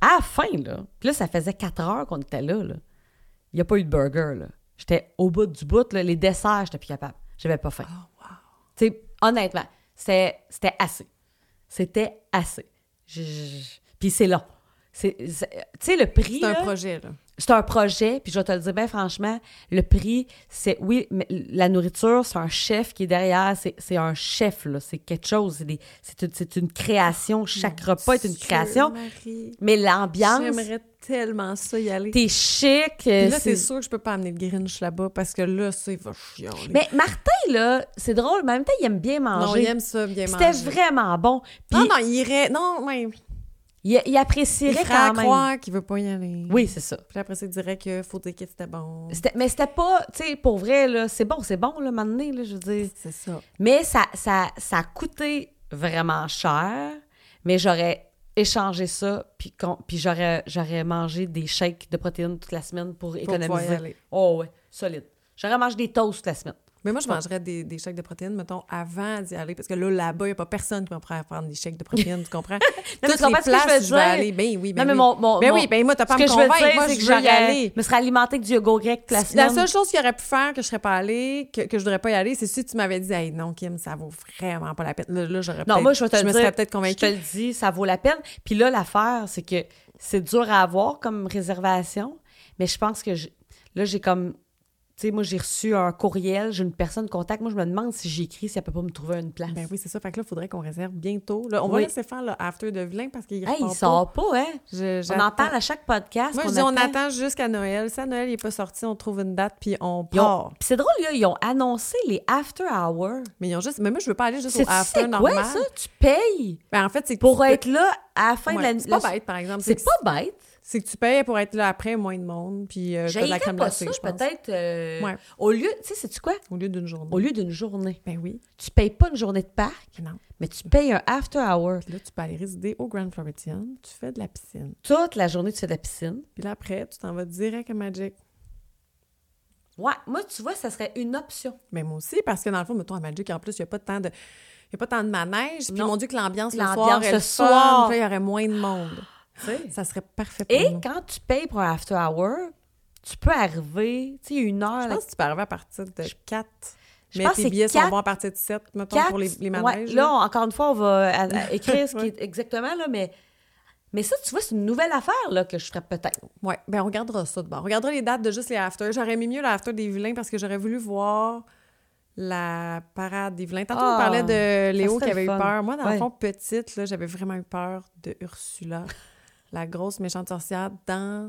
Speaker 1: à la fin, là, puis là, ça faisait quatre heures qu'on était là, là, il n'y a pas eu de burger, là. J'étais au bout du bout, là, les desserts, j'étais plus capable. J'avais pas faim. Tu sais, honnêtement, c'est- c'était assez. C'était assez. Je- je- je- Puis c'est long. C'est- c'est- Tu sais, le prix.
Speaker 2: C'est un
Speaker 1: là,
Speaker 2: projet, là.
Speaker 1: c'est un projet, puis je vais te le dire bien franchement, le prix, c'est oui, mais la nourriture, c'est un chef qui est derrière, c'est c'est un chef, là, c'est quelque chose, c'est des- c'est une, c'est une création, chaque repas est une
Speaker 2: Oh, Dieu,
Speaker 1: création,
Speaker 2: Marie,
Speaker 1: mais l'ambiance,
Speaker 2: J'aimerais tellement ça y aller.
Speaker 1: t'es chic.
Speaker 2: Puis
Speaker 1: euh,
Speaker 2: là,
Speaker 1: c'est-
Speaker 2: c'est sûr que je peux pas amener le Grinch là-bas parce que là, ça, il va chialer.
Speaker 1: Mais Martin, là, c'est drôle, mais en même temps, il aime bien
Speaker 2: non,
Speaker 1: manger.
Speaker 2: il aime ça bien
Speaker 1: C'était
Speaker 2: manger. Ah,
Speaker 1: vraiment bon. Puis
Speaker 2: Non, non, il irait. Non, ouais.
Speaker 1: Il, il
Speaker 2: Il
Speaker 1: apprécierait
Speaker 2: ferait à
Speaker 1: quand même.
Speaker 2: croire qu'il veut pas y aller.
Speaker 1: Oui, c'est ça.
Speaker 2: Puis après ça, il dirait que faut dire que c'était bon.
Speaker 1: C'était- mais c'était pas, tu sais, pour vrai, là, c'est bon, c'est bon, là, maintenant, là, je veux dire.
Speaker 2: C'est ça.
Speaker 1: Mais ça, ça, ça a coûté vraiment cher, mais j'aurais échangé ça, puis, qu'on- puis j'aurais, j'aurais mangé des shakes de protéines toute la semaine pour,
Speaker 2: pouvoir y
Speaker 1: économiser.
Speaker 2: aller.
Speaker 1: Oh ouais, solide. J'aurais mangé des toasts toute la semaine.
Speaker 2: Mais moi, je mangerais des, des chèques de protéines, mettons, avant d'y aller, parce que là, là-bas, il n'y a pas personne qui va prendre à prendre des chèques de protéines, tu comprends?
Speaker 1: mais tu comprends ce que je veux
Speaker 2: où vais
Speaker 1: dire?
Speaker 2: aller, ben oui, ben
Speaker 1: non, mais
Speaker 2: oui.
Speaker 1: mon, mon-
Speaker 2: ben
Speaker 1: mon-
Speaker 2: oui, ben moi, t'as pas à
Speaker 1: ce
Speaker 2: me
Speaker 1: que je veux
Speaker 2: convaincre,
Speaker 1: dire,
Speaker 2: moi,
Speaker 1: c'est
Speaker 2: je
Speaker 1: que
Speaker 2: veux y
Speaker 1: j'aurais-
Speaker 2: aller.
Speaker 1: me serais alimenté avec du yogourt grec toute la
Speaker 2: La
Speaker 1: semaine.
Speaker 2: seule chose qu'il aurait pu faire que je serais pas allée, que, que je voudrais pas y aller, c'est si tu m'avais dit, hey, non, Kim, ça vaut vraiment pas la peine. Là, là, j'aurais
Speaker 1: Non,
Speaker 2: peut-être-
Speaker 1: moi, je vais te
Speaker 2: je
Speaker 1: le
Speaker 2: me
Speaker 1: dire,
Speaker 2: serais peut-être
Speaker 1: Je te
Speaker 2: convaincue.
Speaker 1: le dis, ça vaut la peine. Puis là, l'affaire, c'est que c'est dur à avoir comme réservation, mais je pense que je- là, j'ai comme. Tu sais, moi, j'ai reçu un courriel, j'ai une personne contact. Moi, je me demande si j'écris, si elle peut pas me trouver une place.
Speaker 2: Ben oui, c'est ça. Fait que là, il faudrait qu'on réserve bientôt. Là, on va
Speaker 1: Oui.
Speaker 2: laisser faire le after de Vilain parce
Speaker 1: Hey,
Speaker 2: qu'il repart
Speaker 1: il
Speaker 2: pas.
Speaker 1: sort pas, hein?
Speaker 2: Je-
Speaker 1: On
Speaker 2: j'attends.
Speaker 1: en parle à chaque podcast.
Speaker 2: Moi, je
Speaker 1: qu'on
Speaker 2: dis, on attend jusqu'à Noël. Si à Noël, il n'est pas sorti, on trouve une date, puis on
Speaker 1: Ils ont-
Speaker 2: part.
Speaker 1: Puis c'est drôle, là, ils ont annoncé les after hours.
Speaker 2: Mais ils ont juste... Mais moi, je veux pas aller juste
Speaker 1: C'est
Speaker 2: au after
Speaker 1: quoi
Speaker 2: normal.
Speaker 1: ça? Tu payes
Speaker 2: Ben, en fait, c'est que
Speaker 1: pour
Speaker 2: tu peux-
Speaker 1: être là à la fin
Speaker 2: Ouais,
Speaker 1: de la
Speaker 2: C'est pas bête, par exemple.
Speaker 1: C'est
Speaker 2: que-
Speaker 1: pas bête.
Speaker 2: C'est que tu payes pour être là après, moins de monde, puis euh, t'as de la
Speaker 1: J'haïrais
Speaker 2: crème
Speaker 1: pas
Speaker 2: glacée,
Speaker 1: ça,
Speaker 2: je pense.
Speaker 1: peut-être. euh,
Speaker 2: Ouais.
Speaker 1: Au lieu, tu sais, c'est-tu quoi?
Speaker 2: Au lieu d'une journée.
Speaker 1: Au lieu d'une journée.
Speaker 2: Ben oui.
Speaker 1: Tu payes pas une journée de parc,
Speaker 2: Non.
Speaker 1: mais tu payes un after hour.
Speaker 2: Puis là, tu peux aller résider au Grand Floridian, tu fais de la piscine.
Speaker 1: Toute la journée, tu fais de la piscine.
Speaker 2: Puis là, après, tu t'en vas direct à Magic.
Speaker 1: Ouais, moi, tu vois, ça serait une option.
Speaker 2: Mais moi aussi, parce que dans le fond, mettons, à Magic, en plus, il n'y a pas tant de... Il n'y a pas tant de manège. Puis
Speaker 1: Non.
Speaker 2: mon Dieu, que l'ambiance le
Speaker 1: L'ambiance
Speaker 2: soir, est
Speaker 1: ce
Speaker 2: le fun,
Speaker 1: soir.
Speaker 2: puis là, il y aurait moins de monde. Ça serait parfait pour
Speaker 1: Et
Speaker 2: nous.
Speaker 1: quand tu payes pour un after hour, tu peux arriver, tu sais, une heure.
Speaker 2: Je pense que tu peux arriver à partir de 4.
Speaker 1: je
Speaker 2: Mais
Speaker 1: pense que
Speaker 2: tes
Speaker 1: c'est
Speaker 2: billets
Speaker 1: quatre-
Speaker 2: sont bons à partir de 7, mettons,
Speaker 1: quatre-
Speaker 2: pour les,
Speaker 1: ouais,
Speaker 2: les manèges.
Speaker 1: là, on- encore une fois, on va à- à écrire ce qui est exactement, là, mais, mais ça, tu vois, c'est une nouvelle affaire là, que je ferais peut-être.
Speaker 2: Ouais, ben on regardera ça de bord. On regardera les dates de juste les afters. J'aurais mis mieux l'after des vilains parce que j'aurais voulu voir la parade des vilains. Tantôt, on
Speaker 1: Ah,
Speaker 2: parlait de Léo
Speaker 1: serait
Speaker 2: qui avait eu
Speaker 1: le fun.
Speaker 2: peur. Moi, dans le
Speaker 1: Ouais.
Speaker 2: fond, petite, là, j'avais vraiment eu peur de Ursula, la grosse méchante sorcière dans,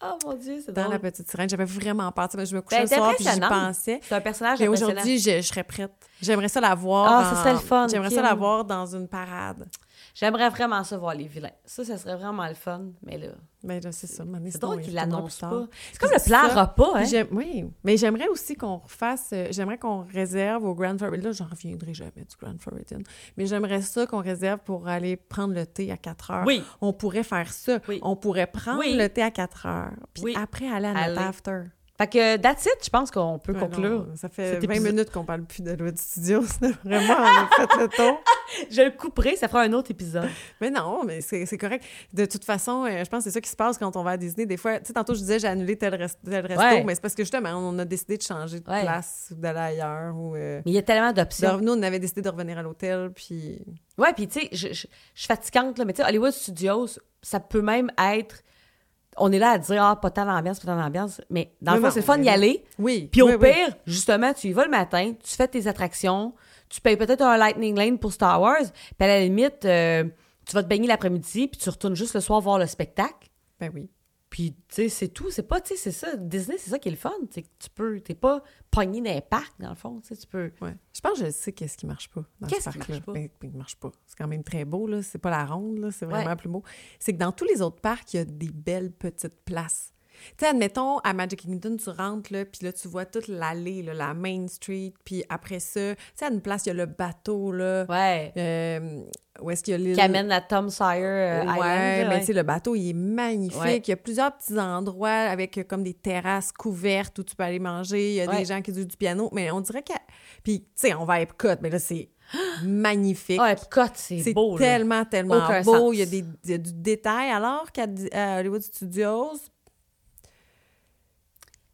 Speaker 1: Oh mon Dieu, c'est
Speaker 2: dans
Speaker 1: drôle.
Speaker 2: la petite sirène. J'avais vraiment peur. Tu sais, Je me couchais
Speaker 1: Ben,
Speaker 2: le soir puis j'y
Speaker 1: impressionnante. Ah,
Speaker 2: pensais.
Speaker 1: C'est un personnage
Speaker 2: Mais
Speaker 1: impressionnant.
Speaker 2: aujourd'hui, je, je serais prête. J'aimerais ça la voir.
Speaker 1: Ah, ça
Speaker 2: en-
Speaker 1: serait le fun,
Speaker 2: J'aimerais ça
Speaker 1: Kim.
Speaker 2: la voir dans une parade.
Speaker 1: J'aimerais vraiment ça voir les vilains. Ça, ça serait vraiment le fun, mais là...
Speaker 2: Ben, là, c'est ça.
Speaker 1: C'est drôle qu'ils
Speaker 2: l'annonce
Speaker 1: l'annoncent pas. C'est comme le plan repas, hein?
Speaker 2: Puis j'aime- Oui, mais j'aimerais aussi qu'on refasse, euh, j'aimerais qu'on réserve au Grand Floridian. Là, j'en reviendrai jamais du Grand Floridian. Mais j'aimerais ça qu'on réserve pour aller prendre le thé à 4 heures.
Speaker 1: Oui.
Speaker 2: On pourrait faire ça.
Speaker 1: Oui.
Speaker 2: On pourrait prendre
Speaker 1: Oui.
Speaker 2: le thé à 4 heures. Puis
Speaker 1: Oui.
Speaker 2: après, aller à notre
Speaker 1: Aller.
Speaker 2: after.
Speaker 1: Fait que, that's it, je pense qu'on peut
Speaker 2: Ouais,
Speaker 1: conclure.
Speaker 2: non, ça fait
Speaker 1: Cet
Speaker 2: 20
Speaker 1: épisode-
Speaker 2: minutes qu'on parle plus de loi du studio. C'est Vraiment, on a fait le tour.
Speaker 1: Je le couperai, ça fera un autre épisode.
Speaker 2: Mais non, mais c'est c'est correct. De toute façon, euh, je pense que c'est ça qui se passe quand on va à Disney. Des fois, tu sais, tantôt, je disais, j'ai annulé tel, rest- tel resto,
Speaker 1: Ouais.
Speaker 2: mais c'est parce que justement, on a décidé de changer de
Speaker 1: Ouais.
Speaker 2: place ou d'aller ailleurs. Ou, euh,
Speaker 1: Mais il y a tellement
Speaker 2: de
Speaker 1: d'options.
Speaker 2: revenir- nous, on avait décidé de revenir à l'hôtel, puis
Speaker 1: Ouais, puis tu sais, je, je, je suis fatigante, là, mais tu sais, Hollywood Studios, ça peut même être. On est là à dire, ah, pas tant d'ambiance, pas tant d'ambiance, mais dans le
Speaker 2: Oui,
Speaker 1: fond,
Speaker 2: non,
Speaker 1: c'est le fun
Speaker 2: mais
Speaker 1: d'y
Speaker 2: oui.
Speaker 1: aller.
Speaker 2: oui.
Speaker 1: Puis
Speaker 2: oui,
Speaker 1: au
Speaker 2: oui.
Speaker 1: pire, justement, tu y vas le matin, tu fais tes attractions, tu payes peut-être un Lightning Lane pour Star Wars, puis à la limite, euh, tu vas te baigner l'après-midi, puis tu retournes juste le soir voir le spectacle.
Speaker 2: Ben oui.
Speaker 1: Puis, tu sais, c'est tout. C'est pas, tu sais, c'est ça. Disney, c'est ça qui est le fun. C'est que tu peux, t'es pas pogné dans les parcs, dans le fond. Tu sais, tu peux.
Speaker 2: Ouais. Je pense que je sais qu'est-ce qui marche pas dans
Speaker 1: Qu'est-ce
Speaker 2: ce
Speaker 1: qui
Speaker 2: parc-là.
Speaker 1: marche pas?
Speaker 2: Ben, ben, il marche pas. C'est quand même très beau, là. C'est pas la ronde, là. C'est vraiment
Speaker 1: Ouais.
Speaker 2: plus beau. C'est que dans tous les autres parcs, il y a des belles petites places. Tu sais, admettons, à Magic Kingdom, tu rentres, là, puis là, tu vois toute l'allée, là, la Main Street, puis après ça, tu sais, à une place, il y a le bateau, là.
Speaker 1: Ouais.
Speaker 2: Euh, où est-ce qu'il y a l'île?
Speaker 1: Qui amène la Tom Sawyer euh, Island.
Speaker 2: ouais,
Speaker 1: là,
Speaker 2: mais
Speaker 1: ouais.
Speaker 2: tu sais, le bateau, il est magnifique.
Speaker 1: Ouais.
Speaker 2: Il y a plusieurs petits endroits avec euh, comme des terrasses couvertes où tu peux aller manger. Il y a
Speaker 1: Ouais.
Speaker 2: des gens qui jouent du piano. Mais on dirait que. Puis, tu sais, on va à Epcot, mais là, c'est magnifique.
Speaker 1: Ah, Epcot, c'est
Speaker 2: c'est
Speaker 1: beau. là.
Speaker 2: tellement, tellement
Speaker 1: Aucun
Speaker 2: beau.
Speaker 1: sens.
Speaker 2: Il y, a des, il y a du détail. Alors qu'à Di- à Hollywood Studios,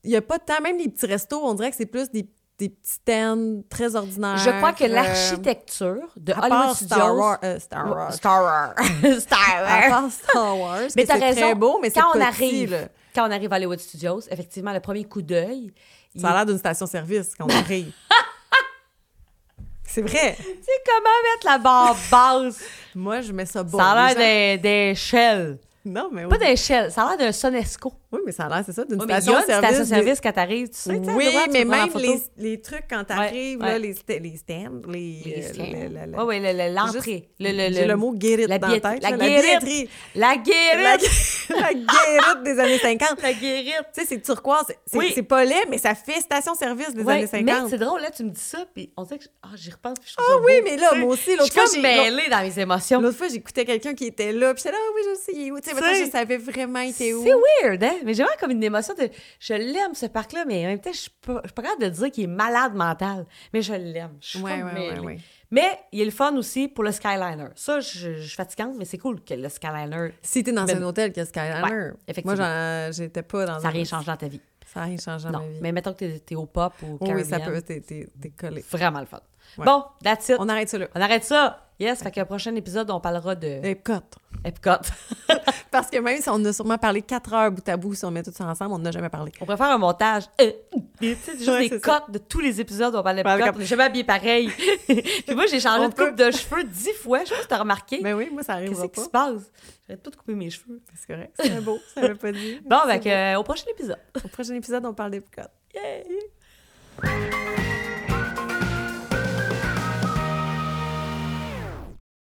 Speaker 2: il n'y a pas de temps. Même les petits restos, on dirait que c'est plus des, des petits stands très ordinaires.
Speaker 1: Je crois que
Speaker 2: euh,
Speaker 1: l'architecture de
Speaker 2: à part
Speaker 1: Hollywood
Speaker 2: Star
Speaker 1: Studios.
Speaker 2: Wars- euh, Star Wars.
Speaker 1: Star Wars. Star
Speaker 2: À
Speaker 1: Wars.
Speaker 2: part Star Wars,
Speaker 1: Mais
Speaker 2: que
Speaker 1: t'as
Speaker 2: c'est
Speaker 1: raison,
Speaker 2: très beau, mais c'est
Speaker 1: quand on
Speaker 2: petit,
Speaker 1: arrive.
Speaker 2: là.
Speaker 1: Quand on arrive à Hollywood Studios, effectivement, le premier coup d'œil. il
Speaker 2: Ça a l'air d'une station-service quand on arrive. c'est vrai.
Speaker 1: est- Tu sais comment mettre la barre basse?
Speaker 2: Moi, je mets ça bon.
Speaker 1: ça a
Speaker 2: Les gens-
Speaker 1: l'air d'un- d'échelle.
Speaker 2: Non, mais
Speaker 1: Pas d'échelle, ça a l'air d'un Sonesco.
Speaker 2: oui, mais ça a l'air, c'est ça, d'une
Speaker 1: Ouais, Oh, mais il y a une
Speaker 2: station-service.
Speaker 1: station-service quand t'arrives, tu sais, tu sais, à
Speaker 2: Oui,
Speaker 1: droite, tu
Speaker 2: mais
Speaker 1: peux prendre
Speaker 2: même
Speaker 1: la
Speaker 2: les,
Speaker 1: photo.
Speaker 2: les trucs quand t'arrives,
Speaker 1: Ouais,
Speaker 2: là,
Speaker 1: ouais.
Speaker 2: les, sta- les stands, les...
Speaker 1: Les
Speaker 2: euh,
Speaker 1: stands.
Speaker 2: la- la- la-
Speaker 1: Ouais, ouais, le- le- l'entrée.
Speaker 2: J'ai
Speaker 1: le,
Speaker 2: le, mot guérite
Speaker 1: la
Speaker 2: dans
Speaker 1: billet-
Speaker 2: la tête.
Speaker 1: la
Speaker 2: là,
Speaker 1: guérite.
Speaker 2: billetterie.
Speaker 1: La
Speaker 2: La,
Speaker 1: guérite!
Speaker 2: la guérite des années 50.
Speaker 1: La guérite!
Speaker 2: Tu sais, c'est turquoise. C'est
Speaker 1: Oui.
Speaker 2: c'est pas laid, mais ça fait station-service des
Speaker 1: Ouais,
Speaker 2: années
Speaker 1: mais
Speaker 2: 50.
Speaker 1: c'est drôle, là, tu me dis ça, puis on dirait que je- ah, j'y repense. puis je trouve
Speaker 2: Ah
Speaker 1: ça
Speaker 2: oui,
Speaker 1: beau.
Speaker 2: mais là, moi aussi,
Speaker 1: Je
Speaker 2: l'autre
Speaker 1: suis
Speaker 2: fois,
Speaker 1: comme
Speaker 2: j'ai-
Speaker 1: mêlée dans mes émotions.
Speaker 2: l'autre fois, j'écoutais quelqu'un qui était là, puis j'étais là, ah oui, je sais, il est où? Tu sais, maintenant,
Speaker 1: T'sais.
Speaker 2: je savais vraiment, il
Speaker 1: C'est
Speaker 2: était où?
Speaker 1: weird, hein? Mais j'ai vraiment comme une émotion de. Je l'aime, ce parc-là, mais en même temps, je suis pas, je suis pas capable de dire qu'il est malade mental. Mais je l'aime. Je suis
Speaker 2: Ouais,
Speaker 1: pas
Speaker 2: ouais, ouais,
Speaker 1: mêlée.
Speaker 2: ouais.
Speaker 1: Mais il est le fun aussi pour le Skyliner. Ça, je, je suis fatigante, mais c'est cool que le Skyliner,
Speaker 2: Si t'es dans
Speaker 1: Mais-
Speaker 2: un hôtel, qu'est-ce qu'il y a?
Speaker 1: Ben, Ouais, effectivement.
Speaker 2: Moi, j'en- j'étais pas dans
Speaker 1: ça n'a
Speaker 2: un-
Speaker 1: rien changé dans ta vie.
Speaker 2: Ça a rien changé dans
Speaker 1: Non.
Speaker 2: ma vie. Oh
Speaker 1: Mais mettons que t'es es au pop ou au
Speaker 2: Oui, oui, ça
Speaker 1: Caribbean,
Speaker 2: peut, t'es- t'es t'es collé.
Speaker 1: Vraiment le fun.
Speaker 2: Ouais.
Speaker 1: Bon, that's it.
Speaker 2: On arrête ça là.
Speaker 1: On arrête ça. Yes, fait que le prochain épisode, on parlera de
Speaker 2: Epcot.
Speaker 1: Epcot.
Speaker 2: Parce que même si on a sûrement parlé quatre heures bout à bout, si on met tout ça ensemble, on n'a jamais parlé.
Speaker 1: On pourrait faire un montage. Euh, tu sais, juste des
Speaker 2: Ouais, c'est ça.
Speaker 1: cotes de tous les épisodes, on parle
Speaker 2: Parle
Speaker 1: d'Epcot.
Speaker 2: comme-
Speaker 1: On est jamais habillé pareil. Puis moi, j'ai changé
Speaker 2: On
Speaker 1: de coupe de cheveux dix fois. Je sais pas si t'as remarqué.
Speaker 2: Mais Ben oui, moi, ça
Speaker 1: Qu'est-ce
Speaker 2: arrivera
Speaker 1: qui
Speaker 2: pas.
Speaker 1: se passe? J'arrête pas de couper mes cheveux.
Speaker 2: C'est correct. C'est beau. Ça veut pas dire.
Speaker 1: Bon, ben, que, euh, au prochain épisode.
Speaker 2: Au prochain épisode, on parle d'Epcot.
Speaker 1: Yay!
Speaker 2: Thank